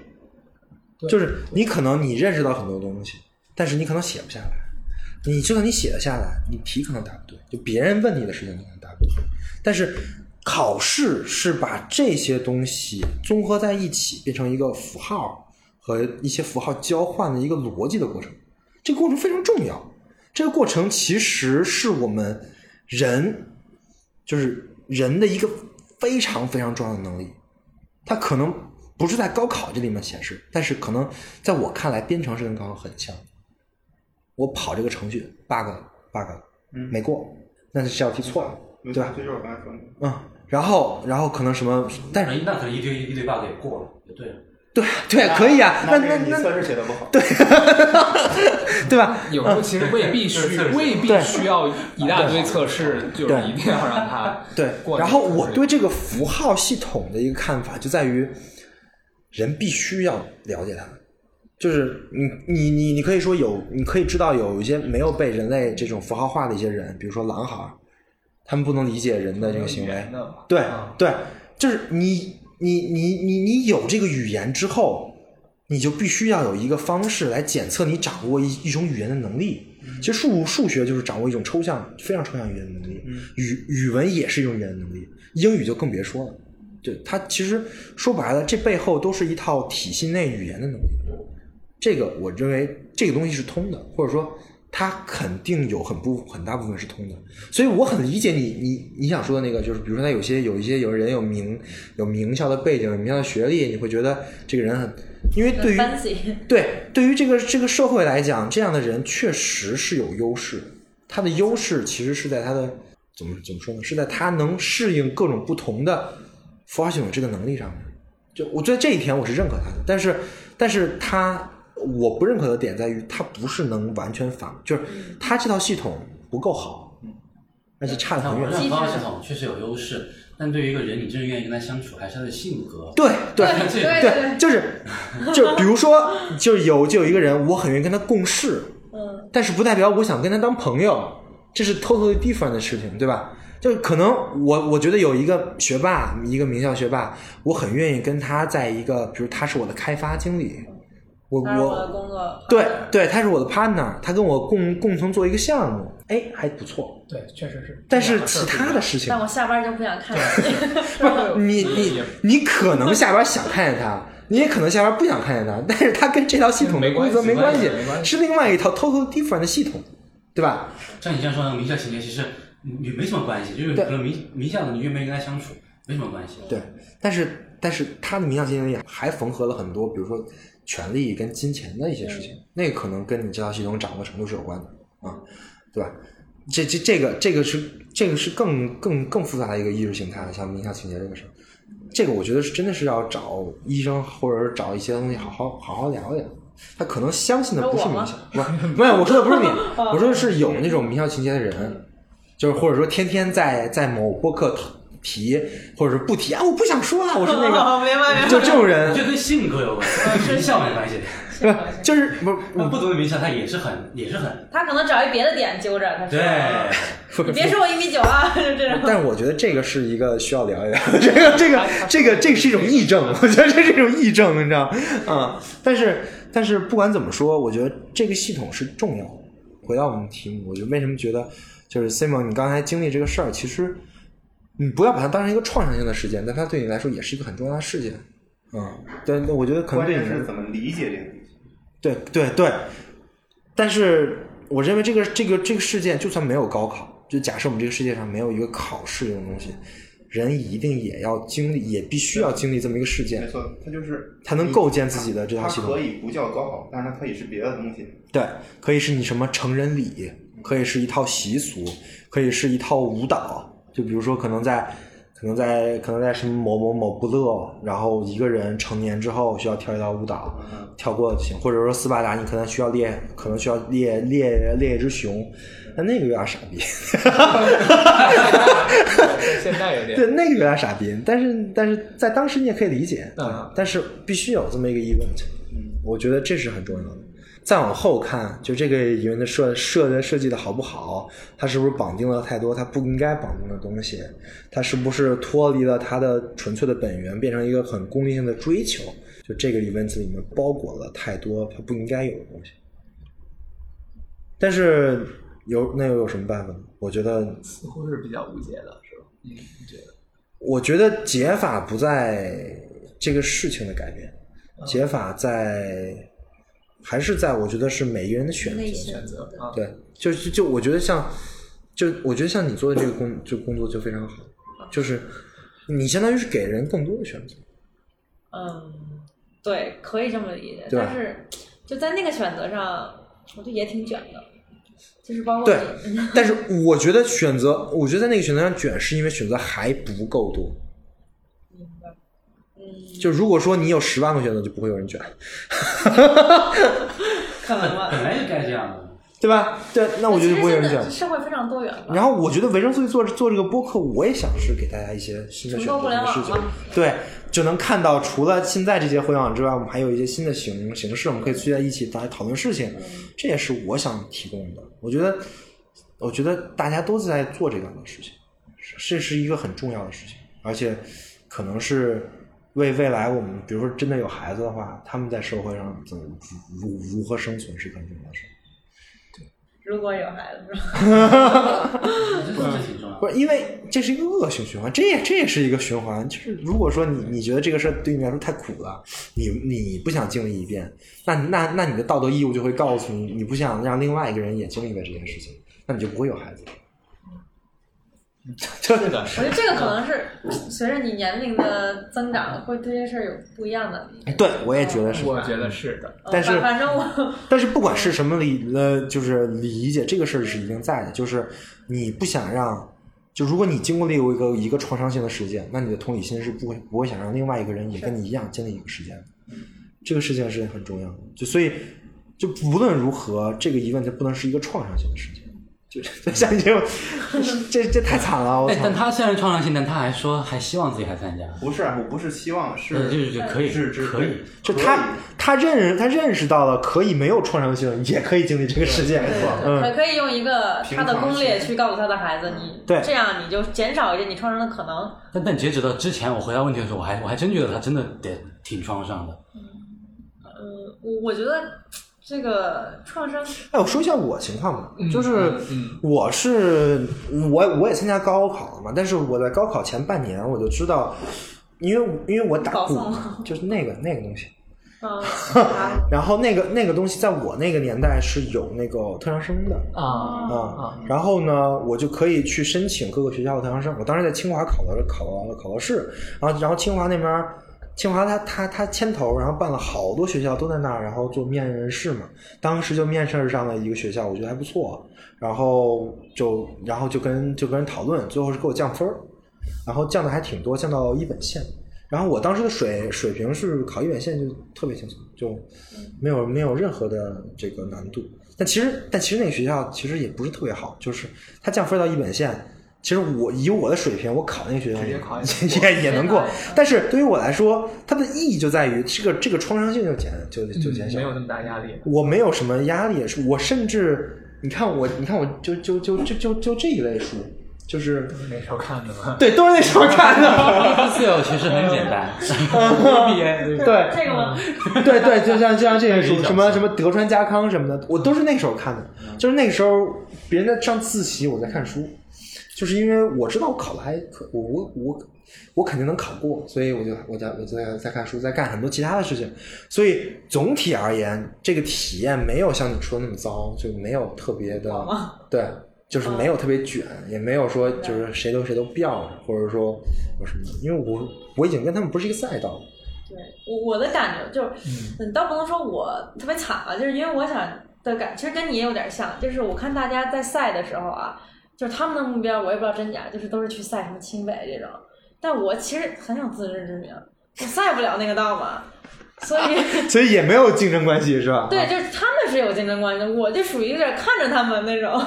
就是你可能你认识到很多东西，但是你可能写不下来。你就算你写得下来，你题可能答不对，就别人问你的事情你可能答不对。但是考试是把这些东西综合在一起，变成一个符号和一些符号交换的一个逻辑的过程。这个过程非常重要。这个过程其实是我们人，就是人的一个非常非常重要的能力。它可能不是在高考这里面显示，但是可能在我看来，编程是跟高考很像。我跑这个程序 bug bug
嗯
没过，那是这道题错了，
没
对啊
错
吧？
这就是我刚才说的。
嗯，然后然后可能什么，但是
那可能一堆一堆 bug 也过了，也对了。
对对可以啊，那
哎那
那
这个你
那
测试写的不好。对，
对吧？
有时候其实未必需
对
未必
对
需要一大堆测试，就是
对
一定要让它
对
过。这个
然后我
测试
对这个符号系统的一个看法就在于，人必须要了解它。就是你你你你可以说有，你可以知道有一些没有被人类这种符号化的一些人，比如说狼孩，他们不能理解人的这个行
语
为
言，的嘛
对
啊
对，就是你你你你你有这个语言之后，你就必须要有一个方式来检测你掌握一一种语言的能力。其实数数学就是掌握一种抽象非常抽象语言的能力，语语文也是一种语言的能力，英语就更别说了。对它其实说白了，这背后都是一套体系内语言的能力。这个我认为这个东西是通的，或者说它肯定有很部很大部分是通的，所以我很理解你你你想说的那个，就是比如说他有些有一些有人有名有名校的背景、有名校的学历，你会觉得这个人很，因为对于
fancy，
对对于这个这个社会来讲，这样的人确实是有优势，他的优势其实是在他的怎么怎么说呢？是在他能适应各种不同的符号系统这个能力上面。就我觉得这一点我是认可他的，但是但是他我不认可的点在于他不是能完全反，就是他这套系统不够好，而且差得
像
很
嗯我
远
认。为方系统确实有优势，但对于一个人，你真正愿意跟他相处，还是他的性格。
对对
这
对
对，就是就比如说，就是有就有一个人，我很愿意跟他共事，
嗯，
但是不代表我想跟他当朋友，这是 totally different 的事情，对吧？就是可能我我觉得有一个学霸，一个名校学霸，我很愿意跟他在一个，比如他是我的开发经理，我
当然我的
我
工作
对对，他是我的 partner，他跟我共共同做一个项目，哎，还不错。
对，确实是。
但是其他的事情
但，我下班就不想看了。
你你你可能下边想看见他，你也可能下边不想看见他，但是他跟这套系统的
没关
规
系
则没关系
没关系没，关
是另外一套 totally different 的系统，对吧？
像你这样说的名校情节，其实也没什么关系，就是
对
可能名名校的你愿不愿意跟他相处，没什么关系。
对，但是但是他的名校经历还缝合了很多，比如说权力跟金钱的一些事情，那个可能跟你这套系统掌握程度是有关的啊、对吧？这这这个这个是这个是更更更复杂的一个意识形态，像名校情节这个事儿，这个我觉得是真的是要找医生或者是找一些东西好好好好聊聊。他可能相信的不是名校，不是没有，我说的不是你，我说的是有那种名校情节的人，就是或者说天天在在某播客提，或者是不提啊，我不想说了，我是那 个，
明白明白。
就这种人，
呃这跟性格有关系，跟名校没关系。
对吧就是不
那不同的名校，他也是很，也是很
他可能找一别的点揪着，他说
对。
不
你别说我一米九啊，就这种。
但是我觉得这个是一个需要聊一聊，这个这个这个这个是一种癔症，我觉得这是一种癔症，你知道啊、嗯？但是但是不管怎么说，我觉得这个系统是重要的。回到我们题目，我就为什么觉得就是 Simon，你刚才经历这个事儿，其实你不要把它当成一个创伤性的事件，但它对你来说也是一个很重要的事件。嗯，对，我觉得可能
关
对你
键
来说
是怎么理解这个东西。
对对对，但是我认为这个这个这个事件，就算没有高考，就假设我们这个世界上没有一个考试这种东西，人一定也要经历，也必须要经历这么一个事
没
件，
错，它就是
才能构建自己的这套
它
系统
可。以不叫高考，但是它可以是别的东西。
对，可以是你什么成人礼，可以是一套习俗，可以是一套舞蹈。就比如说，可能在，可能在，可能在什么某某某部落，然后一个人成年之后需要跳一套舞蹈，
嗯，
跳过就行。或者说斯巴达，你可能需要猎，可能需要猎猎猎一只熊，那那个有点傻逼。
现在有点
对，那个有点傻逼，但是但是在当时你也可以理解，
嗯
但是必须有这么一个 event，
嗯，
我觉得这是很重要的。再往后看，就这个 event 的设设的设计的好不好，它是不是绑定了太多它不应该绑定的东西，它是不是脱离了它的纯粹的本源，变成一个很功利性的追求？就这个 event 里面包裹了太多它不应该有的东西。但是有那又有什么办法呢？我觉得
似乎是比较无解的，是吧？嗯，你觉得？
我觉得解法不在这个事情的改变，解法在还是在我觉得是每一个人的选择。
内心
选择啊，
对，就就就我觉得像，就我觉得像你做的这个工这个工作就非常好，就是你相当于是给人更多的选择。
嗯，对，可以这么理解。
对吧
但是就在那个选择上，我觉得也挺卷的，就是包括
对
你，
但是我觉得选择，我觉得在那个选择上卷，是因为选择还不够多。
嗯，
就如果说你有十万个选择，就不会有人卷。
可能吧。
本来就该这样的。
对吧？对，那我觉得就不会有人
其实
卷
现在。社会非常多元吧。
然后我觉得维生素 E 做做这个播客，我也想是给大家一些新的选择
承包互联
的
网
事情
嘛，
对，就能看到除了现在这些互联网之外，我们还有一些新的形形式，我们可以聚在一起来讨论事情，
嗯
这也是我想提供的。我觉得，我觉得大家都在做这样的事情，这是一个很重要的事情，而且可能是为未来我们，比如说真的有孩子的话，他们在社会上怎么如如如何生存是很重要的事情。
如果有孩子，
这这挺重要的。
不是，因为这是一个恶性循环，这也这也是一个循环。就是如果说你你觉得这个事儿对你来说太苦了，你你不想经历一遍，那那那你的道德义务就会告诉你，你不想让另外一个人也经历一遍这件事情，那你就不会有孩子。
是的，
我觉得这个可能
嗯
是随着你年龄的增长，会对这事儿有不一样的理解。
哎对，我也觉得是。
我觉得是的。
嗯
但是
反反正我
但是不管是什么理呃，就是理解这个事儿是一定在的，就是你不想让，就如果你经历过一个一个创伤性的事件，那你的同理心是不会不会想让另外一个人也跟你一样经历一个事件的。这个事件是很重要的，就所以就无论如何，这个疑问它不能是一个创伤性的事件。就就像你这种， 这这太惨了，我
哎，
操
但！他虽然创伤性，但他还说还希望自己还参加，
不是，啊我不是希望，
对就是是就
嗯
可以，
是是
可以。
就
可
他
以
他认识他认识到了可以没有创伤性也可以经历这个事件，嗯，
可可以用一个他的攻略
平常心
去告诉他的孩子，你
对
这样你就减少一点你创伤的可能。
但但截止到之前，我回答问题的时候，我还我还真觉得他真的得挺创伤的。
嗯，我我觉得这个创伤
哎，我说一下我情况吧，
嗯
就是
嗯
我是我我也参加高考了嘛，但是我在高考前半年我就知道，因为因为我打
保
鼓
送吗，
就是那个那个东西，
嗯，啊
然后那个那个东西在我那个年代是有那个特长生的
啊
啊、
啊
然后呢，我就可以去申请各个学校的特长生。我当时在清华考到了考到了考到试，然后然后清华那边儿。清华他他他牵头，然后办了好多学校都在那儿，然后做面人试嘛。当时就面试上了一个学校，我觉得还不错。然后就然后就跟就跟人讨论，最后是给我降分儿，然后降的还挺多，降到一本线。然后我当时的水水平是考一本线就特别轻松，就没有没有任何的这个难度。但其实但其实那个学校其实也不是特别好，就是它降分到一本线，其实我以我的水平，我考那个学校
直接
也
考也能过
也也 能过。但是对于我来说，它的意义就在于这个这个创伤性就减就就减
嗯
小
没有那么大压力。
我没有什么压力，是我甚至你看我，你看我就就就就就就这一类书，就是
那时候看的嘛，
对，都是那时候看的，
自由其实很简单，
特别对
对
这个吗？
对对，就像就像这些书，什么什么德川家康什么的，我都是那时候看的，就是那个时候别人在上自习，我在看书，就是因为我知道我考的还可，我我我我肯定能考过，所以我就我在我就在在看书，在干很多其他的事情，所以总体而言，这个体验没有像你说的那么糟，就没有特别的对，就是没有特别卷，也没有说就是谁都谁都吊着，或者说有什么，因为我我已经跟他们不是一个赛道了。
对我我的感觉就是，嗯，倒不能说我特别惨吧，就是因为我想的感，其实跟你也有点像，就是我看大家在赛的时候啊，就是他们的目标我也不知道真假，就是都是去赛什么清北这种，但我其实很有自知之明，我赛不了那个道嘛，所 以
所以也没有竞争关系是吧？
对，就是他们是有竞争关系，我就属于有点看着他们那种。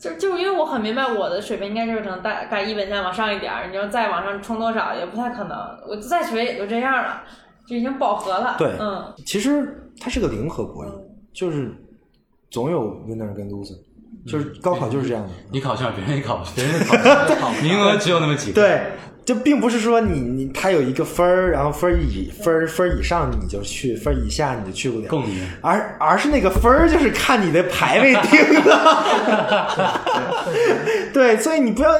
就就是因为我很明白我的水平应该就是可能大概一本线往上一点儿，你要再往上冲多少也不太可能，我再学也就这样了，就已经饱和了。
对
嗯，
其实它是个零和博弈，就是总有 winner 跟 loser，就是高考就是这样的。
你考上，别人也考，别人也考上， 名额只有那么几个。
对，就并不是说你你他有一个分儿，然后分儿以分儿分儿以上你就去，分儿以下你就去不了，
共赢。
而而是那个分儿就是看你的排位定 的。对，所以你不要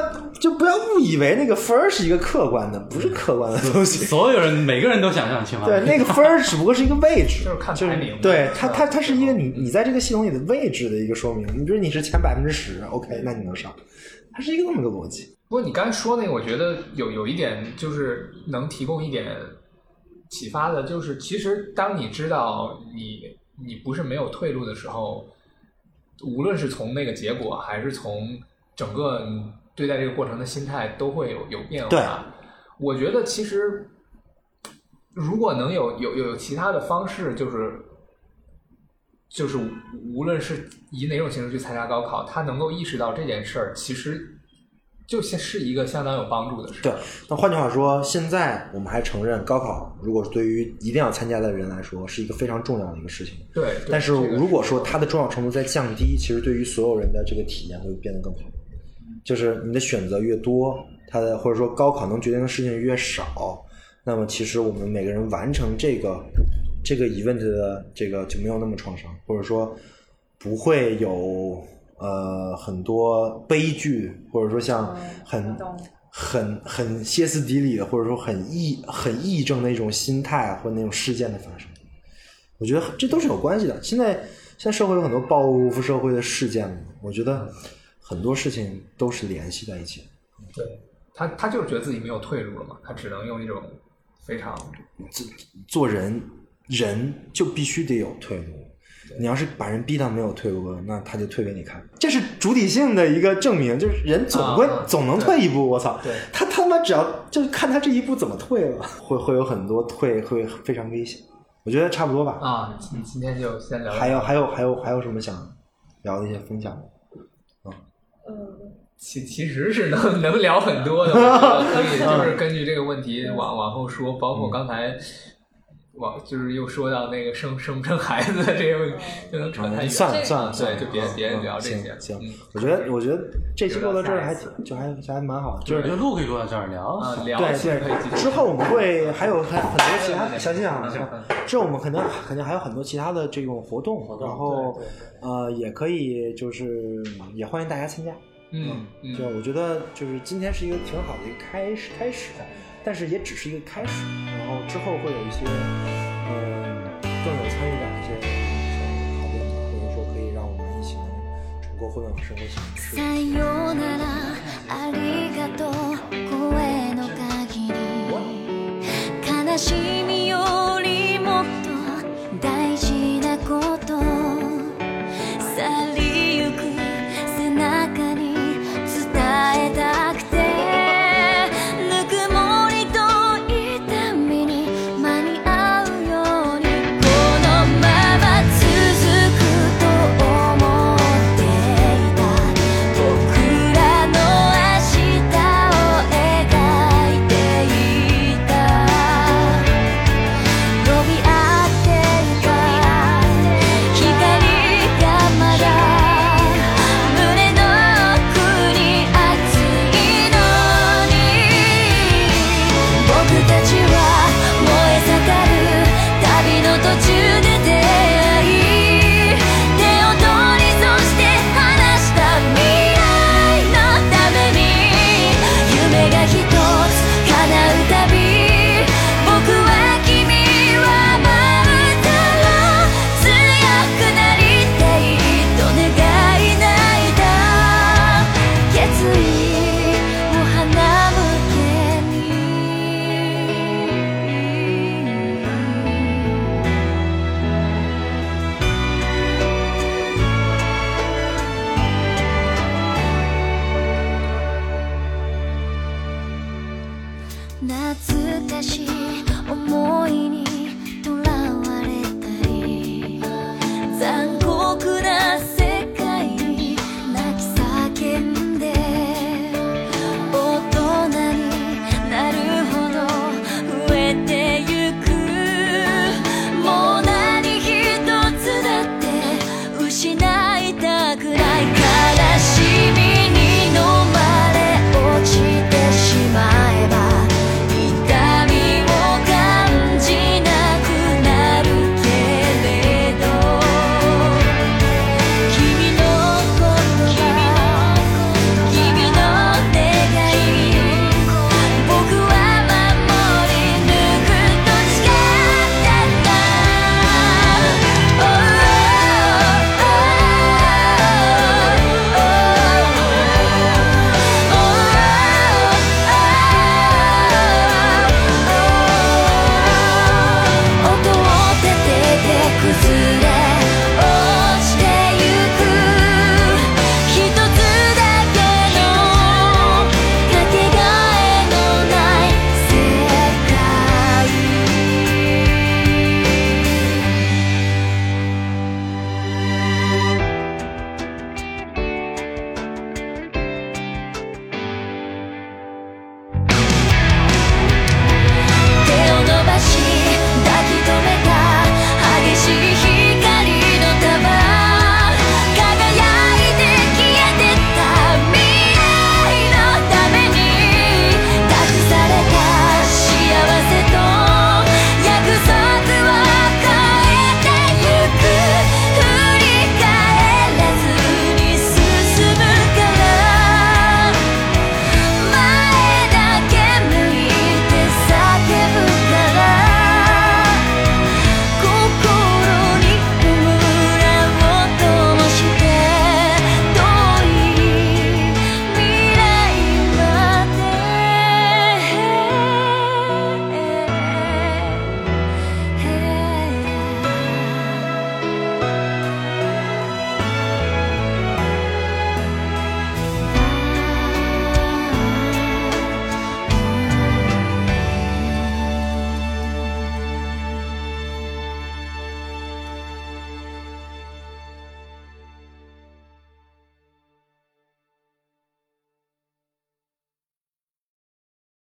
就不要误以为那个分儿是一个客观的，不是客观的东西。
所有人每个人都想上清啊华。
对，那个分儿只不过是一个位置，
就是看排名
对它，它它是一个你你在这个系统里的位置的一个说明。你比如你是前百分之十，OK，那你能上，它是一个这么个逻辑。
不过你刚才说那个，我觉得有有一点就是能提供一点启发的，就是其实当你知道你你不是没有退路的时候，无论是从那个结果，还是从整个你对待这个过程的心态，都会有有变
对
化。我觉得其实如果能有有有有其他的方式，就是就是无论是以哪种形式去参加高考，他能够意识到这件事儿，其实就是是一个相当有帮助的事。
对，那换句话说，现在我们还承认高考，如果对于一定要参加的人来说，是一个非常重要的一个事情。
对，对
但是
这个
如果说它的重要程度在降低，其实对于所有人的这个体验会变得更好。就是你的选择越多，它的或者说高考能决定的事情越少，那么其实我们每个人完成这个这个 event 的这个就没有那么创伤，或者说不会有呃很多悲剧，或者说像
嗯
很
我懂
很很歇斯底里的，或者说很抑很抑症的一种心态或者那种事件的发生。我觉得这都是有关系的。现在现在社会有很多报复社会的事件嘛，我觉得很多事情都是联系在一起的。
对他他就是觉得自己没有退路了嘛，他只能用一种非常
做人，人就必须得有退路。你要是把人逼到没有退路了，那他就退给你看，这是主体性的一个证明，就是人总
啊
归、
啊
总能退一步。我操
对，
他他妈只要就是看他这一步怎么退了，会会有很多退会非常危险。我觉得差不多吧。
啊，今今天就先聊到这儿。
还有还有还有还有什么想聊的一些分享吗？
嗯，
其其实是能能聊很多的，我觉得可以 就是根据这个问题往往后说，包括刚才往就是又说到那个生生不生孩子的这个问题，就能扯太
嗯
远。
算
这
了
个
算了，算
对，
了
就别
嗯
别
嗯
聊这些。
行
嗯
行，我觉得我觉得这期
留
录到
到
这儿
下
还
一
挺
次
就还还蛮好的，就
就是是路可以落到这儿聊。
啊，聊
对
其实可以继
对，
续
之后我们会还有还很多其
对对
他
对
详细啊
嗯嗯，
之后我们肯定肯定还有很多其他的这种活动，
活动
然后
对对
呃也可以就是也欢迎大家参加。
嗯嗯
就我觉得就是今天是一个挺好的一个开始开始，但是也只是一个开始，然后之后会有一些嗯更有参与感的一些呃讨论，或者说可以让我们一起能重构互联网生活形式
さ。ようならありがとう声の限り悲しみよりもっと大事なこと去りゆく背中に伝えたくてぬくもりと痛みに間に合うようにこのまま続くと思っていた僕らの明日を描いていた懐かしい思いにとらわれたり残